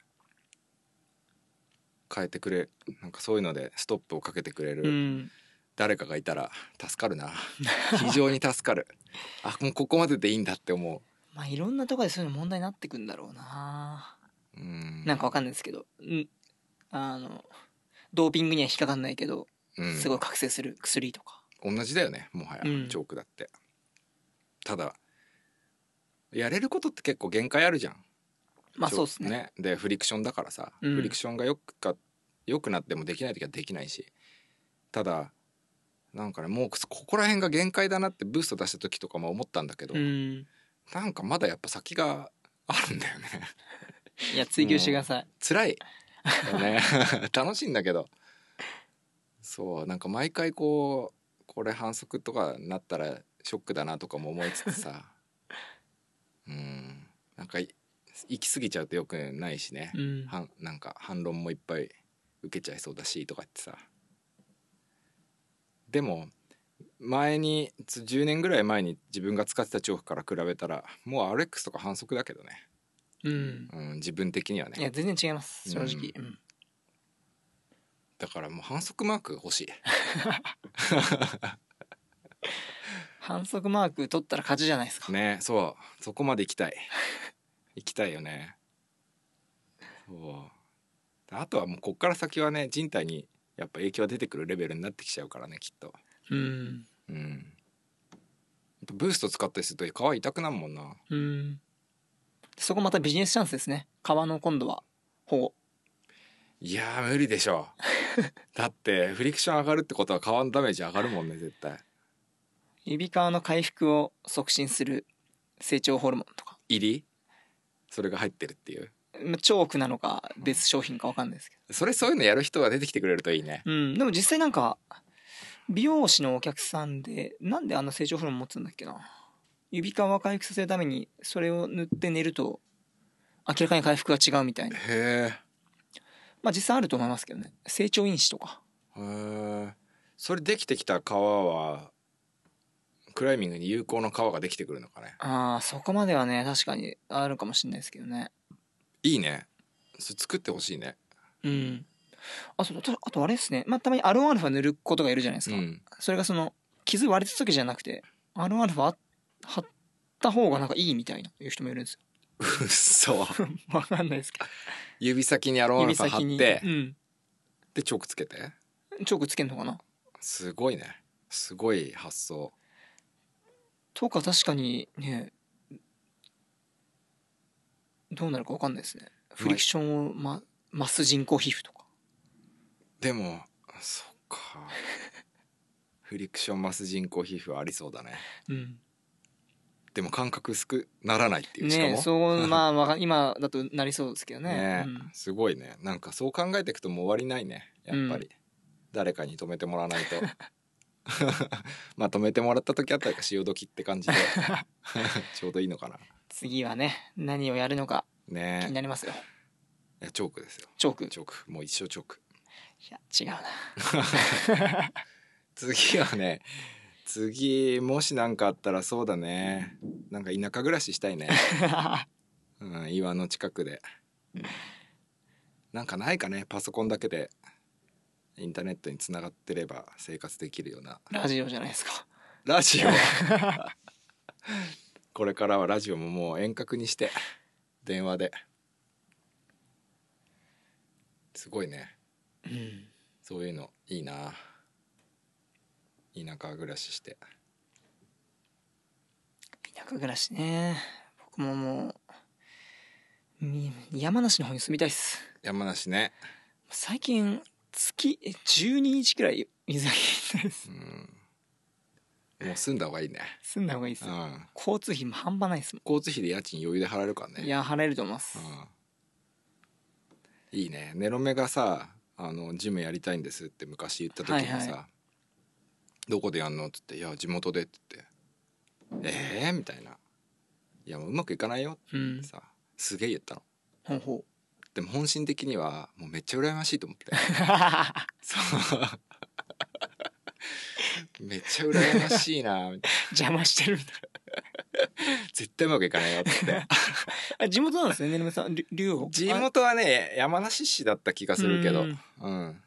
Speaker 1: 変えてくれなんかそういうのでストップをかけてくれる、
Speaker 2: うん、
Speaker 1: 誰かがいたら助かる な非常に助かるあもうここまででいいんだって思
Speaker 2: まあいろんなところでそういうの問題になってくんだろうな。
Speaker 1: ううん
Speaker 2: なんかわかんないですけど、うん、あのドーピングには引っかかんないけど、
Speaker 1: うん
Speaker 2: すごい覚醒する薬とか。
Speaker 1: 同じだよねもはや、
Speaker 2: うん
Speaker 1: チョークだってただやれることって結構限界あるじゃん
Speaker 2: まあそうですね。
Speaker 1: でフリクションだからさ、
Speaker 2: うん
Speaker 1: フリクションがよくか良くなってもできない時はできないしただなんかねもうここら辺が限界だなってブースト出した時とかも思ったんだけど、
Speaker 2: うん、
Speaker 1: なんかまだやっぱ先があるんだよね
Speaker 2: いや追求してください。
Speaker 1: 辛 い、ね、 楽しいんだけどそうなんか毎回こうこれ反則とかなったらショックだなとかも思いつつ さうんなんかい行き過ぎちゃうとよくないしね、
Speaker 2: うん、
Speaker 1: はんなんか反論もいっぱい受けちゃいそうだしとかってさでも前につ10年ぐらい前に自分が使ってたチョークから比べたらもう RX とか反則だけどね、
Speaker 2: うん、
Speaker 1: うん、自分的にはね
Speaker 2: いや全然違います正直。
Speaker 1: う
Speaker 2: うん
Speaker 1: だからもう反則マークが欲しい
Speaker 2: 反則マーク取ったら勝ちじゃないですか。
Speaker 1: ねそうそこまで行きたい行きたいよねそうあとはもうこっから先はね人体にやっぱ影響が出てくるレベルになってきちゃうからねきっと
Speaker 2: うん、
Speaker 1: うんやっぱブースト使ったりすると皮痛くなんもんな
Speaker 2: うん、そこまたビジネスチャンスですね。川の今度は保護。
Speaker 1: いやー無理でしょだってフリクション上がるってことは皮のダメージ上がるもんね絶対
Speaker 2: 指側の回復を促進する成長ホルモンとか
Speaker 1: 入りそれが入ってるっていう
Speaker 2: まあチョークなのか別商品か分かんないですけ
Speaker 1: それそういうのやる人が出てきてくれるといいね
Speaker 2: ど、うん、でも実際なんか美容師のお客さんでなんであんな成長ホルモン持ってたんだっけな指側を回復させるためにそれを塗って寝ると明らかに回復が違うみたいな
Speaker 1: へえ
Speaker 2: まあ実際あると思いますけどね成長因子とか
Speaker 1: へーそれできてきた川はクライミングに有効な川ができてくるのかね
Speaker 2: ああそこまではね確かにあるかもしれないですけどね
Speaker 1: いいねそれ作ってほしいね
Speaker 2: うんあそうだあとあれですね、まあ、たまにアロンアルファ塗ることがいるじゃないです
Speaker 1: う
Speaker 2: か、
Speaker 1: ん
Speaker 2: それがその傷割れた時じゃなくてアロンアルファ貼っした方がなんかいいみたいないう人もいるんですよ。
Speaker 1: 嘘
Speaker 2: わかんないですけ
Speaker 1: 指先にアロ
Speaker 2: ど。
Speaker 1: ンアル
Speaker 2: 指
Speaker 1: ファ貼
Speaker 2: 先
Speaker 1: っ
Speaker 2: に。
Speaker 1: て
Speaker 2: うん。
Speaker 1: でチョークつけて
Speaker 2: チョークつけんのかな
Speaker 1: すごいねすごい発想
Speaker 2: とか確かにね、どうなるかわかんないですね。フリクションを、ま、増す人工皮膚とか。
Speaker 1: でもそっか フリクションマス人工皮膚ありそうだね
Speaker 2: うん。
Speaker 1: でも感覚薄くならないっていうしか
Speaker 2: ね
Speaker 1: も
Speaker 2: そう、 まあわか、今だとなりそうですけどね
Speaker 1: ね。すごいねなんかそう考えていくともう終わりないねやっぱり、誰かに止めてもらわないと まあ止めてもらった時あったら潮時って感 じで ちょうどいいのかな
Speaker 2: 次はね、何をやるのか気
Speaker 1: ね
Speaker 2: になりますよ。
Speaker 1: いやチョークですよ
Speaker 2: チョーク。い
Speaker 1: チョークもう一生チョーク
Speaker 2: や、違うな。
Speaker 1: 次はね次もし何かあったらそうだねなんか田舎暮らししたいね、うん、岩の近くでなんかないかねパソコンだけでインターネットにつながってれば生活できるような
Speaker 2: ラジオじゃないですか。
Speaker 1: ラジオ これからはラジオももう遠隔にして電話ですごいね
Speaker 2: うん。
Speaker 1: そういうのいいな田舎暮らしして
Speaker 2: 田舎暮らしね。僕ももう、み山梨の方に住みたいっす。
Speaker 1: 山梨ね
Speaker 2: 最近、月、え12日くらい水揚げ行ったりです。
Speaker 1: もう住んだ方がいいね。
Speaker 2: 住んだ方がいいっす
Speaker 1: う。ん。
Speaker 2: 交通費も半端ないっすも
Speaker 1: 交通費で家賃余裕で払えるから
Speaker 2: ん。
Speaker 1: ね。
Speaker 2: いや、払えると思います
Speaker 1: うん。。いいね。ネロメがさ、あのジムやりたいんですって昔言った時にさ、
Speaker 2: はいは
Speaker 1: どこでやんのって言って、いや地元でって言って、ええー、みたいな。いやもううまくいかないよ
Speaker 2: う
Speaker 1: っ
Speaker 2: ん
Speaker 1: て。さ、すげえ言ったの。
Speaker 2: ほうほ。
Speaker 1: でも本心的にはもうめっちゃ羨ましいと思って。そう。めっちゃ羨ましいなみたいう
Speaker 2: 邪魔してるみたい
Speaker 1: な絶対うまくいかないよって言って
Speaker 2: な。あ地元なんですね、ねるめさん。り竜王。
Speaker 1: 地元はね山梨市だった気がするけど
Speaker 2: う
Speaker 1: うん
Speaker 2: ん、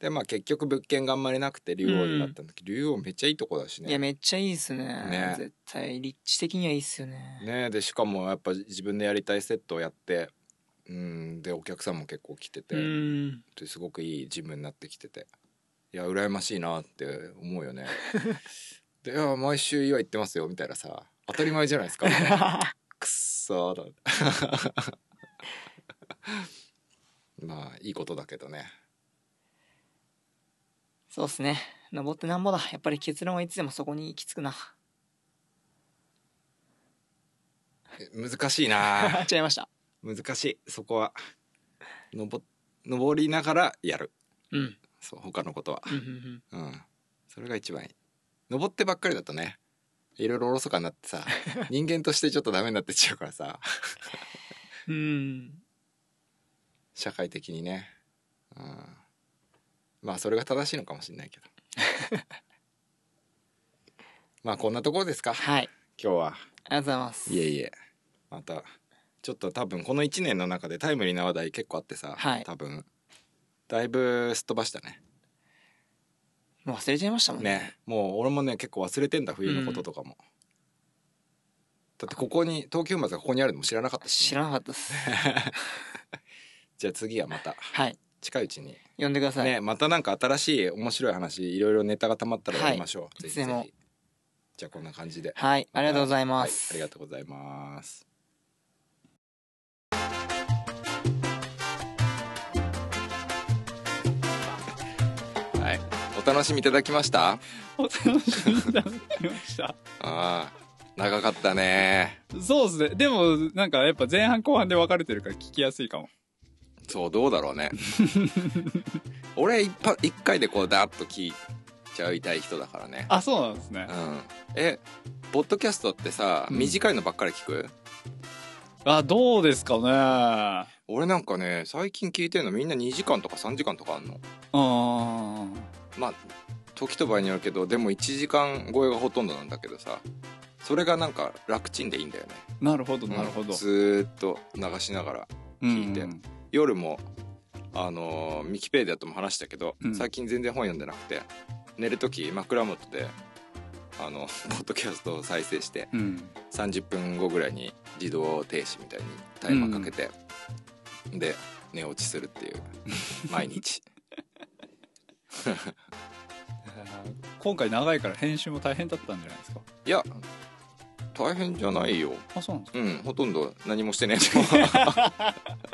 Speaker 1: でまあ結局物件があんまりなくて竜王になったんだけど、竜王めっちゃいいとこだし
Speaker 2: いや、
Speaker 1: ね
Speaker 2: めっちゃいいっすね。
Speaker 1: ね
Speaker 2: 絶対、立地的にはいいっすよね。
Speaker 1: ねでしかもやっぱ自分でやりたいセットをやってうんでお客さんも結構来てて、
Speaker 2: うん。
Speaker 1: ですごくいいジムになってきてていや羨ましいなって思うよね でいや毎週岩行ってますよみたいなさ当たり前じゃないです かくっそーだ まあいいことだけどね
Speaker 2: そうっすね。登ってなんぼだ。やっぱり結論はいつでもそこに行き着くな。
Speaker 1: え難しいな
Speaker 2: あ違いました。
Speaker 1: 難しいそこは登登りながらやる
Speaker 2: うん。
Speaker 1: そう他のことは
Speaker 2: うんうんうん
Speaker 1: うんそれが一番いい登ってばっかりだとねいろいろおろそかになってさ人間としてちょっとダメになってっちゃうからさ
Speaker 2: うん。
Speaker 1: 社会的にね、うん、まあそれが正しいのかもしれないけどまあこんなところですか
Speaker 2: はい。
Speaker 1: 今日は
Speaker 2: ありがとうございます。
Speaker 1: いえいえまたちょっと多分この1年の中でタイムリーな話題結構あってさ、
Speaker 2: はい
Speaker 1: 多分だいぶすっ飛ばしたね
Speaker 2: もう忘れちゃいましたもんね。
Speaker 1: ねもう俺もね結構忘れてんだ冬のこととかも、だってここに東京馬がここにあるのも知らなかったし
Speaker 2: 知
Speaker 1: ね、
Speaker 2: らなかったっす。
Speaker 1: じゃあ次はまた
Speaker 2: はい。
Speaker 1: 近いうちに
Speaker 2: 呼んでください。
Speaker 1: ねまたなんか新しい面白い話いろいろネタがたまったらやりましょう、
Speaker 2: い
Speaker 1: ぜひぜ
Speaker 2: いつでも
Speaker 1: ひじゃあこんな感じで、
Speaker 2: はい。ありがとうございます。
Speaker 1: はいありがとうございますはいお楽しみいただきました
Speaker 5: お楽しみいただきました。
Speaker 1: あー長かったね
Speaker 5: そうですね。でも、なんかやっぱ前半後半で分かれてるから聞きやすいかも。
Speaker 1: そうどうだろう ね俺一発一回でこうダーッと聞いちゃいたい人だからね
Speaker 5: あ、そうなんですね
Speaker 1: う。んえポッドキャストってさ
Speaker 5: うん
Speaker 1: 短いのばっかり聞く、
Speaker 5: あ、どうですかね。
Speaker 1: 俺なんかね最近聞いてるのみんな2時間とか3時間とかあんの
Speaker 5: うん。
Speaker 1: まあ時と場合によるけどでも1時間超えがほとんどなんだけどさそれがなんか楽ちんでいいんだよね
Speaker 5: なるほど、なるほ
Speaker 1: うん
Speaker 5: ど。
Speaker 1: ずーっと流しながら聞いて
Speaker 5: うん
Speaker 1: 夜もあのーミキペディアとも話したけど、
Speaker 5: うん
Speaker 1: 最近全然本読んでなくて寝る時枕元であの ポッドキャストを再生して
Speaker 8: うん
Speaker 1: 30分後ぐらいに自動停止みたいにタイマーかけて、で寝落ちするっていう毎日
Speaker 8: 今回長いから編集も大変だったんじゃないですか
Speaker 1: いや大変じゃないよ
Speaker 8: あそうなんですか
Speaker 1: うんほとんど何もしてないと思う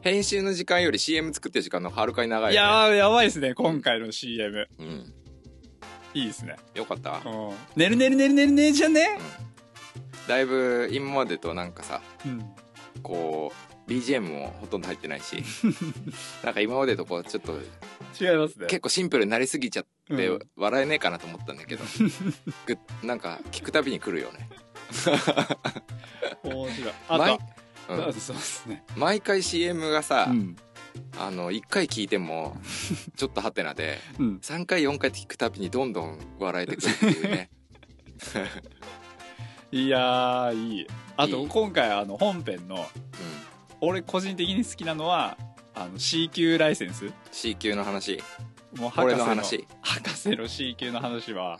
Speaker 1: 編集の時間より CM 作ってる時間の方がはるかに長い
Speaker 8: い
Speaker 1: よ、ね、
Speaker 8: やーやばいですね今回の CM
Speaker 1: うん
Speaker 8: いいですね
Speaker 1: よかった
Speaker 8: うんねるねるねるねるねじゃね
Speaker 1: だいぶ今までとなんかさ
Speaker 8: うん
Speaker 1: こう BGM もほとんど入ってない しなんか今までとこうちょっと
Speaker 8: 違いますね
Speaker 1: 結構シンプルになりすぎちゃって
Speaker 8: うん
Speaker 1: 笑えねえかなと思ったんだ けど、ぐなんか聞くたびに来るよね、
Speaker 8: 面白い
Speaker 1: マ
Speaker 8: あ
Speaker 1: イう
Speaker 8: とあ
Speaker 1: ん
Speaker 8: とそうですね
Speaker 1: 毎回 CM がさ、
Speaker 8: うん
Speaker 1: あの1回聞いてもちょっとハテナで
Speaker 8: うん
Speaker 1: 3回4回って聞くたびにどんどん笑えてくるっていう ね
Speaker 8: いやーいいあと
Speaker 1: いい
Speaker 8: 今回あの本編の俺個人的に好きなのはあの C 級ライセンス
Speaker 1: うん C 級の話
Speaker 8: もう博
Speaker 1: 俺
Speaker 8: 士
Speaker 1: の
Speaker 8: の
Speaker 1: 話、
Speaker 8: 博士の C 級の話は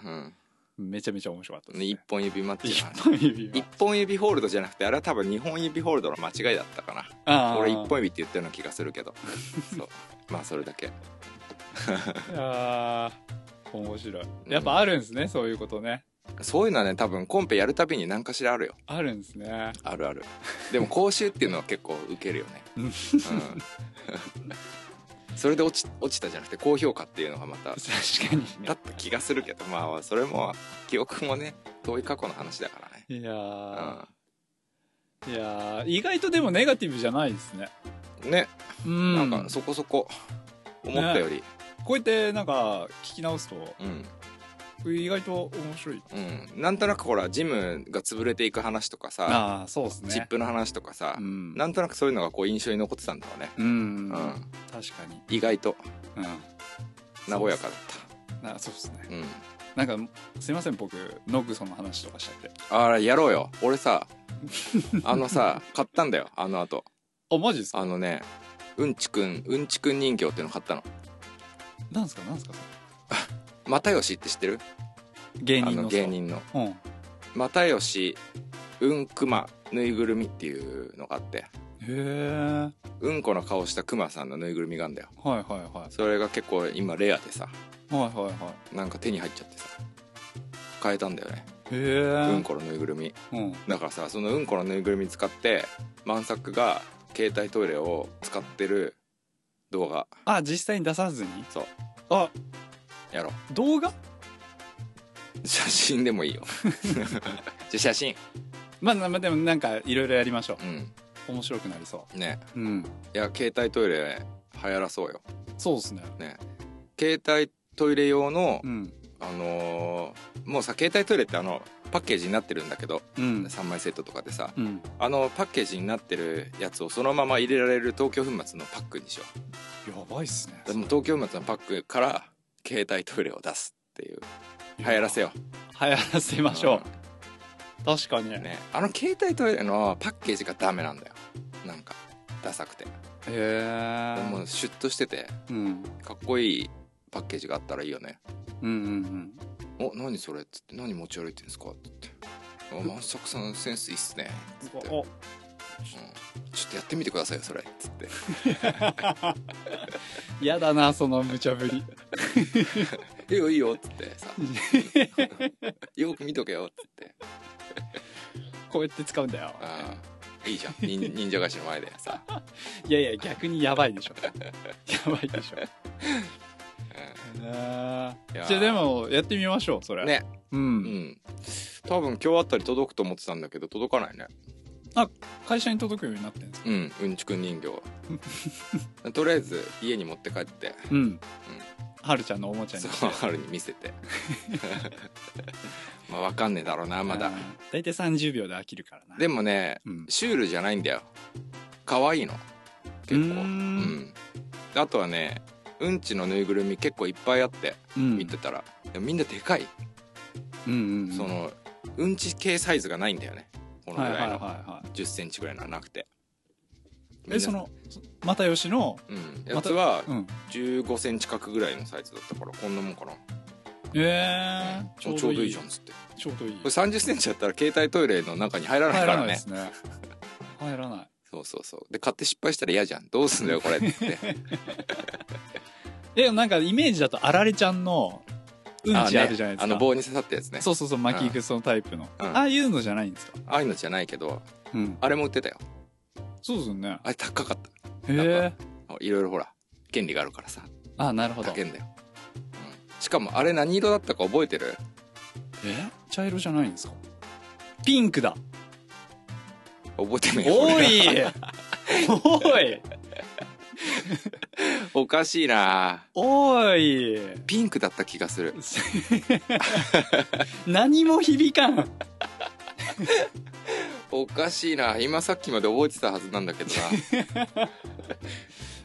Speaker 1: うん、
Speaker 8: めちゃめちゃ面白かったです、ね、
Speaker 1: 一本指マッチ
Speaker 8: 一
Speaker 1: の話
Speaker 8: 本指
Speaker 1: 一本指ホールドじゃなくてあれは多分二本指ホールドの間違いだったかな
Speaker 8: あー
Speaker 1: 俺一本指って言ってるような気がする けどそうまあそれだけ
Speaker 8: いやー面白いやっぱあるんですね、そういうことね
Speaker 1: そういうのはね多分コンペやるたびに何かしらあるよ
Speaker 8: あるんですね
Speaker 1: あるあるでも講習っていうのは結構受けるよね
Speaker 8: うん
Speaker 1: うん それで落ち落ちたじゃなくて高評価っていうのがまた
Speaker 8: 確かに
Speaker 1: だった気がするけどまあそれも記憶もね遠い過去の話だからね
Speaker 8: いやー、
Speaker 1: う
Speaker 8: いやー意外とでもネガティブじゃないですね
Speaker 1: んね
Speaker 8: うん
Speaker 1: なんかそこそこ思ったより、
Speaker 8: こうやってなんか聞き直すと
Speaker 1: うん
Speaker 8: 意外と面白い
Speaker 1: うん、なんとなくほらジムが潰れていく話とかさ、
Speaker 8: ああそうですね
Speaker 1: チップの話とかさ、
Speaker 8: うん
Speaker 1: なんとなくそういうのがこう印象に残ってたんだろうね、
Speaker 8: うん、
Speaker 1: うん
Speaker 8: 確かに
Speaker 1: 意外と
Speaker 8: うん
Speaker 1: 和やかだっ
Speaker 8: なそうですね
Speaker 1: た、うん、
Speaker 8: なんかすいません僕ノグソンの話とかしちゃって
Speaker 1: あらやろうよ俺 さあのさ買ったんだよあの後
Speaker 8: あマジですか
Speaker 1: あのねうんちくんうんちくん人形っていうの買ったの
Speaker 8: なんですかなんですかそ
Speaker 1: 又吉って知ってる
Speaker 8: れ芸
Speaker 1: あ
Speaker 8: 人の
Speaker 1: の
Speaker 8: さ
Speaker 1: 芸人の
Speaker 8: うん
Speaker 1: 又吉うんくまぬいぐるみっていうのがあって
Speaker 8: へえ
Speaker 1: うんこの顔したくまさんのぬいぐるみがあんだよ
Speaker 8: はいはいはい
Speaker 1: それが結構今レアでさ
Speaker 8: はいはいは
Speaker 1: なんか手に入っちゃってさ買えたんだよね
Speaker 8: いへえ
Speaker 1: うんこのぬいぐるみ
Speaker 8: うん
Speaker 1: だからさそのうんこのぬいぐるみ使って万作が携帯トイレを使ってる動画
Speaker 8: あ実際に出さずに
Speaker 1: そう
Speaker 8: あ
Speaker 1: やろ
Speaker 8: 動画
Speaker 1: う写真でも いいよじゃあ写真
Speaker 8: まあまあでもなんかいろいろやりましょ
Speaker 1: うん
Speaker 8: う面白くなりそ
Speaker 1: ね
Speaker 8: ううん
Speaker 1: いや携帯トイレ流行らそうよ
Speaker 8: そうですね
Speaker 1: 携帯トイレ用の、
Speaker 8: うん
Speaker 1: あのーもうさ携帯トイレってあのパッケージになってるんだけど
Speaker 8: うん
Speaker 1: 3枚セットとかでさ
Speaker 8: うん
Speaker 1: あのパッケージになってるやつをそのまま入れられる東京粉末のパックにしよう
Speaker 8: やばいっすね
Speaker 1: でも東京粉末のパックから携帯トイレを出すっていう流行らせよ
Speaker 8: 流行らせましょう確かに
Speaker 1: う、
Speaker 8: ね
Speaker 1: ね、あの携帯トイレのパッケージがダメなんだよなんかダサくて
Speaker 8: へえ
Speaker 1: もうシュッとしてて
Speaker 8: うん
Speaker 1: かっこいいパッケージがあったらいいよね
Speaker 8: うんうん
Speaker 1: 「お何それ」っつって「何持ち歩いてるんですか?」っつって「あ万作さんセンスいいっすね」っつって、うん
Speaker 8: お
Speaker 1: 「ちょっとやってみてくださいよそれ」っつって
Speaker 8: やだなその無茶ぶり
Speaker 1: 「いいよいいよ」っつってさ「よく見とけよ」っつって
Speaker 8: こうやって使うんだよ
Speaker 1: 「ああいいじゃん忍忍者返しの前でさ
Speaker 8: いやいや逆にやばいでしょやばいでしょね
Speaker 1: いや
Speaker 8: じゃあでもやってみましょうそれ
Speaker 1: ね
Speaker 8: う
Speaker 1: うんん多分今日あたり届くと思ってたんだけど届かないね
Speaker 8: 会社に届くようになってんですか
Speaker 1: うんうんちくん人 形とりあえず家に持って帰って
Speaker 8: うんはるちゃんのおもちゃに
Speaker 1: そう春に見せ てまあわかんねえだろうなまだ
Speaker 8: あー大体30秒で飽きるからな
Speaker 1: でもね
Speaker 8: うん
Speaker 1: シュールじゃないんだよ可愛いの結構
Speaker 8: うーん
Speaker 1: うんあとはねうんちのぬいぐるみ結構いっぱいあって
Speaker 8: うん
Speaker 1: 見てたら、でもみんなでかい、
Speaker 8: うんうんうん
Speaker 1: そのうんち系サイズがないんだよねこのぐ
Speaker 8: はい
Speaker 1: らい
Speaker 8: は
Speaker 1: の、
Speaker 8: いはいはい
Speaker 1: 1 0ンチぐらいのはなくて
Speaker 8: えそのそ又吉の
Speaker 1: うんやつは
Speaker 8: うん
Speaker 1: 1 5ンチ角ぐらいのサイズだったからこんなもんかな
Speaker 8: えー、
Speaker 1: ちょうどいいじゃんっつってこ
Speaker 8: ちょうどいい
Speaker 1: れ3 0センチだったら携帯トイレの中に入らない
Speaker 8: 入
Speaker 1: からら
Speaker 8: ないで
Speaker 1: ね
Speaker 8: すね入らない
Speaker 1: そうそうそうで買って失敗したら嫌じゃんどうすんだよこれって
Speaker 8: えなんかイメージだとあられちゃんのうん
Speaker 1: あ
Speaker 8: ち
Speaker 1: ね
Speaker 8: あるじゃないですか
Speaker 1: あの棒に刺さったやつね
Speaker 8: そうそうそう巻きぐそのタイプの、
Speaker 1: うん
Speaker 8: ああいうのじゃないんですか
Speaker 1: ああいうのじゃないけど
Speaker 8: うん
Speaker 1: あれも売ってたよ
Speaker 8: そうですよね
Speaker 1: あれ高かっ
Speaker 8: へえ
Speaker 1: たいろいろほら権利があるからさ
Speaker 8: あなるほど
Speaker 1: 高けんだよ、うんしかもあれ何色だったか覚えてる
Speaker 8: え茶色じゃないんですかピンクだ
Speaker 1: 覚えてない
Speaker 8: おい おい
Speaker 1: おかしいな
Speaker 8: おい
Speaker 1: ピンクだった気がする
Speaker 8: 何も響かん
Speaker 1: おかしいな今さっきまで覚えてたはずなんだけ どな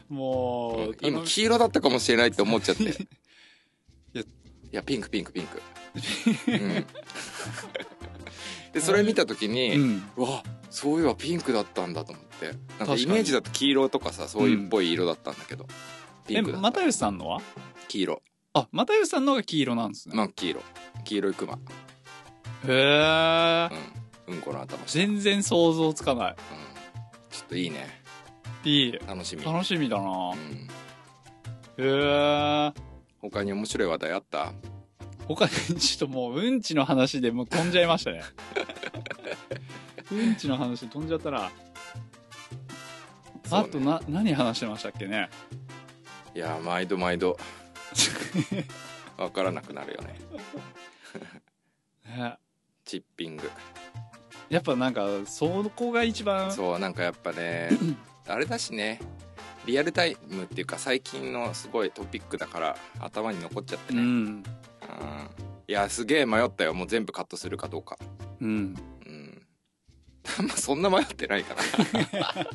Speaker 8: もう
Speaker 1: 今
Speaker 8: 頼
Speaker 1: 黄色だったかもしれないって思っち ゃってい
Speaker 8: や
Speaker 1: やピンクピンクピ ンク、うん、でそれ見た時に、
Speaker 8: みうん
Speaker 1: うわそういえばピンクだったんだと思ってなん
Speaker 8: 確か
Speaker 1: か
Speaker 8: に
Speaker 1: イメージだと黄色とかさそういうっぽい色だったんだけど、ピ
Speaker 8: え
Speaker 1: ンクだった
Speaker 8: 又吉さんのは
Speaker 1: 黄色
Speaker 8: あ又吉さんのが黄色なんですね、
Speaker 1: まあ黄色黄色いクマ
Speaker 8: へえ
Speaker 1: うんうんこの頭して、うん、
Speaker 8: 全然想像つかない
Speaker 1: ちょっといいね
Speaker 8: いい
Speaker 1: 楽しみ
Speaker 8: 楽しみだな
Speaker 1: うん、
Speaker 8: へえ
Speaker 1: 他に面白い話題あった
Speaker 8: 他にちょっともううんちの話でもう飛んじゃいま したねうんちの話で飛んじゃったら、
Speaker 1: そう
Speaker 8: あ
Speaker 1: ね
Speaker 8: とな何話してましたっけね
Speaker 1: いや毎度毎 度わからなくなるよね
Speaker 8: ね
Speaker 1: チッピング
Speaker 8: やっぱなんかそこが一番
Speaker 1: そうなんかやっぱ ねあれだしねリアルタイムっていうか最近のすごいトピックだから頭に残っちゃって
Speaker 8: う
Speaker 1: ね、うん、
Speaker 8: ん
Speaker 1: いやすげえ迷ったよもう全部カットするかどうか
Speaker 8: うん
Speaker 1: うん あんまそんな迷ってないから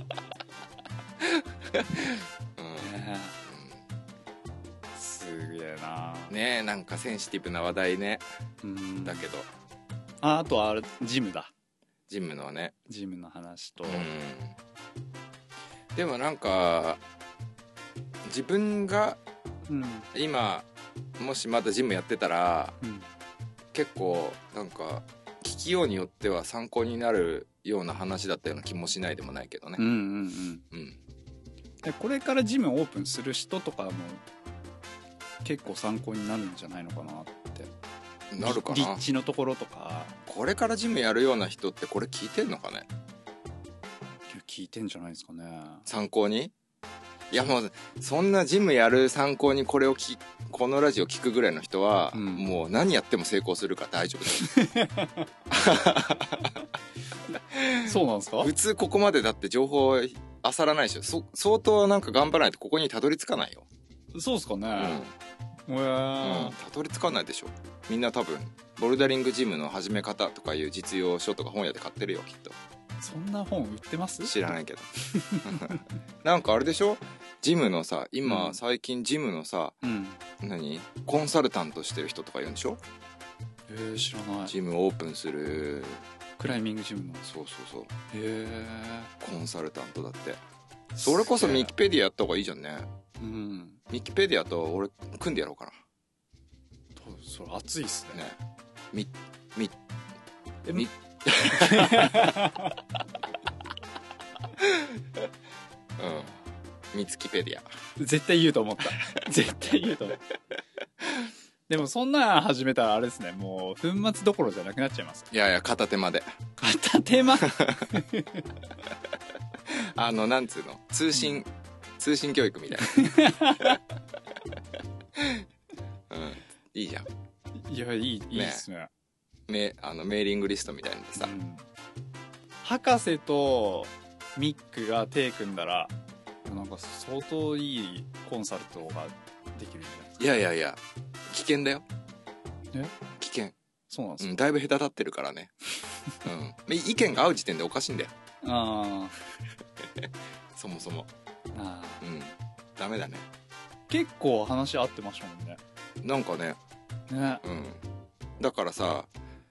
Speaker 1: うん
Speaker 8: ねすげえな
Speaker 1: うんねえなんかセンシティブな話題ね
Speaker 8: うん
Speaker 1: だけど
Speaker 8: ああとあれジムだ
Speaker 1: ジムのはね
Speaker 8: ジムの話と、
Speaker 1: うんでもなんか自分が
Speaker 8: うん
Speaker 1: 今もしまだジムやってたら
Speaker 8: うん
Speaker 1: 結構なんか聞きようによっては参考になるような話だったような気もしないでもないけどね
Speaker 8: うんうんうん
Speaker 1: うん、
Speaker 8: でこれからジムオープンする人とかも結構参考になるんじゃないのかな
Speaker 1: なるか
Speaker 8: り
Speaker 1: な
Speaker 8: 立地のところとか
Speaker 1: これからジムやるような人ってこれ聞いてんのかね
Speaker 8: 聞いてんじゃないですかね
Speaker 1: 参考にいやもうそんなジムやる参考にこれを聞きこのラジオ聞くぐらいの人は、
Speaker 8: うん
Speaker 1: もう何やっても成功するから大丈夫だよ
Speaker 8: そうなん ですか
Speaker 1: 普通ここまでだって情報あさらないでしょそ相当なんか頑張らないとここにたどり着かないよ、
Speaker 8: そうですか
Speaker 1: うん
Speaker 8: ねへ
Speaker 1: うん
Speaker 8: ー
Speaker 1: たどり着かないでしょみんな多分ボルダリングジムの始め方とかいう実用書とか本屋で買ってるよきっと
Speaker 8: そんな本売ってます
Speaker 1: 知らないけど なんかあれでしょジムのさ今、
Speaker 8: うん
Speaker 1: 最近ジムのさ
Speaker 8: うん
Speaker 1: 何コンサルタントしてる人とかいるんでしょ
Speaker 8: えー、知らない
Speaker 1: ジムオープンする
Speaker 8: クライミングジムのへ
Speaker 1: そうそうそう
Speaker 8: え
Speaker 1: コンサルタントだってそれこそミキペディアやった方がいいじゃんね
Speaker 8: うん
Speaker 1: ミキペディアと俺組んでやろうかな
Speaker 8: とそれ熱いっすね
Speaker 1: ねみみ
Speaker 8: え
Speaker 1: み うんみつきペディア
Speaker 8: 絶対言うと思った絶対言うと思ったでもそんなん始めたらあれですねもう粉末どころじゃなくなっちゃいます
Speaker 1: いやいや片手まで
Speaker 8: 片手間
Speaker 1: あのなんつうの通信、通信教育みたい なうんいいじゃん
Speaker 8: いやいいいい
Speaker 1: ね
Speaker 8: っすね
Speaker 1: メあのメーリングリストみたいにさ、
Speaker 8: うん博士とミックが手組んだらなんか相当いいコンサルトができるんじゃないですか
Speaker 1: いやいやいや危険だよ
Speaker 8: え
Speaker 1: 危険、
Speaker 8: そうなんで
Speaker 1: う
Speaker 8: すか、
Speaker 1: ん、だいぶ隔たってるからね、うん、意見が合う時点でおかしいんだよ
Speaker 8: あ
Speaker 1: そもそも
Speaker 8: ーあー
Speaker 1: うんダメだね
Speaker 8: 結構話合ってましたもんね
Speaker 1: なんかね
Speaker 8: ね
Speaker 1: うんだからさ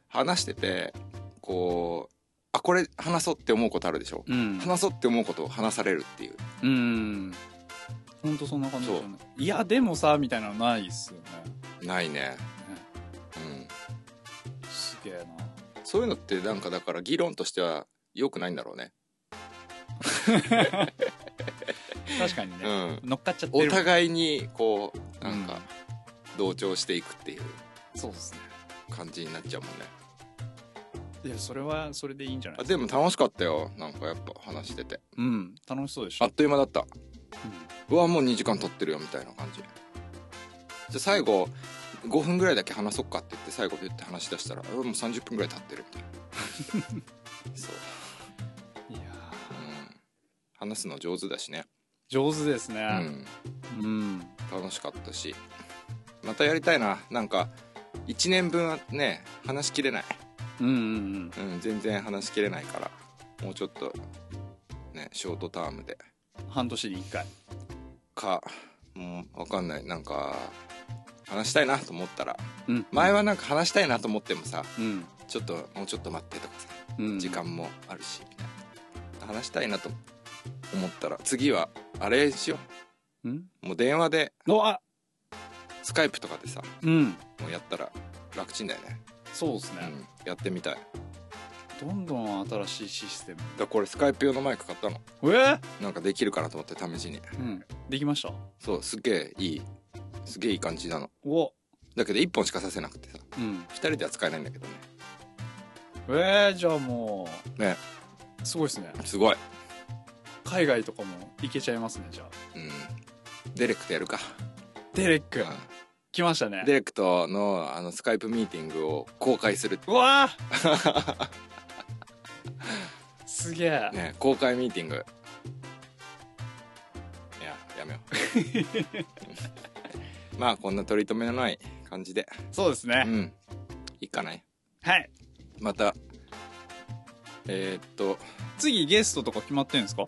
Speaker 1: 話しててこうあこれ話そうって思うことあるでしょ
Speaker 8: うん
Speaker 1: 話そうって思うことを話されるっていう
Speaker 8: うんほんとそんな感じですよねいやでもさみたいなのないっすよね
Speaker 1: ないね
Speaker 8: ねげえな
Speaker 1: そういうのってなんかだから議論としては良くないんだろうね
Speaker 8: 確かにね、乗っかっちゃって
Speaker 1: お
Speaker 8: るもん
Speaker 1: 互いにこうなんか同調していくっていう
Speaker 8: そうですね
Speaker 1: 感じになっちゃうもんね
Speaker 8: いやそれはそれでいいんじゃない
Speaker 1: あでも楽しかったよなんかやっぱ話してて
Speaker 8: うん楽しそうでし
Speaker 1: あ
Speaker 8: ょ
Speaker 1: っという間だったうわもう2時間経ってるよみたいな感じじゃあ最後5分ぐらいだけ話そっかって言って最後ビュって話し出したらうんもう30分ぐらい経ってるみたい なそう、
Speaker 8: いや
Speaker 1: う
Speaker 8: ー
Speaker 1: ん、話すの上手だしね、
Speaker 8: 上手です
Speaker 1: う
Speaker 8: ね
Speaker 1: ん、
Speaker 8: うん、
Speaker 1: 楽しかったしまたやりたいななんか1年分はね話しきれない、
Speaker 8: うんうん
Speaker 1: うん、全然話しきれないからもうちょっとねショートタームで
Speaker 8: うん半年に1回
Speaker 1: かもう分かんないなんか話したいなと思ったら
Speaker 8: うん
Speaker 1: 前はなんか話したいなと思ってもさ
Speaker 8: うん、
Speaker 1: ちょっともうちょっと待ってとかさ
Speaker 8: うん、
Speaker 1: 時間もあるしみたいな話したいなと思ったら次はあれしよ
Speaker 8: うん
Speaker 1: うもう電話で
Speaker 8: のあ
Speaker 1: スカイプとかでさ
Speaker 8: うん
Speaker 1: もうやったら楽ちんだよね、
Speaker 8: そうです
Speaker 1: う
Speaker 8: ね、
Speaker 1: ん、やってみたいだか
Speaker 8: どんどん新しいシステム
Speaker 1: らこれスカイプ用のマイク買ったの
Speaker 8: え
Speaker 1: なんかできるかなと思って試しに
Speaker 8: うんできました
Speaker 1: そうすげえいいすげえいい感じなの
Speaker 8: お
Speaker 1: だけど1本しかさせなくてさ
Speaker 8: うん
Speaker 1: 2人では使えないんだけどね
Speaker 8: えー、じゃあもう
Speaker 1: ね
Speaker 8: すごいですね
Speaker 1: すごい
Speaker 8: 海外とかも行けちゃいますねじゃあ
Speaker 1: うんデレックとやるか、
Speaker 8: デレック
Speaker 1: うん
Speaker 8: 来ましたね
Speaker 1: デレクトのあのスカイプミーティングを公開する
Speaker 8: うわあ すげえ、
Speaker 1: ね公開ミーティングいややめよ うまあこんな取り留めのない感じで
Speaker 8: そうです
Speaker 1: う
Speaker 8: ね、
Speaker 1: んいいかない
Speaker 8: はい
Speaker 1: またえーっと
Speaker 8: 次ゲストとか決まってんですか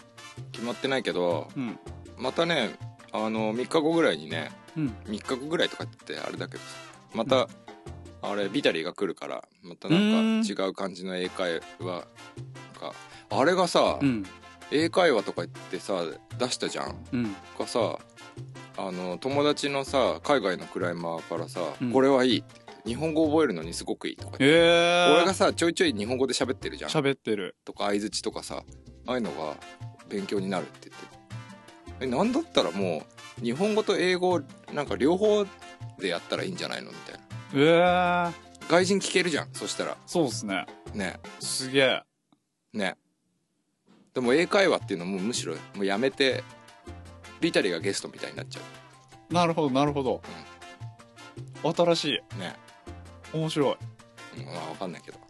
Speaker 1: 決まってないけど
Speaker 8: うん
Speaker 1: またねあの3日後ぐらいにね
Speaker 8: うん
Speaker 1: 3日後ぐらいとかってあれだけどさまた、あれビタリーが来るからまた
Speaker 8: う
Speaker 1: なん
Speaker 8: ー
Speaker 1: か違う感じの英会話かあれがさ、
Speaker 8: うん
Speaker 1: 英会話とか言ってさ出したじゃん
Speaker 8: うん
Speaker 1: がさあの友達のさ海外のクライマーからさ「
Speaker 8: うん
Speaker 1: これはいい」って言って日本語覚えるのにすごくいい」とか言って、
Speaker 8: ええー、
Speaker 1: 俺がさちょいちょい日本語で喋ってるじゃん
Speaker 8: 喋ってる
Speaker 1: とか相づちとかさああいうのが勉強になるって言ってえなんだったらもう日本語と英語なんか両方でやったらいいんじゃないのみたいな
Speaker 8: ええー、
Speaker 1: 外人聞けるじゃんそしたら
Speaker 8: そうですね
Speaker 1: ね
Speaker 8: すげえ
Speaker 1: ねでも英会話っていうのもむしろもうやめてビタリがゲストみたいになっちゃ
Speaker 8: なるほどなるほど、新しいう
Speaker 1: ね
Speaker 8: 面白い
Speaker 1: うんまあ分かんないけど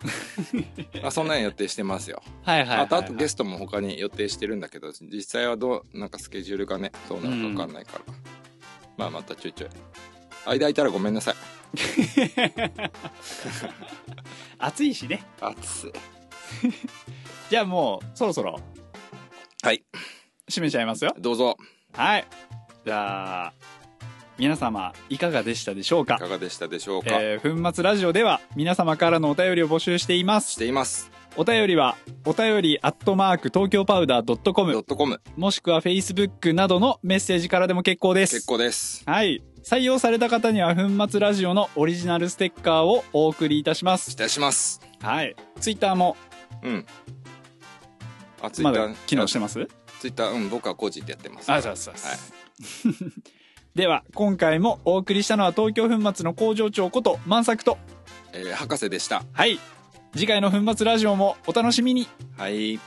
Speaker 1: まあそんなん予定してますよ、
Speaker 8: はいはい
Speaker 1: あとあとゲストも他に予定してるんだけど実際はどうなんかスケジュールがねどうなるか分かんないから、まあまたちょいちょい間空いたらごめんなさい
Speaker 8: 暑いしね
Speaker 1: 暑い
Speaker 8: じゃあもうそろそろ
Speaker 1: はい
Speaker 8: 締めちゃいますよ
Speaker 1: どうぞ
Speaker 8: はいじゃあ皆様いかがでしたでしょう
Speaker 1: い
Speaker 8: か
Speaker 1: かがでしたでしょうか、
Speaker 8: えー粉末ラジオでは皆様からのお便りを募集していま
Speaker 1: し
Speaker 8: す
Speaker 1: ています
Speaker 8: お便りはお便りアットマーク東京パウダー
Speaker 1: ドッ
Speaker 8: .com
Speaker 1: トコム
Speaker 8: もしくは Facebook などのメッセージからでも結構です
Speaker 1: 結構です
Speaker 8: はい採用された方には粉末ラジオのオリジナルステッカーをお送りいたしま
Speaker 1: 期
Speaker 8: す
Speaker 1: 待します
Speaker 8: はいツイッターも
Speaker 1: うんあツイ
Speaker 8: ま
Speaker 1: ッタ
Speaker 8: だ
Speaker 1: ー
Speaker 8: 機能してます
Speaker 1: ツイッターうん僕は個人でやってます
Speaker 8: あ、そうそうそう。では、今回もお送りしたのは東京粉末の工場長こと万作と、
Speaker 1: えー博士でした
Speaker 8: はい。次回の粉末ラジオもお楽しみに。
Speaker 1: はい